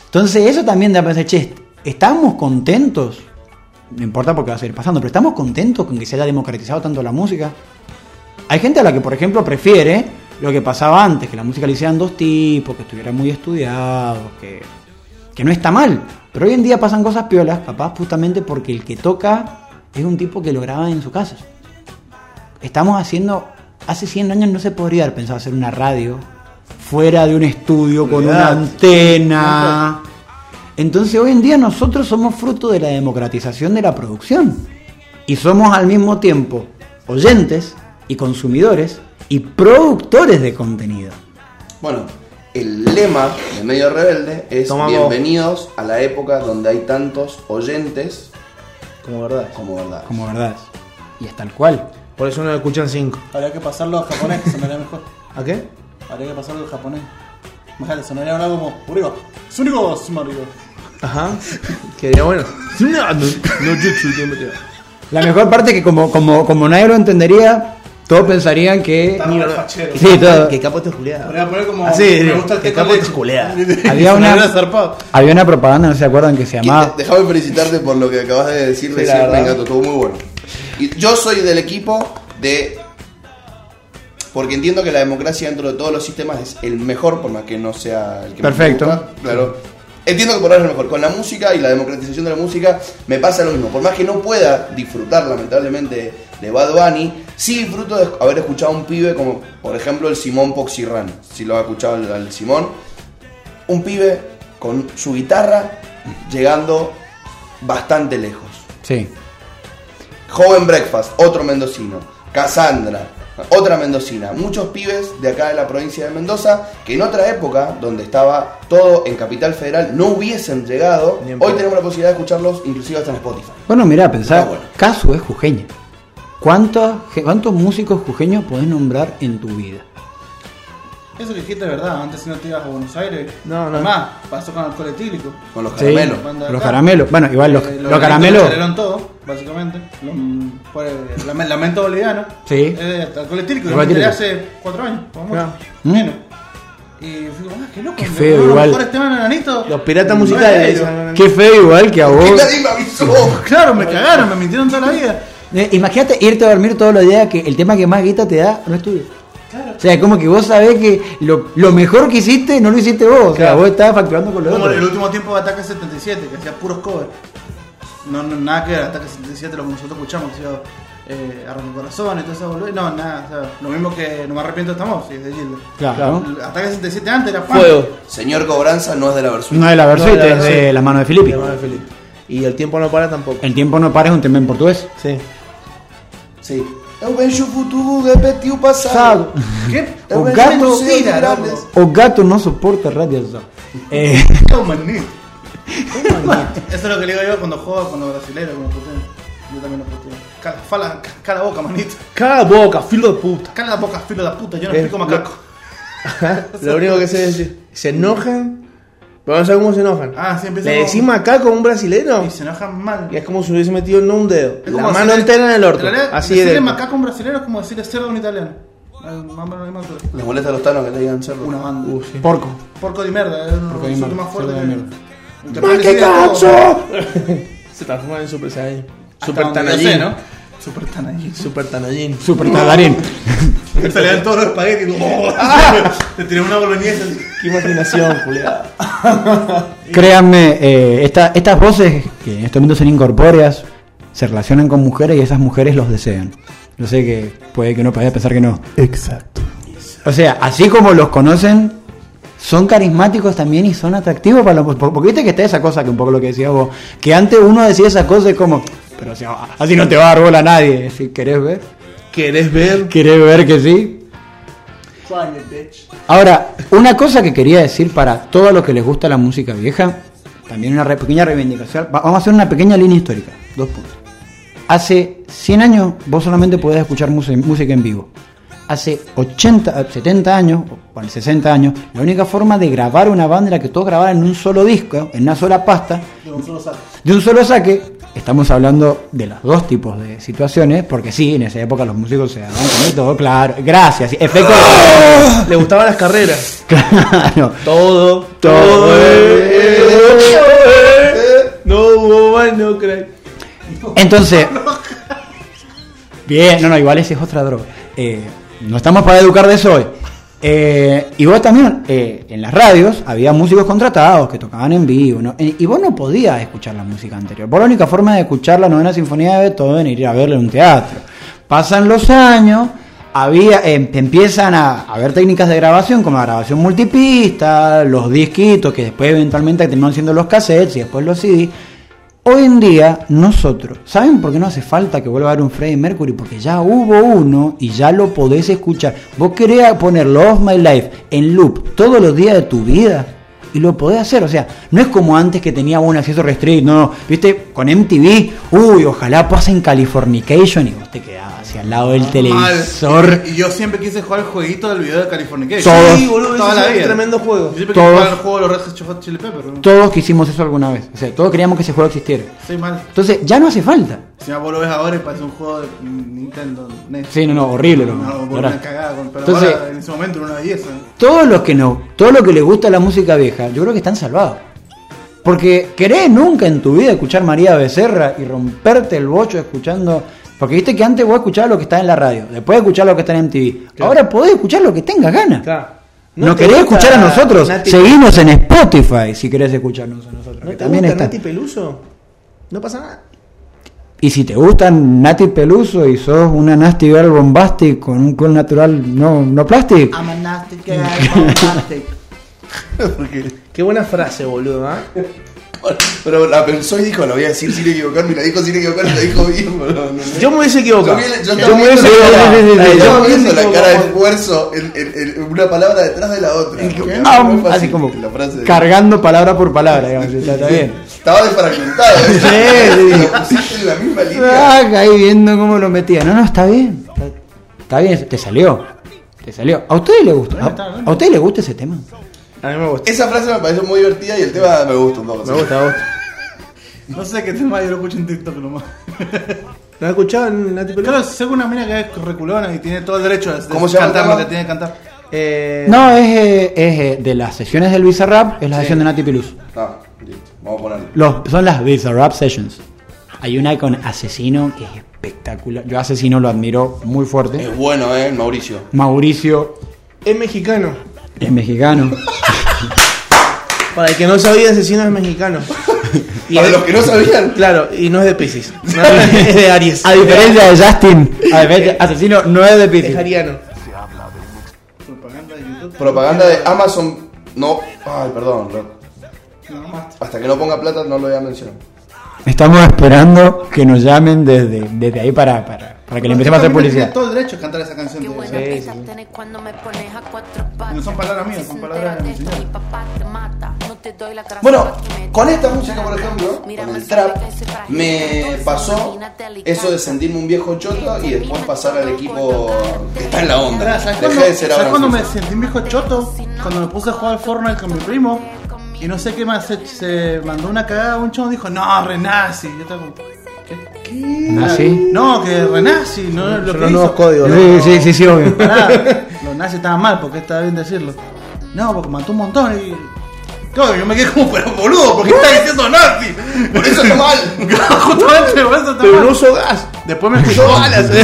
S4: Entonces eso también da a pensar, che, ¿estamos contentos? No importa porque va a seguir pasando, pero ¿estamos contentos con que se haya democratizado tanto la música? Hay gente a la que, por ejemplo, prefiere lo que pasaba antes, que la música le hicieran dos tipos, que estuviera muy estudiado, que, que no está mal. Pero hoy en día pasan cosas piolas, capaz justamente porque el que toca es un tipo que lo graba en su casa. Estamos haciendo, hace 100 años no se podría haber pensado hacer una radio fuera de un estudio con una
S2: Olvidate.
S4: antena. Entonces hoy en día nosotros somos fruto de la democratización de la producción y somos al mismo tiempo oyentes y consumidores y productores de contenido.
S1: Bueno, el lema de Medio Rebelde es
S2: Tomamos.
S1: bienvenidos a la época donde hay tantos oyentes
S2: Como verdad.
S1: como verdad.
S4: Como verdad. Y es tal cual.
S2: Por eso no lo escuchan cinco.
S3: Habría que pasarlo a japonés, que sonaría mejor.
S2: ¿A qué?
S3: Habría que pasarlo al japonés. Imagínate, sonaría ahora como Uriba. Sunigo Sumarigo.
S2: Ajá. Quería bueno. [laughs] No, no, no, jutsu, tiempo te va.
S4: La mejor parte es que como, como, como nadie lo entendería, todos pensarían que...
S3: Estamos re facheros.
S4: Sí, Ah, todo.
S2: Que capo este juliado.
S3: Podría poner como.
S2: Así,
S3: me
S2: digo,
S3: gusta el
S2: que
S3: té con
S2: capo te
S3: leche. [laughs]
S2: culea.
S4: Había una-
S3: Sonaría zarpado.
S4: Había una propaganda, no se acuerdan, que se llamaba...
S1: Déjame felicitarte por lo que acabas de decir recién,
S2: la
S1: me
S2: verdad.
S1: encantó, estuvo muy bueno. Y yo soy del equipo de. Porque entiendo que la democracia dentro de todos los sistemas es el mejor, por más que no sea el que más me
S4: Perfecto.
S1: gusta, claro. Entiendo que por ahora es lo mejor. Con la música y la democratización de la música me pasa lo mismo. Por más que no pueda disfrutar, lamentablemente, de Bad Bunny, sí disfruto de haber escuchado a un pibe como, por ejemplo, el Simón Poxirran. Si lo ha escuchado al- al Simón, un pibe con su guitarra llegando bastante lejos.
S4: Sí.
S1: Joven Breakfast, otro mendocino. Cassandra, otra mendocina. Muchos pibes de acá de la provincia de Mendoza que en otra época, donde estaba todo en Capital Federal, no hubiesen llegado.
S2: Ni en
S1: Hoy
S2: pedo.
S1: tenemos la posibilidad de escucharlos inclusive hasta en Spotify.
S4: Bueno, mirá, pensá,
S1: Ah, bueno.
S4: Casu es jujeña. ¿Cuántos, ¿Cuántos músicos jujeños podés nombrar en tu vida?
S3: Eso que dijiste es verdad, antes si no te ibas a Buenos Aires.
S2: No, no.
S3: Además, pasó con alcohol etílico.
S1: Con los
S4: Sí.
S1: caramelos.
S3: Banda de
S4: Los
S3: acá.
S4: caramelos. Bueno, igual los,
S3: Eh,
S4: los caramelos.
S3: Lo echaron todo, básicamente. Lo- por el lame- lamento boliviano.
S4: Sí.
S3: Eh, alcohol etílico,
S4: Alcohol
S3: lo enteré
S4: etílico.
S3: hace cuatro años, como mucho.
S2: Ah.
S3: Menos. Y fui como, ah, qué loco.
S4: Qué
S3: me
S4: feo,
S3: acuerdo
S4: igual.
S3: Los mejores temas de Nanito.
S2: Los piratas
S3: No era
S2: musicales.
S3: ellos.
S4: Qué feo igual que a
S1: [laughs] Y
S4: vos.
S1: nadie me avisó.
S3: Claro, me cagaron, me mintieron toda la vida.
S4: Eh, imagínate irte a dormir todos los días que el tema que más guita te da no es tuyo. O sea, como que vos sabés que lo, lo mejor que hiciste no lo hiciste vos. O sea,
S2: Claro.
S4: vos estabas facturando con los
S3: Como el
S4: otros.
S3: último tiempo de Ataque 77, que hacía puros covers. No, no, nada que ver, Ataque 77, lo que nosotros escuchamos, que sea eh, Arranca el Corazón y todo eso, boludo. No, nada, o sea, lo mismo que No me arrepiento estamos, sí, es de Gilda.
S4: Claro.
S3: Ataque 77 antes era fan.
S2: Fuego.
S1: Señor Cobranza no es de la versión.
S4: No de la
S2: No,
S4: Versuit,
S2: de la
S4: es de
S2: Versuit.
S4: las manos de Filippi.
S2: Llamado de Felipe. Y el tiempo no para tampoco.
S4: El tiempo no para es un tema en portugués.
S2: Sí.
S1: Sí. Eu vejo o futuro repetiu o pasado.
S3: ¿Qué?
S1: Pero
S4: O gato,
S1: sí, sí, grandes.
S4: o gato no soporta radiación. Eh,
S3: Toma, ni. Eso es lo que le digo yo cuando juego con los brasileños, con los puteos. Yo también los puteo. Cala, fala, ca- cala boca, manito.
S2: Cada boca, filo de puta.
S3: Cala la boca, filo de puta, yo no
S2: Eh,
S3: explico macaco.
S2: [laughs] Lo único que sé es decir, se enojan, pero no sabemos cómo se enojan.
S3: Ah, sí, empieza
S2: Le
S3: como-
S2: decimos acá como un brasilero
S3: Y se enojan mal.
S2: y es como si hubiese metido no un dedo,
S3: Es
S2: la
S3: como
S2: mano
S3: decirle-
S2: entera en el orto.
S3: realidad,
S2: Así
S3: decirle
S2: de.
S3: macaco a un brasileño es como decirle cerdo a un italiano. Eh, Más o menos la misma altura.
S1: ¿Les molesta a los tanos que le digan cerdo?
S3: Una banda.
S2: Uh, sí.
S4: porco.
S3: Porco de mierda, es un
S4: de
S3: insulto
S4: mierda,
S3: más fuerte.
S4: cerdo de mierda.
S3: que- Interpol decide todo.
S2: Se transforma en Super Saiyan.
S10: Hasta
S2: Super
S10: donde yo
S2: Tanajin,
S10: sé,
S2: ¿no?
S10: ¿no? Super Tanajin.
S2: Super Tanajin.
S11: Super Talarín.
S10: Se le dan todos los espaguetis. como- Te tiré una boloñesa.
S2: Qué imaginación, culiado.
S4: Créanme, eh, esta- estas voces que en este momento son incorpóreas se relacionan con mujeres y esas mujeres los desean. Yo sé que puede que uno vaya a pensar que no.
S12: Exacto.
S4: O sea, así como los conocen, son carismáticos también y son atractivos para los. Porque viste que está esa cosa que un poco lo que decías vos, que antes uno decía esa cosa y como, pero si- así no te va a dar bola a nadie. Si querés ver,
S2: ¿Querés ver?
S4: querés ver que sí, Ahora, una cosa que quería decir para todos los que les gusta la música vieja, también una re- pequeña reivindicación, Va- vamos a hacer una pequeña línea histórica, dos puntos. Hace 100 años vos solamente podías escuchar muse- música en vivo. Hace 80, eh, 70 años, o bueno, 60 años, la única forma de grabar una banda era que todos grabaran en un solo disco, en una sola pasta, de un solo saque, estamos hablando de los dos tipos de situaciones, porque sí, en esa época los músicos se daban con de todo, claro. Gracias, efecto.
S2: Le gustaban las carreras.
S4: claro.
S2: Todo, eh, todo. eh, No hubo bueno, crack.
S4: Entonces. Bien, no, no, igual esa es otra droga. Eh, no estamos para educar de eso hoy. Eh, y vos también, eh, en las radios había músicos contratados que tocaban en vivo, ¿no? Eh, y vos no podías escuchar la música anterior. Vos la única forma de escuchar la novena sinfonía de Beethoven era ir a verla en un teatro. Pasan los años, había, em- empiezan a a haber técnicas de grabación como la grabación multipista, los disquitos que después eventualmente terminaron siendo los cassettes y después los CD. Hoy en día, nosotros, ¿saben por qué no hace falta que vuelva a haber un Freddie Mercury? Porque ya hubo uno y ya lo podés escuchar. Vos querés poner Love My Life en loop todos los días de tu vida y lo podés hacer. O sea, no es como antes que tenía un acceso restricto, no, no. ¿Viste? Con MTV, uy, ojalá pasen Californication y vos te quedabas hacia al lado del televisor.
S10: Y yo siempre quise jugar el jueguito del video de Californication.
S4: Todos.
S10: Sí, boludo,
S2: Toda
S10: ese
S2: la
S10: es un
S2: vida.
S10: Tremendo.
S2: Tremendo juego.
S10: Yo siempre quise
S4: Todos.
S10: jugar el juego de los Red Hot Chili- Chili Peppers. ¿no?
S4: Todos quisimos eso alguna vez. O sea, todos queríamos que ese juego existiera.
S10: Soy mal.
S4: Entonces, ya no hace falta.
S10: Si vos lo ves ahora y parece un juego de Nintendo NES.
S4: Sí, no, no, horrible, loco.
S10: No, por
S4: Ahora-
S10: una cagada. con- Pero
S4: Entonces-
S10: ahora, en ese momento era una belleza.
S4: todos los que no, todos los que les gusta la música vieja, yo creo que están salvados. Porque querés nunca en tu vida escuchar María Becerra y romperte el bocho escuchando. Porque viste que antes vos escuchabas lo que está en la radio, después escuchar lo que está en MTV. Ahora podés escuchar lo que tengas ganas.
S2: Claro.
S4: No,
S2: te
S4: querés
S2: gusta
S4: escuchar a nosotros.
S2: Nati-
S4: Seguimos en Spotify si querés escucharnos a nosotros.
S2: ¿No
S4: que
S2: te
S4: también
S2: gusta
S4: está.
S2: Nati Peluso? No pasa nada.
S4: Y si te gustan Nati Peluso y sos una nasty girl bombastic con un cool natural no, no plastic,
S10: I'm a nasty [laughs] guy, I'm a nasty.
S2: Qué buena frase, boludo, ¿ah?
S1: [laughs] Pero la pensó y dijo, la voy a decir sin equivocarme, y la dijo sin equivocarme, y la dijo bien, boludo. No, no.
S2: Yo me hubiese
S1: Yo
S2: equivocado.
S1: vi- yo
S2: Yo
S1: estaba
S2: me
S1: viendo
S2: hubiese
S1: la- yo
S2: equivocado. Yo
S1: estaba
S2: me hubiese
S1: viendo la cara de
S2: equivocado.
S1: esfuerzo, el- el- el- una palabra detrás de la otra. Porque es
S4: ¡am!
S1: muy fácil
S4: así como
S1: la frase de-
S4: cargando palabra por
S1: [laughs]
S4: palabra, digamos, está, está bien.
S1: Estaba desfragmentado. ¿eh?
S4: Sí, sí.
S1: Lo pusiste en la misma línea.
S4: Ah, ahí viendo cómo lo metía. No, no, está bien. Está, está bien, te salió. Te salió. ¿A ustedes les gusta? ¿A, a ustedes les gusta ese tema?
S2: A mí me gusta.
S1: Esa frase me pareció muy divertida y el tema me gusta un poco.
S2: Me gusta, me gusta.
S10: No sé qué tema, yo lo escucho en TikTok nomás.
S2: ¿No has escuchado en Nati Peluso?
S10: Claro, si es una mina que es reculona y tiene todo el derecho de, de
S1: ¿Cómo se llama el
S10: cantar lo
S1: tema?
S10: que tiene que cantar.
S2: Eh,
S4: No, es, eh, es eh, de las sesiones del Bizarrap, es la sesión de Nati Peluso.
S1: Ah, listo. Vamos a ponerlo.
S4: Los, son las Bizarrap Sessions. Hay una con Asesino que es espectacular. Yo a Asesino lo admiro muy fuerte.
S1: Es bueno, eh, Mauricio.
S4: Mauricio
S2: Es mexicano.
S1: [laughs]
S4: es mexicano.
S2: Para el que no sabía, asesino es mexicano.
S1: Para los que no sabían.
S2: Claro, y no es de Pisces. No, es de Aries.
S4: A diferencia de Justin, a diferencia- Asesino no es de
S2: Es
S4: Pisces.
S2: ariano.
S1: Propaganda de Amazon. No. Ay, perdón. no. Hasta que no ponga plata no lo voy a mencionar.
S4: Estamos esperando que nos llamen desde, desde ahí para, para, para que le empecemos a hacer
S10: Tiene
S4: publicidad.
S10: todo el derecho a cantar esa canción.
S13: Qué
S10: tío.
S13: bueno que ya tenés cuando me pones a cuatro patas.
S10: No son palabras mías, son palabras de mi
S13: Entérate,
S10: señora.
S13: Mi papá te mata, no te doy la cara.
S1: Bueno,
S13: pa' que me
S1: con
S13: digas.
S1: esta música, por ejemplo,
S13: Mira,
S1: con el
S13: me
S1: trap,
S13: sabe que soy frágil,
S1: me
S13: entonces
S1: pasó
S13: imagínate Alicante.
S1: eso de sentirme un viejo choto y después pasar al equipo que está en la onda.
S10: Pará, ¿Sabes
S1: Dejé
S10: cuándo,
S1: de ser
S10: ¿sabes
S1: ahora
S10: cuándo me sentí un viejo choto? Cuando me puse a jugar al Fortnite con mi primo y no sé qué más, se, se mandó una cagada, un chavo dijo, no, renazi. Yo estaba como,
S4: ¿Así?
S10: no, que renazi, no es lo
S2: Son
S10: que
S2: los
S10: hizo".
S2: nuevos códigos. ¿no?
S4: Sí, sí, sí,
S3: [laughs]
S4: sí, obvio.
S10: Pará, los nazis estaban mal, porque está bien decirlo. No, porque mató un montón y... [laughs] Claro, yo me quedé como, pero
S1: [laughs]
S10: boludo, ¿por qué estás diciendo nazi?
S1: Por eso está mal.
S3: [laughs]
S10: Claro, Justamente por eso
S2: Pero
S10: mal.
S2: no uso gas.
S10: Después me explicó,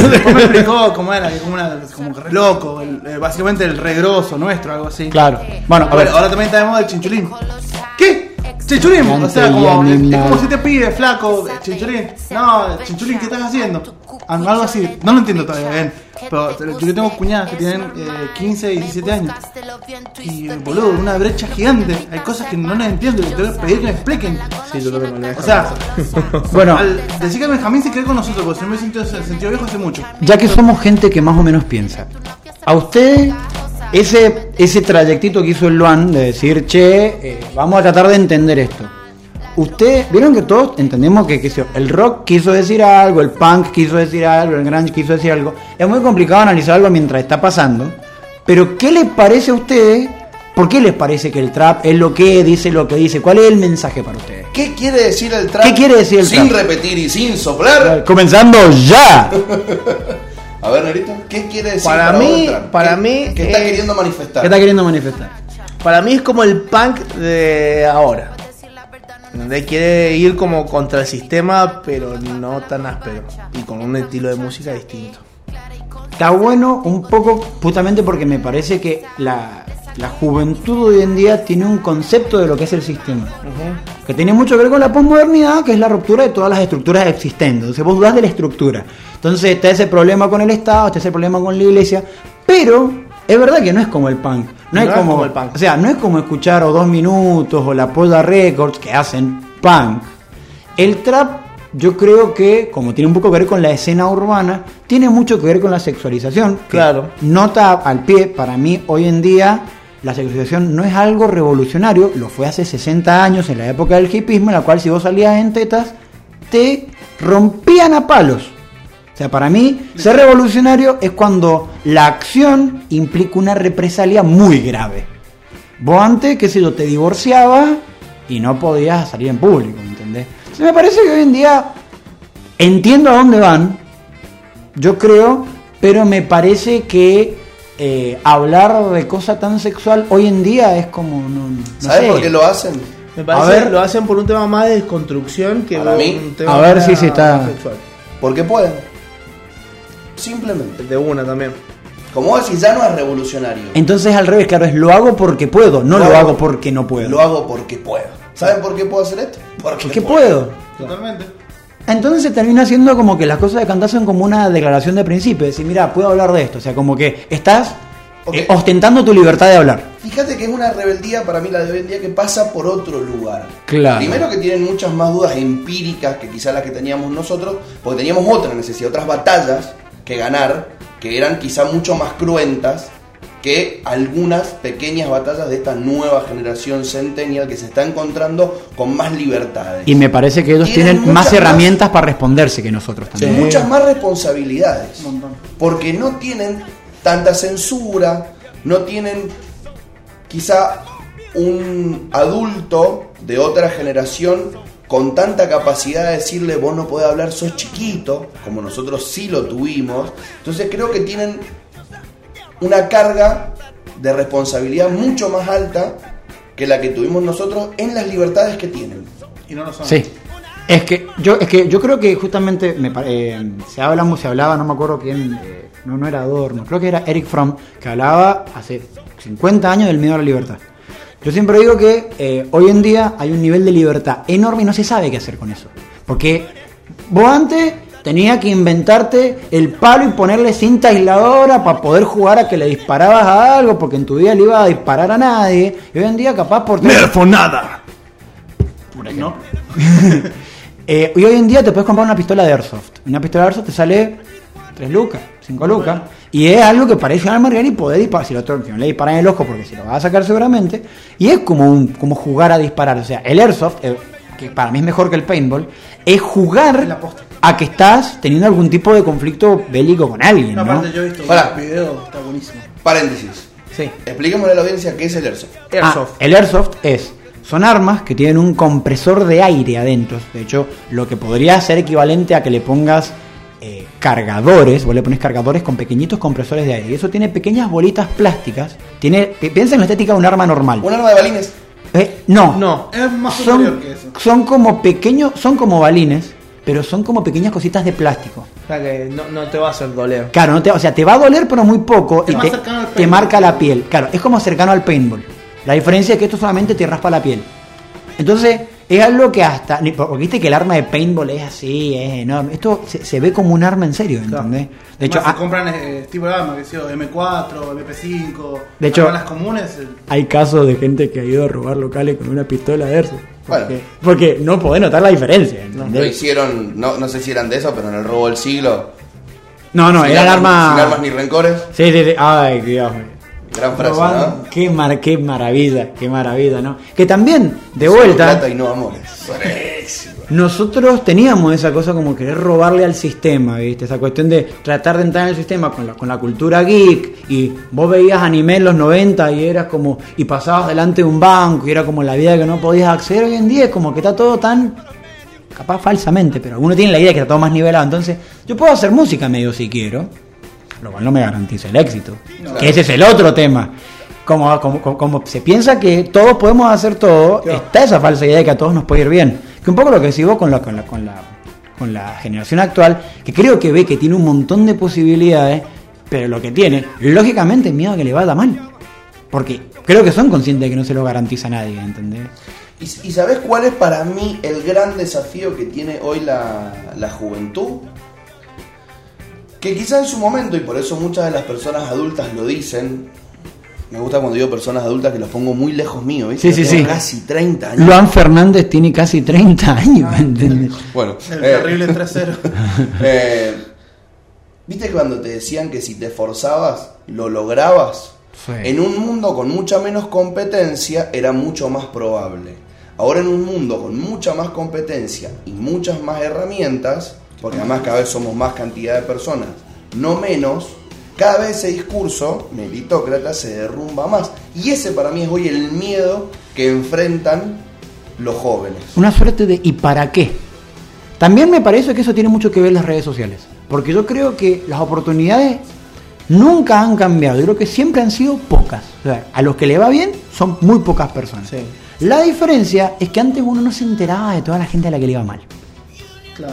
S10: después me explicó cómo era, que como, una, como que re loco, el- eh, básicamente el regroso nuestro, algo así.
S11: Claro. Bueno, a ver.
S10: Bueno, ahora también tenemos el chinchulín. ¿Qué? Chinchulín, o sea, como,
S4: Cante y
S10: es
S4: animal.
S10: como si te pide, flaco, eh, chinchulín. No, chinchulín, ¿qué estás haciendo? Algo algo así, no lo entiendo todavía bien. Pero te- yo tengo cuñadas que tienen eh, 15 y 17 años. Y boludo, una brecha gigante. Hay cosas que no las entiendo y les tengo que pedir que me expliquen.
S2: Sí, yo creo que me lo
S10: O sea,
S4: [laughs] Bueno,
S10: al decir que Benjamín se quede con nosotros, porque si no me he sentido, sentido viejo hace mucho.
S4: ya que somos gente que más o menos piensa, a ustedes ese, ese trayectito que hizo el Luan de decir, che, eh, vamos a tratar de entender esto. Ustedes, vieron que todos entendemos que qué sé yo, el rock quiso decir algo, el punk quiso decir algo, el grunge quiso decir algo. Es muy complicado analizar algo mientras está pasando. Pero, ¿qué les parece a ustedes? ¿Por qué les parece que el trap es lo que dice lo que dice? ¿Cuál es el mensaje para ustedes?
S1: ¿Qué quiere decir el trap?
S4: ¿Qué quiere decir el
S1: Sin
S4: trap?
S1: repetir y sin soplar.
S4: Comenzando ya.
S1: A ver, Nerito, ¿qué quiere decir
S2: Para
S1: vos
S2: mí-
S1: el trap?
S2: para
S1: ¿Qué-
S2: mí
S1: ¿Qué está
S2: es-
S1: queriendo
S4: ¿Qué
S1: manifestar?
S4: está queriendo manifestar?
S2: Para mí es como el punk de ahora. Donde quiere ir como contra el sistema, pero no tan áspero. Y con un estilo de música distinto.
S4: Está bueno un poco justamente porque me parece que la, la juventud hoy en día tiene un concepto de lo que es el sistema. Que tiene mucho que ver con la posmodernidad, que es la ruptura de todas las estructuras existentes. Entonces vos dudás de la estructura. Entonces está ese problema con el Estado, está ese problema con la iglesia. Pero es verdad que no es como el punk. No, es, como, el punk. O sea, no es como escuchar o dos minutos o la Polla Records que hacen punk. El trap, yo creo que, como tiene un poco que ver con la escena urbana, tiene mucho que ver con la sexualización. que
S2: Claro.
S4: Nota al pie, para mí hoy en día la sexualización no es algo revolucionario, lo fue hace 60 años en la época del hipismo, en la cual si vos salías en tetas, te rompían a palos. O sea, para mí, ser revolucionario es cuando la acción implica una represalia muy grave. Vos antes, qué sé yo, te divorciabas y no podías salir en público, ¿me entendés? Entonces, me parece que hoy en día entiendo a dónde van, yo creo, pero me parece que eh, hablar de cosa tan sexual hoy en día es como... No, no
S1: ¿Sabes
S4: sé.
S1: por qué lo hacen?
S2: Me parece
S4: A ver.
S2: que lo hacen por un tema más de desconstrucción que
S1: Para
S2: un
S1: mí.
S2: tema
S4: A ver si
S2: más
S4: se está-
S2: sexual.
S1: Porque pueden. Simplemente.
S2: De una también.
S1: Como vos decís, ya no es revolucionario.
S4: Entonces al revés, claro, es lo hago porque puedo, no lo, hago, porque no puedo.
S1: Pues Lo hago porque puedo. ¿Saben por qué puedo hacer esto?
S4: porque puedo.
S10: Totalmente.
S4: Entonces se termina siendo como que las cosas de cantar son como una declaración de principio. Decir, mira, puedo hablar de esto. O sea, como que estás
S1: Ok.
S4: eh, ostentando tu libertad de hablar.
S1: Fíjate que es una rebeldía para mí la de hoy en día que pasa por otro lugar.
S4: Claro.
S1: Primero que tienen muchas más dudas empíricas que quizás las que teníamos nosotros, porque teníamos otra necesidad, otras batallas que ganar, que eran quizá mucho más cruentas que algunas pequeñas batallas de esta nueva generación centennial que se está encontrando con más libertades.
S4: Y me parece que ellos
S1: Tienen
S4: tienen,
S1: muchas
S4: más
S1: más.
S4: herramientas para responderse que nosotros
S1: Con
S4: también.
S1: muchas más responsabilidades.
S10: montón.
S1: Porque no tienen tanta censura, no tienen quizá un adulto de otra generación con tanta capacidad de decirle vos no podés hablar, sos chiquito, como nosotros sí lo tuvimos. Entonces creo que tienen una carga de responsabilidad mucho más alta que la que tuvimos nosotros en las libertades que tienen.
S10: Y no lo son.
S4: Sí. Es que yo, es que yo creo que justamente me, pa- eh, se habla, mu- se hablaba, no me acuerdo quién, eh, no, no era Adorno, creo que era Eric Fromm, que hablaba hace 50 años del miedo a la libertad. Yo siempre digo que eh, hoy en día hay un nivel de libertad enorme y no se sabe qué hacer con eso. Porque vos antes tenías que inventarte el palo y ponerle cinta aisladora para poder jugar a que le disparabas a algo, porque en tu vida le iba a disparar a nadie. Y hoy en día capaz por... tener-
S2: Nerfonada.
S10: ¿No?
S4: Eh, y hoy en día te puedes comprar una pistola de Airsoft. Una pistola de Airsoft te sale 3 lucas, 5 lucas. Y es algo que parece una margarita y podés disparar. Si, lo otro- si no le disparan en el ojo, porque se lo va a sacar seguramente. Y es como, un, como jugar a disparar. O sea, el Airsoft, eh, que para mí es mejor que el paintball, es jugar a que estás teniendo algún tipo de conflicto bélico con alguien.
S10: No,
S4: ¿no?
S10: aparte yo he visto
S1: Pará.
S10: un video, está buenísimo.
S1: Paréntesis.
S4: Sí.
S1: Expliquémosle a la audiencia qué es el Airsoft.
S2: Airsoft.
S4: Ah, el airsoft es. Son armas que tienen un compresor de aire adentro. De hecho, lo que podría ser equivalente a que le pongas eh, cargadores, vos le pones cargadores con pequeñitos compresores de aire. Y eso tiene pequeñas bolitas plásticas. Tiene, pi- piensa en la estética de un arma normal.
S1: Un arma de balines.
S4: Eh, no.
S2: No.
S3: Es más superior
S4: Son,
S3: que eso.
S4: son como pequeños, son como balines, pero son como pequeñas cositas de plástico.
S2: O sea que no, no te va a hacer doler.
S4: Claro, no te, o sea, te va a doler, pero muy poco
S3: Es
S4: y
S3: más
S4: te,
S3: cercano al
S4: te
S3: paintball.
S4: marca la piel. Claro, es como cercano al paintball. La diferencia es que esto solamente te raspa la piel. Entonces, es algo que hasta. ni- Porque viste que el arma de paintball es así, es enorme. Esto se, se ve como un arma en serio, ¿entendés? De hecho,
S3: Además,
S4: ah,
S3: se compran eh, tipo de armas, que sé yo, M4, MP5,
S4: De hecho-
S3: armas las comunes. eh,
S14: Hay casos de gente que ha ido a robar locales con una pistola de Erso. Porque,
S1: Bueno.
S14: porque no podés notar la diferencia.
S1: Lo
S14: ¿entendés?
S1: hicieron, no, no sé si eran de eso, pero en el robo del siglo.
S14: No, no,
S1: sin
S14: era el
S1: armas-
S14: arma.
S1: Sin armas ni rencores.
S14: Sí, sí, sí. Ay, Dios mío.
S1: Gran frase,
S4: Robando.
S1: ¿no?
S4: Qué, mar- qué maravilla, qué maravilla, ¿no? Que también, de
S1: Solo
S4: vuelta.
S1: Plata y no amores.
S4: Nosotros teníamos esa cosa como querer robarle al sistema, ¿viste? Esa cuestión de tratar de entrar en el sistema con la, con la cultura geek y vos veías anime en los 90 y eras como, y pasabas delante de un banco y era como la vida que no podías acceder hoy en día, es como que está todo tan, capaz falsamente, pero alguno tiene la idea que está todo más nivelado, entonces yo puedo hacer música medio si quiero, lo cual no me garantiza el éxito, que ese es el otro tema. Como, como, como- como se piensa que todos podemos hacer todo, está esa falsa idea de que a todos nos puede ir bien. Que un poco lo que decís vos con la, con la, con la, con la generación actual, que creo que ve que tiene un montón de posibilidades, pero lo que tiene, lógicamente, miedo a que le vaya mal. Porque creo que son conscientes de que no se lo garantiza a nadie, ¿entendés?
S1: ¿Y, y sabes cuál es para mí el gran desafío que tiene hoy la, la juventud? Que quizá en su momento, y por eso muchas de las personas adultas lo dicen, me gusta cuando digo personas adultas que los pongo muy lejos mío, ¿viste?
S4: Sí, sí,
S1: Yo tengo
S4: sí.
S1: Casi 30 años.
S4: Luan Fernández tiene casi 30 años, ¿entendés?
S1: Bueno,
S3: El
S1: eh,
S3: terrible 3-0.
S1: eh, ¿Viste cuando te decían que si te esforzabas, lo lograbas? En un mundo con mucha menos competencia era mucho más probable. Ahora en un mundo con mucha más competencia y muchas más herramientas, porque además cada vez somos más cantidad de personas, no menos, cada vez ese discurso meritócrata se derrumba más. Y ese para mí es hoy el miedo que enfrentan los jóvenes.
S4: Una suerte de ¿y para qué? También me parece que eso tiene mucho que ver las redes sociales. Porque yo creo que las oportunidades nunca han cambiado. Yo creo que siempre han sido pocas. O sea, a los que le va bien son muy pocas personas.
S2: Sí.
S4: La diferencia es que antes uno no se enteraba de toda la gente a la que le iba mal.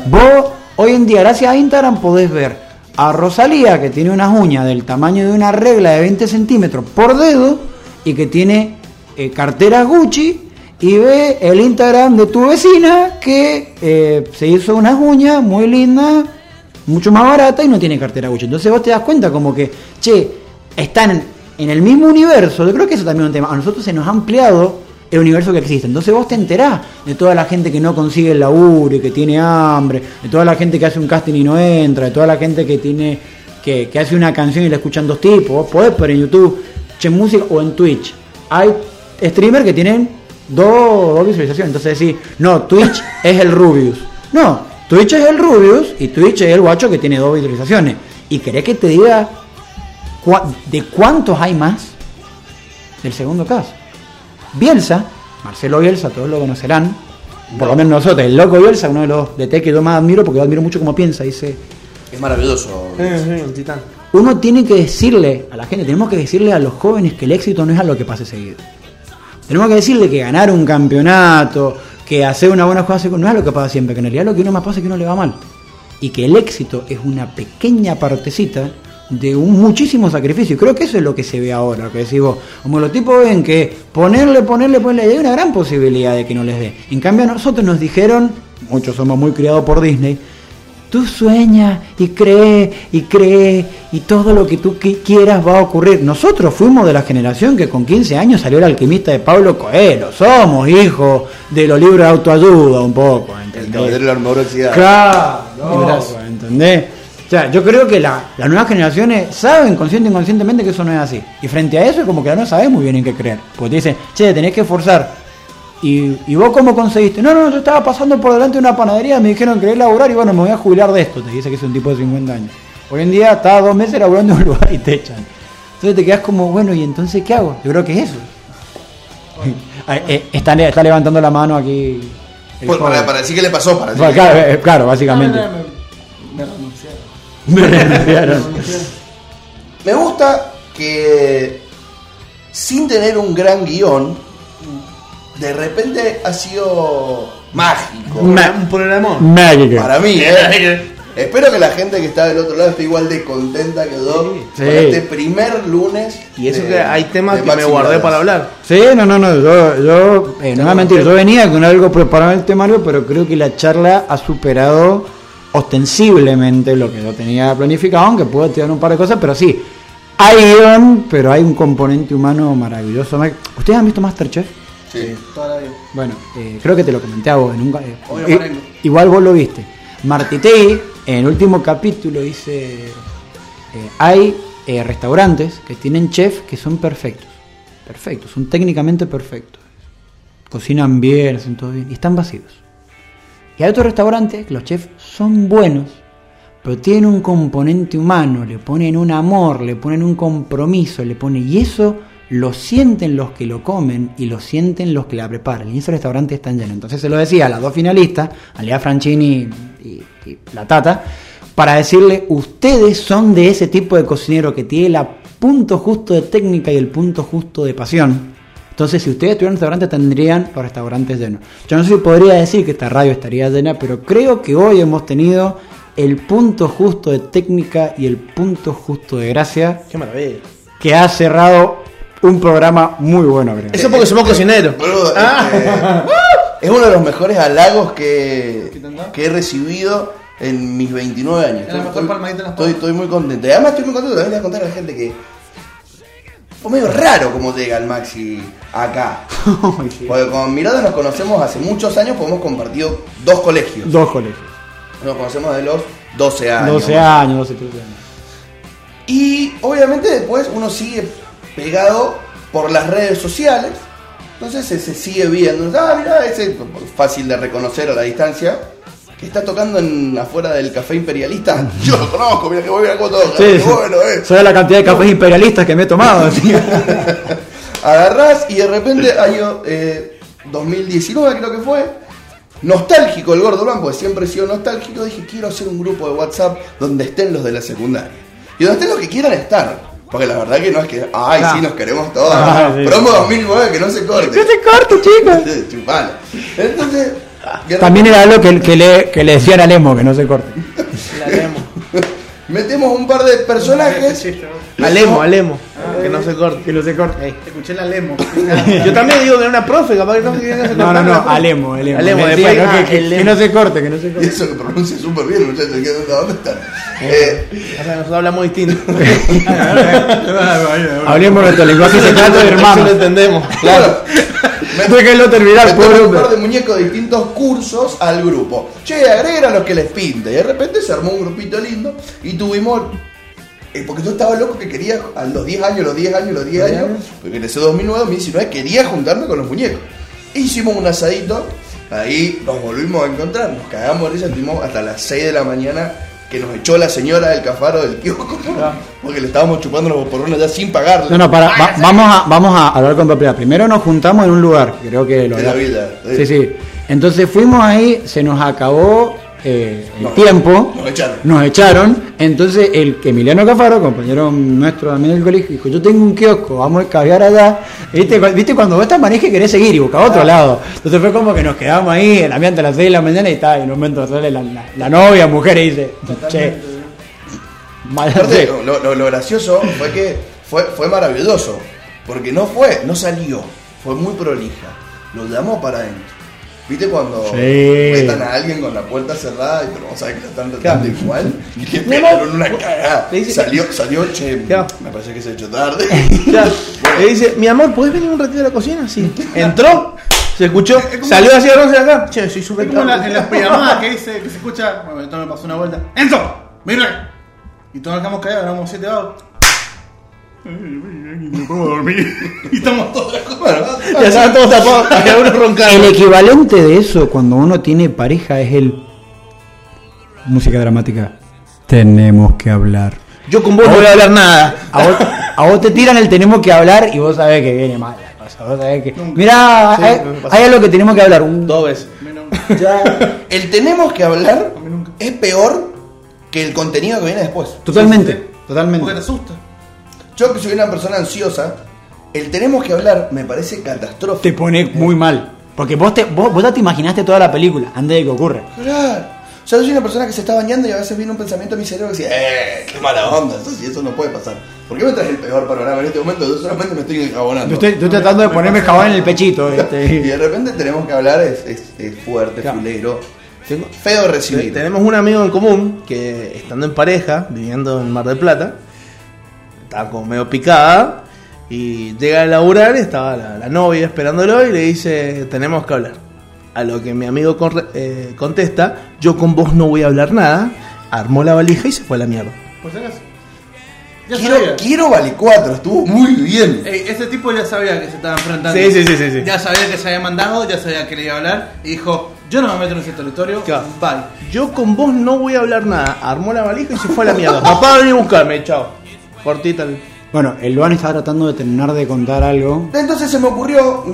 S4: Vos hoy en día, gracias a Instagram, podés ver a Rosalía, que tiene unas uñas del tamaño de una regla de 20 centímetros por dedo y que tiene eh, carteras Gucci. Y ve el Instagram de tu vecina que eh, se hizo unas uñas muy lindas, mucho más barata y no tiene cartera Gucci. Entonces vos te das cuenta como que, che, están en, en el mismo universo. Yo creo que eso también es un tema. A nosotros se nos ha ampliado el universo que existe. Entonces vos te enterás de toda la gente que no consigue el laburo y que tiene hambre, de toda la gente que hace un casting y no entra, de toda la gente que tiene que, que hace una canción y la escuchan dos tipos. Vos podés pero en YouTube, che música o en Twitch. Hay streamers que tienen dos, dos visualizaciones. Entonces decís, no, Twitch [laughs] es el Rubius. No, Twitch es el Rubius y Twitch es el guacho que tiene dos visualizaciones. ¿Y querés que te diga cua- de cuántos hay más? Del segundo caso. Bielsa, Marcelo Bielsa, todos lo conocerán, por lo menos nosotros, el loco Bielsa, uno de los DT que yo más admiro, porque yo admiro mucho cómo piensa, dice,
S1: Es maravilloso.
S2: el titán.
S4: uno tiene que decirle a la gente, tenemos que decirle a los jóvenes que el éxito no es a lo que pase seguido. Tenemos que decirle que ganar un campeonato, que hacer una buena jugada no es lo que pasa siempre, que en realidad lo que uno más pasa es que uno le va mal. Y que el éxito es una pequeña partecita de un muchísimo sacrificio. Y creo que eso es lo que se ve ahora, lo que decís vos. Como los tipos ven que ponerle, ponerle, ponerle, y hay una gran posibilidad de que no les dé. En cambio a nosotros nos dijeron, muchos somos muy criados por Disney, Tú sueñas y crees y crees y todo lo que tú qui- quieras va a ocurrir. Nosotros fuimos de la generación que con 15 años salió el alquimista de Pablo Coelho. Somos hijos de los libros de autoayuda un poco,
S1: El
S4: ¿entendés?
S1: caballero de la armadura oxidada.
S4: Claro, loco, ¿entendés? O sea, yo creo que la- las nuevas generaciones saben consciente e inconscientemente que eso no es así. Y frente a eso es como que no sabes muy bien en qué creer. Porque te dicen, che, tenés que esforzar. ¿Y, y vos cómo conseguiste? No, no, yo estaba pasando por delante de una panadería, me dijeron que quería laburar y bueno, me voy a jubilar de esto. Te dice que es un tipo de 50 años. Hoy en día estás dos meses laburando en un lugar y te echan. Entonces te quedas como, bueno, ¿y entonces qué hago? Yo creo que es eso. [laughs] Ah, eh, está, está levantando la mano aquí. el
S1: Pues, para,
S4: joven.
S1: para decir qué le pasó, para decir
S4: Bueno,
S1: qué-
S4: claro, eh, claro, básicamente. [laughs] Me renunciaron. eh.
S1: Me gusta que sin tener un gran guión, de repente ha sido mágico.
S2: un programón.
S4: Magic.
S1: Para
S4: [laughs]
S1: mí, ¿eh? Espero que la gente que está del otro lado esté igual de contenta que yo
S4: Sí.
S1: con este primer lunes.
S2: Y eso
S1: de-
S4: Eh,
S2: que hay temas
S1: de
S2: que me
S1: Maxi
S2: guardé
S1: Miradas.
S2: para hablar.
S4: Sí, no, no, no, yo, yo eh, no voy a mentir, yo venía con algo preparado en el temario, pero creo que la charla ha superado ostensiblemente lo que yo tenía planificado, aunque puedo tirar un par de cosas, pero sí, hay guión, pero hay un componente humano maravilloso. Me- ¿Ustedes han visto Masterchef?
S1: Sí.
S3: Toda la vida.
S4: Bueno, eh, creo que te lo comenté a vos. En un, eh,
S3: Obvio,
S4: i-
S3: Marengo.
S4: igual vos lo viste. Martitei, en el último capítulo, dice: eh, Hay eh, restaurantes que tienen chefs que son perfectos. Perfectos, son técnicamente perfectos. Cocinan bien, hacen todo bien. Y están vacíos. Y hay otros restaurantes que los chefs son buenos, pero tienen un componente humano, le ponen un amor, le ponen un compromiso, le ponen. Y eso lo sienten los que lo comen y lo sienten los que la preparan. Y esos restaurantes están llenos. Entonces se lo decía a las dos finalistas, Alea Franchini y, y la Tata, para decirle: Ustedes son de ese tipo de cocinero que tiene el punto justo de técnica y el punto justo de pasión. Entonces, si ustedes tuvieran restaurantes, tendrían los restaurantes llenos. Yo no sé si podría decir que esta radio estaría llena, pero creo que hoy hemos tenido el punto justo de técnica y el punto justo de gracia
S2: Qué maravilla.
S4: que ha cerrado un programa muy bueno, creo.
S2: Eso porque somos cocineros.
S1: Boludo,
S3: Ah.
S1: este, es uno de los mejores halagos que, que he recibido en mis 29 años.
S3: Es la mejor
S1: Estoy-
S3: palmadita en la
S1: estoy,
S3: espalda.
S1: estoy muy contento. Y además estoy muy contento, también le voy a contar a la gente que fue medio raro como llega el Maxi
S3: [laughs]
S1: acá. Porque con Mirada nos conocemos hace muchos años, porque hemos compartido dos colegios.
S4: Dos colegios.
S1: Nos conocemos de los 12
S2: Ah,
S1: años.
S4: 12 años, 12, 13 años.
S1: Y obviamente después uno sigue pegado por las redes sociales. Entonces se, se sigue viendo. Ah, mira, ese fácil de reconocer a la distancia. Que está tocando en, afuera del café imperialista. [laughs] Yo lo conozco, mira que voy a cómo
S2: Ah,
S1: toca.
S4: Sí,
S1: qué
S4: sí.
S1: bueno, eh.
S4: Soy la cantidad de cafés imperialistas que me
S2: [laughs]
S4: he tomado. así.
S1: Agarrás y de repente, año eh, 2019 creo que fue, nostálgico el Gordo Blanco, porque siempre he sido nostálgico, dije quiero hacer un grupo de WhatsApp donde estén los de la secundaria. Y donde estén los que quieran estar. Porque la verdad que no es que, ay, sí, nos queremos todos.
S4: Ah, sí.
S1: Promo 2009, que no se corte.
S4: ¡Yo
S1: [laughs]
S4: te corto, chicos!
S1: Chupala. Entonces... de
S4: [laughs] También
S1: repente-
S4: era algo que, que le, que le decían a Lemo, que no se corte.
S2: La [laughs] lemo.
S1: Metemos un par de personajes.
S2: La lemo, la lemo. que no se corte.
S4: Ah, Que no se corte.
S3: Escuché
S2: [laughs]
S3: la lemo.
S2: Yo también digo que era una profe, capaz que no se que se
S4: No,
S2: [laughs] cortara
S4: no,
S2: la
S4: no,
S2: profe.
S4: alemo, alemo.
S2: Alemo,
S4: Mentira,
S2: después,
S4: no, que-
S2: ah,
S4: que,
S2: el
S4: que
S2: Lemo.
S4: no se corte, que no se
S1: Y
S2: [laughs]
S4: corte.
S1: eso que pronuncia súper bien, muchachos. que no- ¿Dónde están? Eh,
S2: O sea, nosotros hablamos distinto.
S4: [laughs] Hablemos nuestro lenguaje secreto de
S2: Eso lo
S4: hermanos.
S2: entendemos.
S1: claro.
S4: Déjenlo terminar,
S1: Metemos
S4: pobre
S1: un
S4: hombre.
S1: par de muñecos de distintos cursos al grupo. Che, agregan los que les pinte. Y de repente se armó un grupito lindo y tuvimos. eh, porque yo estaba loco que quería a los 10 años, los 10 años, los 10 años. Porque en ese 2009, 2019 quería juntarme con los muñecos. E Hicimos un asadito. Ahí nos volvimos a encontrar. Nos cagamos de risa. Estuvimos hasta las 6 de la mañana que nos echó la señora del cafaro del kiosco. [laughs] Porque le estábamos chupando los porrones ya sin pagarle.
S4: Ah. No, no, para, va- vamos, a, vamos a hablar con propiedad. Primero nos juntamos en un lugar, creo que lo
S1: En la
S4: hablamos.
S1: vida, sí.
S4: Sí, sí. Entonces fuimos ahí, se nos acabó eh, el
S1: No,
S4: tiempo.
S1: nos echaron.
S4: Nos echaron. Entonces el que Emiliano Cafaro, compañero nuestro también del colegio, dijo, yo tengo un kiosco, vamos a caviar allá. ¿Viste? cu- ¿Viste? Cuando vos te manejes querés seguir y buscar otro lado. Entonces fue como que nos quedamos ahí, en la ambiente a las 6 de la mañana y está, y en un momento sale la, la, la novia, mujer, y dice, che, mal, [laughs]
S1: Aparte, lo, lo- lo gracioso fue que fue, fue maravilloso. Porque no fue, no salió. Fue muy prolija. Lo llamó para adentro. ¿Viste cuando
S4: Sí.
S1: metan a alguien con la puerta cerrada y pero vamos a ver que lo están tratando
S4: [laughs]
S1: igual? Y le
S2: No, no.
S1: pegaron una cagada.
S2: Le dice-
S1: Salió, salió, che,
S2: Ya.
S1: me parece que se ha hecho
S4: [laughs]
S1: tarde.
S2: Ya. Le dice, mi amor, ¿podés venir un ratito a la cocina? Sí. Entró, se escuchó, salió así a las 11 de acá. Che, soy súper
S3: Es como en la- en las
S2: tarde.
S3: pijamadas que dice, que se escucha. Bueno, entonces me pasó una vuelta. ¡Enzo! ¡Mira! Y todos nos quedamos callados, éramos siete vagos.
S4: No puedo dormir.
S3: [laughs] Y estamos todos
S1: Bueno,
S2: Ya estaban todos tapados,
S4: [laughs]
S2: había uno
S4: El
S2: roncando.
S4: equivalente de eso cuando uno tiene pareja es el. Música dramática. Tenemos que hablar.
S2: Yo con vos no voy a hablar nada.
S4: A vos, a vos te tiran el tenemos que hablar y vos sabés que viene mal la cosa. Vos sabés que. Mirá,
S2: Sí,
S4: hay,
S2: me pasa.
S4: hay algo que tenemos que hablar. Un-
S2: Dos veces.
S1: ya. El tenemos que hablar es peor que el contenido que viene después.
S4: Totalmente. Totalmente.
S3: Porque te asusta.
S1: Yo que soy una persona ansiosa, El tenemos que hablar me parece catastrófico.
S4: Te pone muy mal. Porque vos te, vos, vos ya te imaginaste toda la película antes de que ocurra.
S1: Claro. O sea, yo soy una persona que se está bañando y a veces viene un pensamiento a mi cerebro que dice, ¡eh! ¡Qué mala onda! Eso sí, eso no puede pasar. ¿Por qué me traes el peor panorama en este momento? Yo solamente me estoy enjabonando.
S4: Yo estoy, yo estoy tratando de ponerme jabón en el pechito.
S1: [laughs]
S4: este.
S1: Y
S4: [laughs]
S1: de
S4: ¿viste?
S1: repente tenemos que hablar, es, es, es fuerte,
S4: Claro.
S1: fulero.
S2: Tengo-
S1: Feo
S2: Te-
S1: recibir.
S2: Tenemos un amigo en común que estando en pareja, viviendo en Mar del Plata, estaba como medio picada y llega a laburar, estaba la, la novia esperándolo y le dice, tenemos que hablar. A lo que mi amigo corre- eh, contesta, yo con vos no voy a hablar nada, armó la valija y se fue a la mierda.
S15: Por si acaso. Ya
S1: Quiero,
S15: sabía.
S1: quiero vale 4, estuvo muy bien.
S3: Ey, ese tipo ya sabía que se estaba enfrentando.
S2: Sí, sí, sí, sí, sí.
S3: Ya sabía que se había mandado, ya sabía que le iba a hablar. Y dijo: Yo no me meto en ese territorio.
S2: Claro.
S3: Bye.
S2: Yo con vos no voy a hablar nada, armó la valija y se fue a la mierda. Papá, vení a buscarme, chao. Cortita. el-
S4: Bueno, el Luan está tratando de terminar de contar algo.
S1: Entonces se me ocurrió,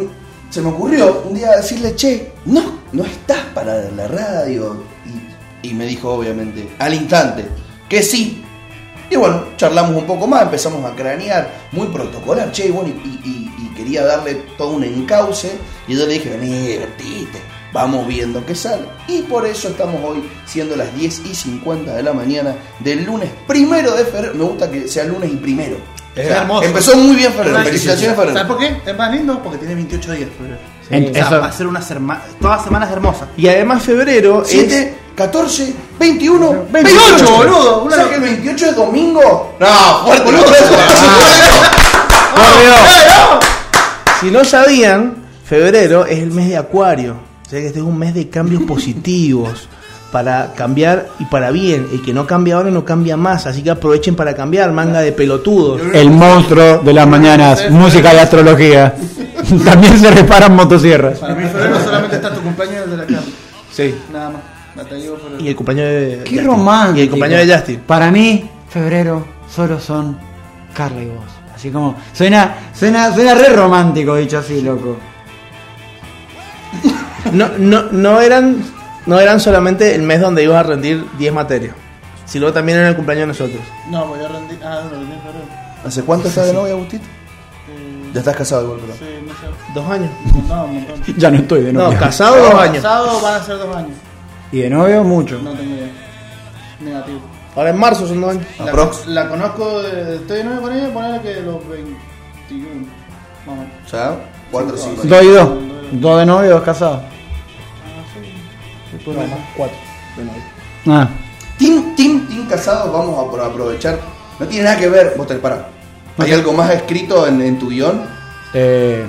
S1: se me ocurrió un día decirle, che, no, no estás para la radio. Y, y me dijo, obviamente, al instante, que sí. Y bueno, charlamos un poco más, empezamos a cranear, muy protocolar, che, y bueno, y, y- y quería darle todo un encauce. Y yo le dije, vení, divertite, vamos viendo qué sale. Y por eso estamos hoy, siendo las 10 y 50 de la mañana del lunes primero de febrero. Me gusta que sea lunes y primero.
S3: Es hermoso.
S1: Empezó muy bien febrero.
S3: Ferrero,
S1: Felicitaciones, Febrero.
S3: ¿Sabes por qué? Es más lindo porque tiene 28 días, Ferrero.
S4: En-
S3: O sea,
S4: eso-
S3: va a ser unas herma- todas semanas hermosas.
S2: Y además febrero
S1: 7, 14, 21,
S3: 28, boludo.
S1: O sea que el 28 es domingo. No, fuerte, boludo.
S2: Si no sabían, febrero es el mes de Acuario. O sea que este es un mes de cambios positivos. Para cambiar y para bien. El que no cambia ahora no cambia más. Así que aprovechen para cambiar, manga de pelotudos.
S4: El monstruo de las mañanas, música y astrología. [laughs] También se reparan motosierras.
S3: Para mí, Ferrero [laughs] solamente está tu cumpleaños desde la cama.
S2: Sí.
S3: Nada más. Te digo, Ferrero.
S2: Y el compañero de.
S16: Qué
S2: Justin.
S16: romántico.
S2: Y el compañero de Justin.
S16: Para mí, febrero solo son Carla y vos. Así como, suena, suena, suena re romántico dicho así, loco.
S2: No, no, no, eran, no eran solamente el mes donde ibas a rendir 10 materias. Sino también era el cumpleaños de nosotros.
S15: No, voy a rendir. Ah, no, rendí en febrero.
S1: ¿Hace cuánto estás de novia, Agustito? Ya estás casado igual, pero.
S15: Sí, no sé.
S2: Dos años.
S15: No, un montón.
S4: Ya no estoy de
S2: No,
S4: novio.
S2: casado dos años.
S15: Sábado van a ser dos años.
S4: y de novio mucho.
S15: No tengo idea. Negativo.
S2: Ahora en marzo son dos años.
S15: La,
S1: Aprox.
S15: la conozco, de- estoy de nuevo con ella, ponerle que los 21. Vamos.
S1: O sea, 4, 5.
S4: Dos y dos. Dos de novio, dos casados.
S2: Ah, Después más, cuatro.
S4: Ah.
S1: Team, team, team casado, vamos a apro- aprovechar. No tiene nada que ver. Vos te pará. ¿Hay algo más escrito en, en tu guión?
S4: Eh,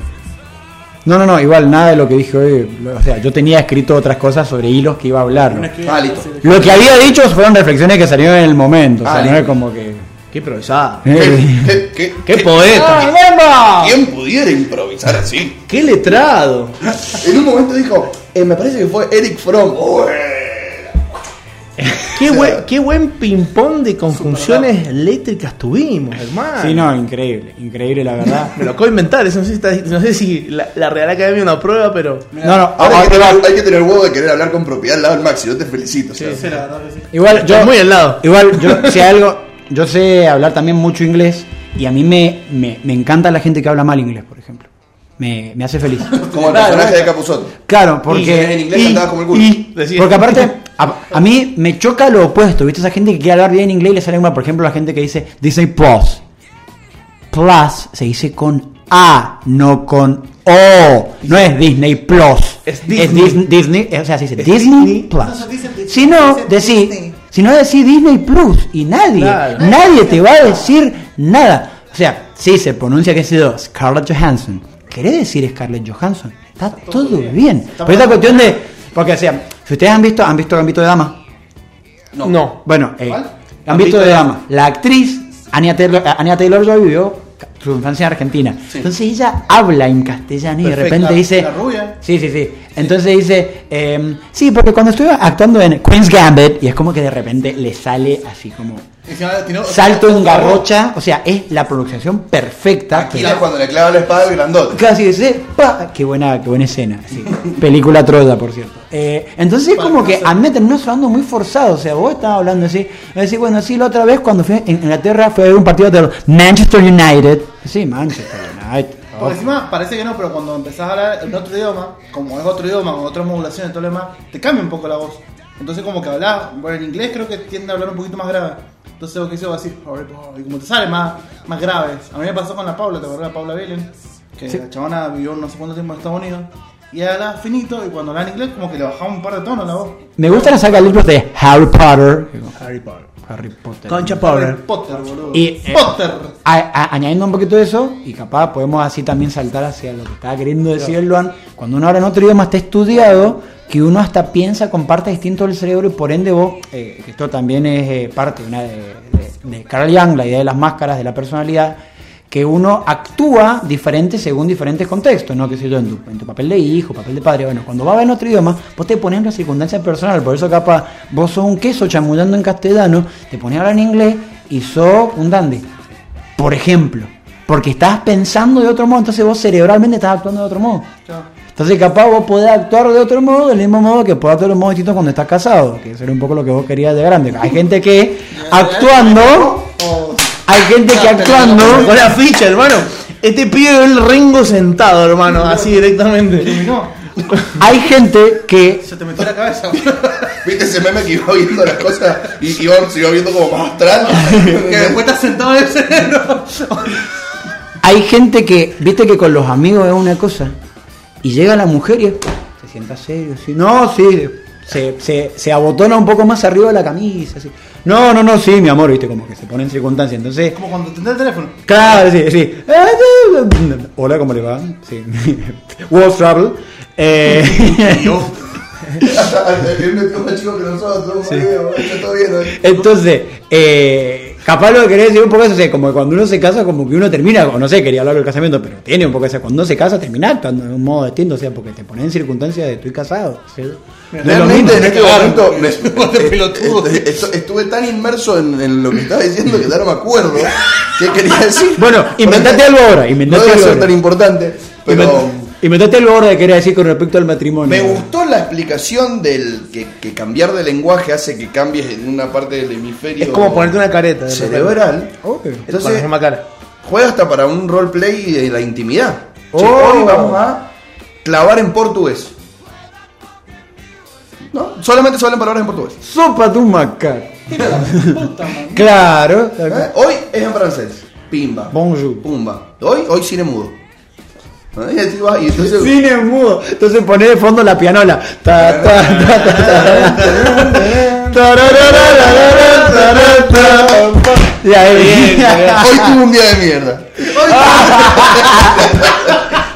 S4: no, no, no, igual nada de lo que dije hoy. lo- O sea, yo tenía escrito otras cosas sobre hilos que iba a hablar. ¿no?
S1: Ah, listo.
S4: Lo que había dicho fueron reflexiones que salieron en el momento. O sea,
S1: Ah,
S4: no
S1: listo.
S4: es
S1: [laughs]
S4: como que.
S2: Qué improvisada.
S1: ¿Qué, qué, qué,
S2: Eh. Qué
S1: qué- Ah,
S2: poeta.
S1: ¿Quién pudiera improvisar así?
S2: Qué letrado.
S1: [laughs] En un momento dijo, eh, me parece que fue Eric Fromm. Ué.
S2: Qué, buen, qué buen ping-pong de conjunciones eléctricas tuvimos, hermano.
S4: Sí, no, increíble, increíble la
S1: [laughs]
S4: verdad.
S2: Me lo acabo de inventar, eso no sé si, está- no sé si la, la Real Academia una prueba, pero.
S4: No, no, ah,
S1: Ahora hay
S4: ahora
S1: que,
S4: igual,
S1: tener, hay que tener huevo de querer hablar con propiedad al lado del Maxi, yo te felicito. o sea.
S15: Sí, la verdad que sí.
S4: igual
S2: Yo
S4: yo
S2: muy al lado.
S4: igual
S1: [laughs]
S4: yo sé algo, yo sé hablar también mucho inglés y a mí me, me, me encanta la gente que habla mal inglés, por ejemplo. Me, me hace feliz.
S1: Como el personaje de Capuzoto.
S4: Claro, porque
S1: en inglés cantaba como el culo.
S4: y-
S2: Decía.
S4: porque aparte a, a mí me choca lo opuesto, ¿viste? Esa gente que quiere hablar bien inglés y le sale mal, por ejemplo, la gente que dice dice plus. Plus se dice con A, no con O. No es Disney Plus.
S2: Es Disney.
S4: Dis- Disney, o sea, se dice
S2: Es Disney.
S4: Disney Plus.
S3: No, se dice-
S4: Si no,
S3: se dice
S4: decí,
S3: Disney.
S4: si no decí Disney Plus y nadie,
S2: Claro.
S4: nadie te va a decir nada. O sea, sí se pronuncia que ha sido Scarlett Johansson. ¿Querés decir Scarlett Johansson? Está todo bien. Pero esta cuestión de. Porque, o sea, si ustedes han visto, han visto Gambito de Dama.
S2: No.
S4: Bueno, eh,
S1: ¿Cuál?
S4: Gambito de Dama. La actriz, Anya Taylor, eh, Anya Taylor Joy vivió su infancia en Argentina. Entonces ella habla en castellano y de
S2: Perfecto.
S4: repente
S2: La-
S4: dice.
S15: la rubia.
S4: Sí, sí, sí. Entonces dice, eh, sí, porque cuando estuve actuando en Queen's Gambit, y es como que de repente le sale así como
S3: Encima, tiene-
S4: salto en garrocha, o sea, es la pronunciación perfecta.
S1: Aquí
S4: pero-
S1: es cuando le clava la espada al grandote.
S4: Casi dice, pa, qué buena, qué buena escena. sí. Película troya, por cierto. Eh, entonces es como que a mí me terminó sonando muy forzado. O sea, vos estabas hablando así. Me decís, bueno, sí, la otra vez cuando fui en Inglaterra fue a ver un partido de Manchester United. Sí, Manchester United.
S3: Porque encima parece que no, pero cuando empezás a hablar en otro idioma, como es otro idioma, con otras modulaciones y todo lo demás, te cambia un poco la voz. Entonces como que hablas, bueno, en inglés creo que tiende a hablar un poquito más grave. Entonces lo que hice va a decir, "Oh, eh, y como te sale más, más grave. A mí me pasó con la Paula, te acuerdas de Paula Belen, que la chavana vivió no sé cuánto tiempo en Estados Unidos. Y hablaba finito, y cuando hablaba en inglés, como que le bajaba un par de tonos la voz.
S4: Me gustan las saga de libros de Harry Potter.
S2: Harry Potter.
S4: Harry Potter.
S2: Concha
S3: Harry
S2: Power.
S3: Potter, boludo.
S4: Y, eh,
S3: Potter.
S4: A- a- añadiendo un poquito de eso, y capaz podemos así también saltar hacia lo que estaba queriendo decir el Luan, cuando uno habla en otro idioma está estudiado, que uno hasta piensa con partes distintas del cerebro y por ende vos, eh, que esto también es eh, parte de una de, de- de Carl Jung, la idea de las máscaras, de la personalidad, que uno actúa diferente según diferentes contextos, ¿no? Que sé yo, en tu, en tu papel de hijo, papel de padre, bueno, cuando vas a ver en otro idioma, vos te pones en la circunstancia personal, por eso capaz vos sos un queso chamullando en castellano, te pones a hablar en inglés y sos un dandy por ejemplo, porque estás pensando de otro modo, entonces vos cerebralmente estás actuando de otro modo. Entonces capaz vos podés actuar de otro modo, del mismo modo que podés actuar de un modo distinto cuando estás casado, que eso era un poco lo que vos querías de grande. Hay gente que actuando,
S3: Oh,
S4: hay gente que actuando,
S2: Con la ficha, hermano. Este pibe ve el Ringo sentado, hermano, así directamente.
S4: hay gente que
S3: Se te metió la cabeza.
S1: [laughs] ¿Viste ese meme que iba viendo las cosas y iba, se iba viendo como más
S4: [laughs]
S1: astral? [laughs]
S3: que después estás sentado en el cerebro.
S4: hay gente que, viste que con los amigos es una cosa, y llega la mujer y es, se sienta serio, sí, no, sí, se, se, se abotona un poco más arriba de la camisa, así. No, no, no, sí, mi amor, viste, como que se pone en circunstancia, entonces,
S3: Como cuando te entra el teléfono. [laughs]
S4: claro, sí, sí. Hola, ¿cómo le va? Sí. [laughs] What's trouble? Eh, [laughs]
S1: Es más chico que nosotros, boludo, está todo bien. ¿no?
S4: Entonces, eh, capaz lo que quería decir un poco eso, o sea, como que cuando uno se casa, como que uno termina, o no sé, quería hablar del casamiento, pero tiene un poco eso, cuando uno se casa termina actuando de un modo distinto, o sea, porque te pones en circunstancias de estoy casado. o sea, no es lo mismo.
S1: Realmente en este momento
S4: [laughs]
S1: me-
S3: Bote pelotudo.
S1: est- est- estuve tan inmerso en, en lo que estaba diciendo que ya no me acuerdo qué quería decir.
S4: Bueno,
S1: Por
S4: inventate algo ahora,
S1: No
S4: inventate
S1: debe
S4: algo
S1: ser tan
S4: ahora.
S1: importante, pero
S4: Invent- Inventate algo ahora que quería decir con respecto al matrimonio.
S1: me gustó la explicación del que, que cambiar de lenguaje hace que cambies en una parte del hemisferio.
S2: Es como ponerte una careta. de
S1: cerebral.
S4: Obvio.
S2: repente. Con la
S1: Entonces,
S2: misma cara.
S1: juega hasta para un roleplay de la intimidad. Che,
S2: Oh.
S1: hoy vamos a clavar en portugués. No, solamente se hablan palabras en portugués.
S4: Sopa de un macaco. claro.
S1: ¿Eh? Hoy es en francés. Pimba.
S4: Bonjour.
S1: Pumba. Hoy, hoy cine mudo. ¿Eh? Y así va, y entonces-
S4: Cine mudo. Entonces poné de fondo la pianola. Ta, ta, ta, ta, ta, ta. Tarararararara, tarara, ta, pa. Y ahí.
S1: Hoy tuve un día de mierda.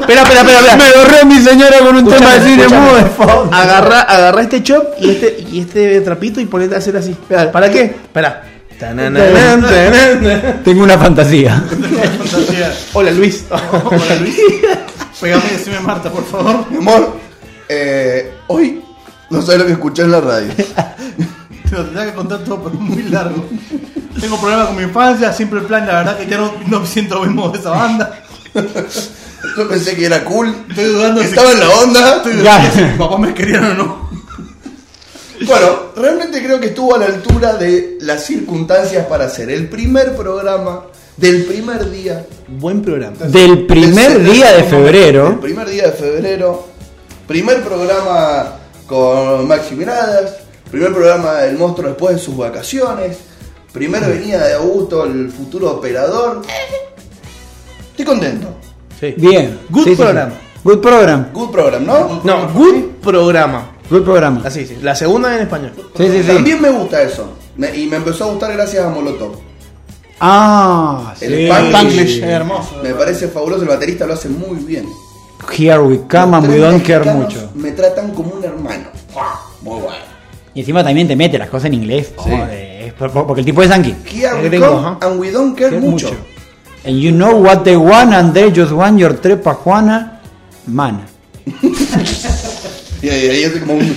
S4: Espera, espera, espera, espera. Me dorré mi señora con [laughs] un tema de cine mudo de fondo.
S2: Agarra, agarra este chop y este, y este trapito y ponete a hacer así. ¿Para qué? Espera.
S4: Tengo una fantasía.
S2: Hola
S4: [laughs]
S2: Luis.
S3: Hola Luis. Pégame y decime Marta, por favor.
S1: Mi amor, eh, hoy no sabes lo que escuché en la radio.
S3: Te lo tendría que contar todo, pero es muy largo. Tengo problemas con mi infancia, siempre el plan, la verdad que ya no, no me siento mismo de esa banda.
S1: Yo pensé que era cool.
S3: Estoy dudando si,
S1: Estaba en la onda.
S3: estoy
S4: Ya.
S3: dudando si mis papás me querían o no.
S1: Bueno, realmente creo que estuvo a la altura de las circunstancias para hacer el primer programa del primer día.
S2: Buen programa.
S4: Del primer [laughs]
S1: Del-
S4: día de
S1: El
S4: febrero.
S1: primer día de febrero. Primer programa con Maxi Miradas. Primer programa del monstruo después de sus vacaciones. Primera venida de Augusto, el futuro operador. Estoy contento.
S4: Bien.
S2: Good
S4: Sí, sí, sí.
S2: program.
S4: Good program.
S1: Good program, ¿no?
S2: No, good programa.
S4: Good program.
S2: Así, Ah, sí. La segunda en español.
S4: Sí, sí, sí.
S1: También me gusta eso. Me- y me empezó a gustar gracias a Molotov.
S4: Ah,
S1: El
S4: sí.
S1: Spanglish.
S3: Es hermoso.
S1: Me parece fabuloso, el baterista lo hace muy bien.
S4: Here we come and
S1: Los
S4: we
S1: tres
S4: don't care
S1: mexicanos
S4: mucho.
S1: Me tratan como un hermano. Muy bueno.
S4: Y encima también te mete las cosas en inglés. Joder, es por- por- porque el tipo es yankee.
S1: Here
S2: Es
S1: we
S2: gringo,
S1: come
S2: ajá.
S1: and we don't care
S4: Care
S1: mucho.
S4: mucho. And you know what they want and they just want your trepa Juana man.
S1: Y ahí ahí hace como un.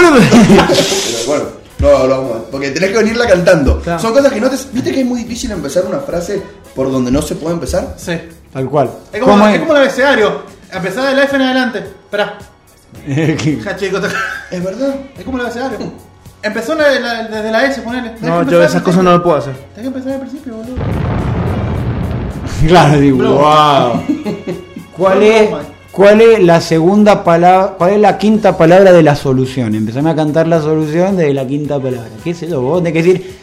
S1: Pero bueno, no, no, no, porque tenés que venirla cantando.
S2: Claro.
S1: Son cosas que no te. ¿Viste que es muy difícil empezar una frase por donde no se puede empezar?
S3: Sí.
S4: Tal cual.
S3: Es como,
S4: ¿Cómo
S3: es como el abecedario. Empezar del F en adelante. Esperá.
S4: [laughs]
S3: Ja, chico, te-
S1: Es verdad.
S3: Es como el abecedario. Empezó la- la- desde la S, ponele. Tenés que
S2: No,
S3: empezar
S2: yo
S3: al
S2: esas cosas no las puedo hacer.
S3: Tenés que empezar al principio, boludo.
S2: [laughs]
S4: Claro, digo, wow. ¿Cuál es, cuál es la segunda palabra, cuál es la quinta palabra de la solución? Empezame a cantar la solución de la quinta palabra. ¿Qué sé yo? Vos tenés que decir,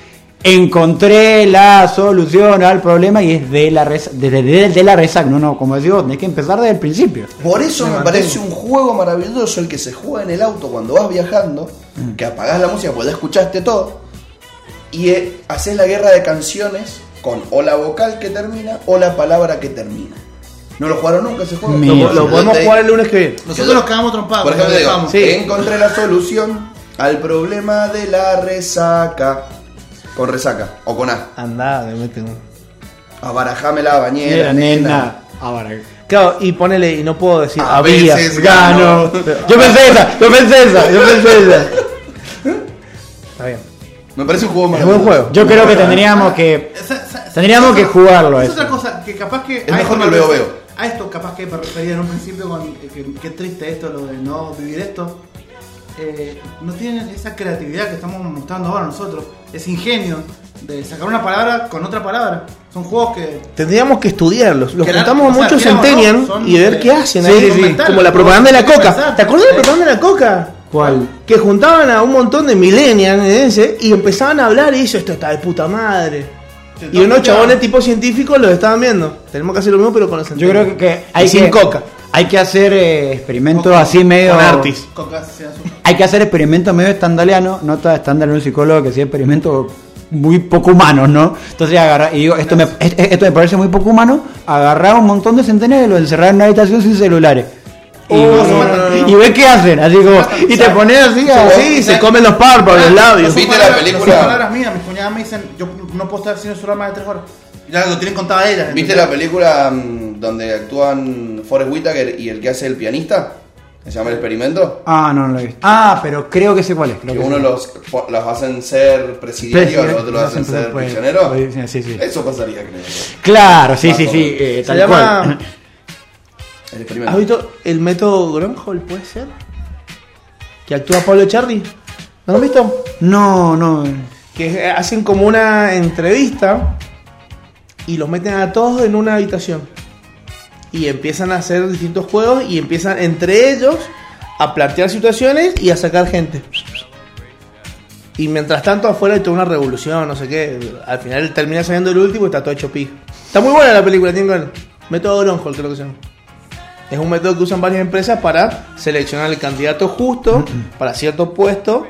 S4: encontré la solución al problema y es de la resaca, de, de- de- de la resaca. No, no, como decimos, tenés que empezar desde el principio.
S1: Por eso me parece un juego maravilloso el que se juega en el auto cuando vas viajando, que apagás la música, pues ya escuchaste todo, y eh, haces la guerra de canciones con o la vocal que termina o la palabra que termina. No lo jugaron nunca ese juego.
S2: Lo,
S4: Mira.
S2: lo podemos
S1: Te-
S2: jugar el lunes que viene.
S1: Quedó-
S10: Nosotros nos cagamos trompados.
S1: Por ejemplo,
S10: nos
S1: digo,
S10: dejamos.
S1: encontré la solución al problema de la resaca. Con resaca, o con A.
S2: Andá, me meten un-
S1: Abarajame la bañera,
S4: Era
S1: nena.
S4: nena. Ah, Ahora,
S2: Claro, y ponele, y no puedo decir
S1: A
S2: había.
S1: veces
S2: gano.
S4: Yo pensé esa, yo pensé esa, yo pensé
S2: [laughs]
S4: esa.
S2: Está bien.
S1: Me parece un juego
S2: Es
S1: maravilloso.
S2: buen juego.
S4: Yo creo que tendríamos que
S10: Esa- esa-
S4: Tendríamos
S10: esa-
S4: que jugarlo a
S10: Es
S4: eso.
S10: otra cosa que capaz que.
S1: Es
S10: a
S1: mejor
S10: esto
S1: que
S10: me
S1: luego
S10: refería-
S1: veo.
S10: A esto capaz que me refería en un principio con. eh, que- Qué triste esto, lo de no vivir esto. Eh, no tienen esa creatividad que estamos mostrando ahora nosotros. Ese ingenio de sacar una palabra con otra palabra. Son juegos que.
S2: Tendríamos que estudiarlos. Los
S10: Que la-
S2: juntamos
S10: o sea,
S2: muchos
S10: queramos,
S2: Centennial
S10: ¿no? Son,
S2: y ver
S10: eh,
S2: qué hacen.
S10: sí,
S2: ahí.
S10: sí, sí.
S2: Como la propaganda de la coca.
S10: Pensar.
S2: ¿Te acuerdas de la
S10: Sí.
S2: propaganda de la coca?
S4: ¿Cuál?
S2: Que juntaban a un montón de millennials ¿eh? y empezaban a hablar y eso, esto está de puta madre. Y unos chabones tipo científicos los estaban viendo. Tenemos que hacer lo mismo pero con los
S4: Yo creo que,
S2: Centennial.
S4: que
S2: Y
S4: hay
S2: sin
S4: que
S2: coca.
S4: Hay que hacer eh, experimentos así medio
S2: Con Artis.
S10: Con casi se asusta.
S4: Hay que hacer experimentos medio estandaleanos, no está estándar en un psicólogo que hacía experimentos muy poco humanos, ¿no? Entonces agarra y digo, esto me, est- esto me parece muy poco humano, agarrar un montón de centenares y los encerrar en una habitación sin celulares.
S2: Oh,
S4: Y, y ve qué hacen, así como, y te pones así, así,
S2: Sí, se comen los párpados, los labios.
S1: ¿Viste
S10: Son
S1: la
S10: palabras-
S1: película?
S10: Son palabras mías, mis cuñadas me dicen, yo no puedo estar haciendo el celular más de tres horas. Ya lo tienen contado a ellas.
S1: ¿Viste la película mm, donde actúan Forrest Whitaker y el que hace el pianista? Que se llama El Experimento.
S4: Ah, no, no lo he visto. Ah, pero creo que sé cuál es. creo
S1: Que
S4: que
S1: uno
S4: sé.
S1: los, po- los hacen ser presidiarios,
S4: Presidente,
S1: los otros los hacen ser
S4: pues,
S1: prisioneros.
S4: pues, Sí, sí.
S1: Eso pasaría, creo.
S4: Claro, sí, sí,
S1: Paso.
S4: sí, eh,
S2: Se
S4: tal
S2: llama.
S4: cual.
S1: El
S2: ¿Has
S1: Experimento.
S2: visto el método Gronhall, puede ser? Que actúa Pablo Charri. ¿No lo has visto?
S4: [laughs] No, no. eh.
S2: que hacen como una entrevista y los meten a todos en una habitación. Y empiezan a hacer distintos juegos y empiezan entre ellos a plantear situaciones y a sacar gente. Y mientras tanto afuera hay toda una revolución, no sé qué. Al final termina saliendo el último y está todo hecho pija. Está muy buena la película, tiene el método Gronhold creo que se llama. Es un método que usan varias empresas para seleccionar el candidato justo para cierto puesto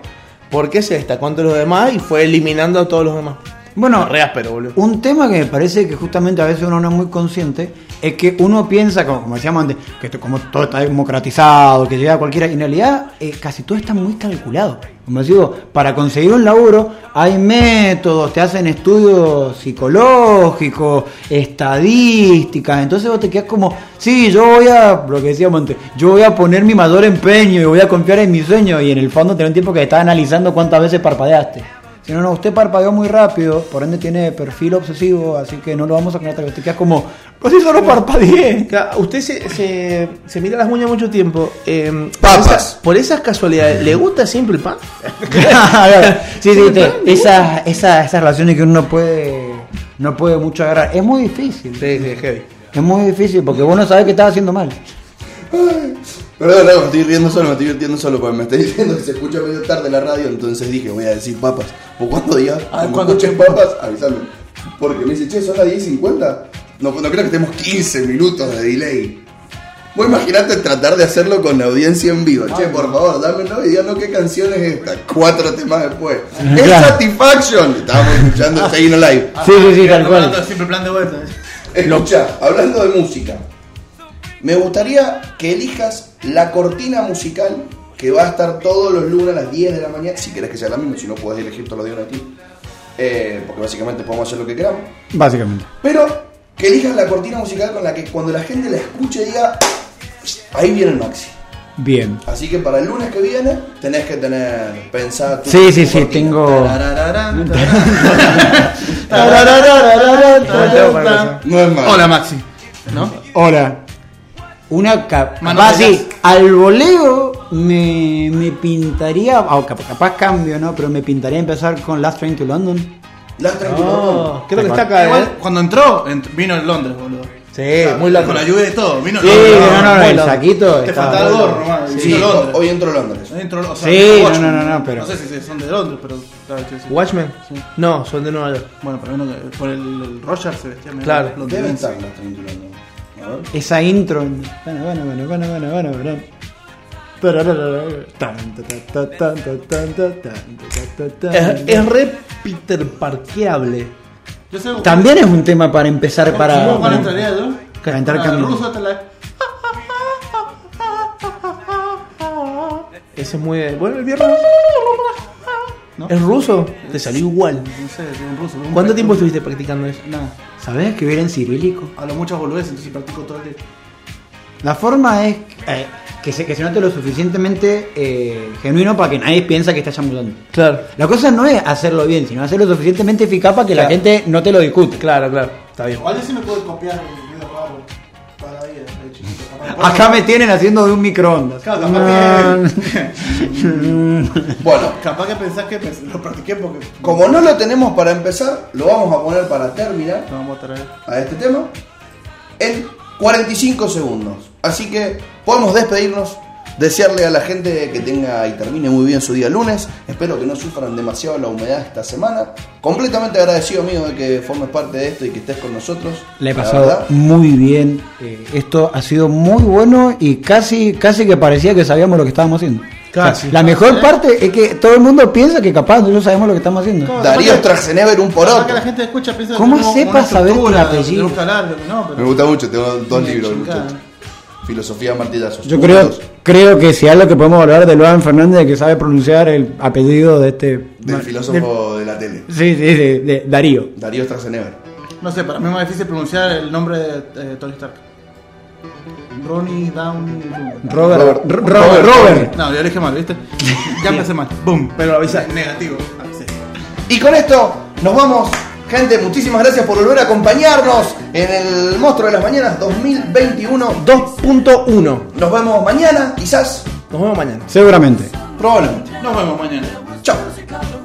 S2: porque se destacó ante los demás y fue eliminando a todos los demás.
S4: Bueno,
S2: Re áspero, boludo.
S4: Un tema que me parece que justamente a veces uno no es muy consciente es que uno piensa, como, como decíamos antes, que esto- como todo está democratizado, que llega a cualquiera, y en realidad eh, casi todo está muy calculado. Como digo, para conseguir un laburo hay métodos, te hacen estudios psicológicos, estadísticas, entonces vos te quedas como, sí, yo voy a, lo que decíamos antes, yo voy a poner mi mayor empeño y voy a confiar en mi sueño y en el fondo tenés un tiempo que está analizando cuántas veces parpadeaste. Si no, no, usted parpadeó muy rápido, por ende tiene perfil obsesivo, así que no lo vamos a conectar. Te quedas como, pues si solo parpadeé.
S2: Ca- Usted se, se, se mira las uñas mucho tiempo. eh,
S1: Papas.
S2: Por, esas, por esas casualidades, ¿le gusta Simple Pan?
S4: [laughs] Claro. sí, sí, te-
S2: Simple Pan,
S4: esas, esas, esas relaciones que uno puede, no puede mucho agarrar. Es muy difícil.
S2: Sí, sí, heavy.
S4: Es muy difícil porque vos no sabés que estás haciendo mal.
S1: Perdón, no, me estoy riendo solo, me estoy divirtiendo solo, porque me estoy diciendo que se escucha medio tarde la radio, entonces dije, voy a decir papas. Vos cuando digas, cuando escuches papas, avísame. Porque me dice, che, son las 10.50. No, no creo que estemos 15 minutos de delay. Vos imaginate tratar de hacerlo con la audiencia en vivo. Che, por favor, dámelo y díganos qué canción es esta. Cuatro temas después. ¡Es
S4: Claro.
S1: Satisfaction! Estábamos escuchando Staying Alive.
S4: Sí, sí, Ah, sí, tal cual.
S10: Hablando de Simple plan de vuelta.
S1: Escucha, hablando de música, me gustaría que elijas la cortina musical que va a estar todos los lunes a las 10 de la mañana, si querés que sea la misma, si no puedes elegir todos los días una a ti, Eh, porque básicamente podemos hacer lo que queramos,
S4: Básicamente.
S1: pero que elijas la cortina musical con la que cuando la gente la escuche diga, ahí viene el Maxi.
S4: Bien.
S1: Así que para el lunes que viene tenés que tener pensada tu
S4: Sí, sí,
S1: tu
S4: sí,
S1: cortina.
S4: tengo-
S1: Tarararán, tararán. No es malo.
S10: Hola, Maxi.
S4: Ahora, una capa
S10: Mano de gas.
S4: así, al voleo me, me pintaría, ah, cap- capaz cambio, ¿no? Pero me pintaría empezar con Last Train to London.
S1: Las tranquilo.
S2: creo que está acá, ¿eh?
S10: Igual, cuando entró, ent- vino en Londres, boludo.
S2: Sí, muy largo.
S3: Con la lluvia y todo. Vino
S4: Sí,
S3: Londres.
S4: no, no, no,
S2: muy
S4: Ah, el
S2: loco.
S4: saquito.
S3: Te
S4: estaba-
S3: faltaba el gorro,
S4: Ah,
S3: nomás.
S2: Sí.
S3: Vino Londres.
S1: Hoy entro a Londres.
S3: Dentro, o sea,
S2: Sí,
S3: de
S2: no,
S3: Watchmen.
S17: no, no, no, pero-
S3: No sé si son de Londres, pero. Claro, sí, sí.
S2: ¿Watchmen? No, son de Nueva York.
S3: Bueno, pero bueno, que por el, el Roger se vestía medio
S2: Claro.
S1: ¿Qué
S3: londinense.
S1: ventaja estás vinculando? A ver.
S4: Esa intro. Bueno, bueno, bueno, bueno, bueno, bueno, bueno.
S2: Es, es re Peter Parqueable.
S3: Yo sé.
S4: También es un tema para empezar para.
S3: ¿Cómo van a entrar yo?
S4: Para entrar
S3: Con la
S4: camino.
S3: ruso hasta la.
S2: Ese es muy. de- Bueno, el viernes.
S3: ¿No?
S2: ¿Es ruso? Te salió igual.
S3: No sé, de un ruso. de un-
S2: ¿Cuánto tiempo estuviste practicando eso?
S3: Nada.
S4: ¿Sabés que hubiera en cirílico?
S3: A lo muchas boludeces, entonces practico todo el día.
S4: La forma es eh, que, se, que se note lo suficientemente eh, genuino para que nadie piensa que estás mudando.
S2: Claro.
S4: La cosa no es hacerlo bien, sino hacerlo suficientemente eficaz para que la
S2: Claro.
S4: gente no te lo discute.
S2: Claro, claro. Está bien.
S3: Igual yo sí me puedo copiar el video raro. Para ahí, de chiquito.
S4: Acá me tienen haciendo de un microondas.
S3: Claro, capaz
S1: Bueno,
S3: Capaz que pensás que pues, lo practiqué porque.
S1: como no lo tenemos para empezar, lo vamos a poner para terminar
S3: No vamos a traer.
S1: a este tema en 45 segundos. Así que podemos despedirnos, desearle a la gente que tenga y termine muy bien su día lunes. Espero que no sufran demasiado la humedad esta semana. Completamente agradecido, amigo, de que formes parte de esto y que estés con nosotros.
S4: Le he
S1: La
S4: pasado
S1: verdad,
S4: muy bien. Eh, esto ha sido muy bueno y casi, casi que parecía que sabíamos lo que estábamos haciendo.
S2: Casi.
S4: O sea, la mejor parte es que todo el mundo piensa que capaz nosotros sabemos lo que estamos haciendo.
S1: Darío Strasenever un
S3: Capaz que
S1: poroto.
S3: la gente escucha piensa que
S4: ¿Cómo
S3: tenemos
S4: hace
S3: una
S4: para saber tu
S3: estructura,
S4: apellido?
S3: tenemos que hablar, que no, pero.
S1: Me gusta mucho, tengo dos
S3: Una
S1: libros,
S3: chingada.
S1: muchachos. Filosofía martillazos.
S4: Yo
S1: Uno,
S4: creo,
S1: dos.
S4: creo que si algo que podemos hablar de Luan Fernández que sabe pronunciar el apellido de este.
S1: Del filósofo de la tele.
S4: del- sí, sí, de, de Darío.
S1: Darío Strasenever.
S3: No sé, para mí es más difícil pronunciar el nombre de eh, Tony Stark. Ronnie Downey Jr.
S4: Ah, Robert.
S1: Robert.
S4: Ro- Robert. Robert.
S3: No, ya lo dije mal, ¿viste? ya empecé mal. Boom.
S2: Pero avisa.
S3: Negativo. Ah, sí.
S1: Y con esto nos vamos. Gente, muchísimas gracias por volver a acompañarnos en el Monstruo de las Mañanas 2021.
S2: 2.1. Nos
S1: Nos vemos mañana, quizás,
S2: vemos mañana.
S4: Seguramente.
S1: probablemente.
S3: Nos vemos mañana.
S1: Chao.
S18: Yo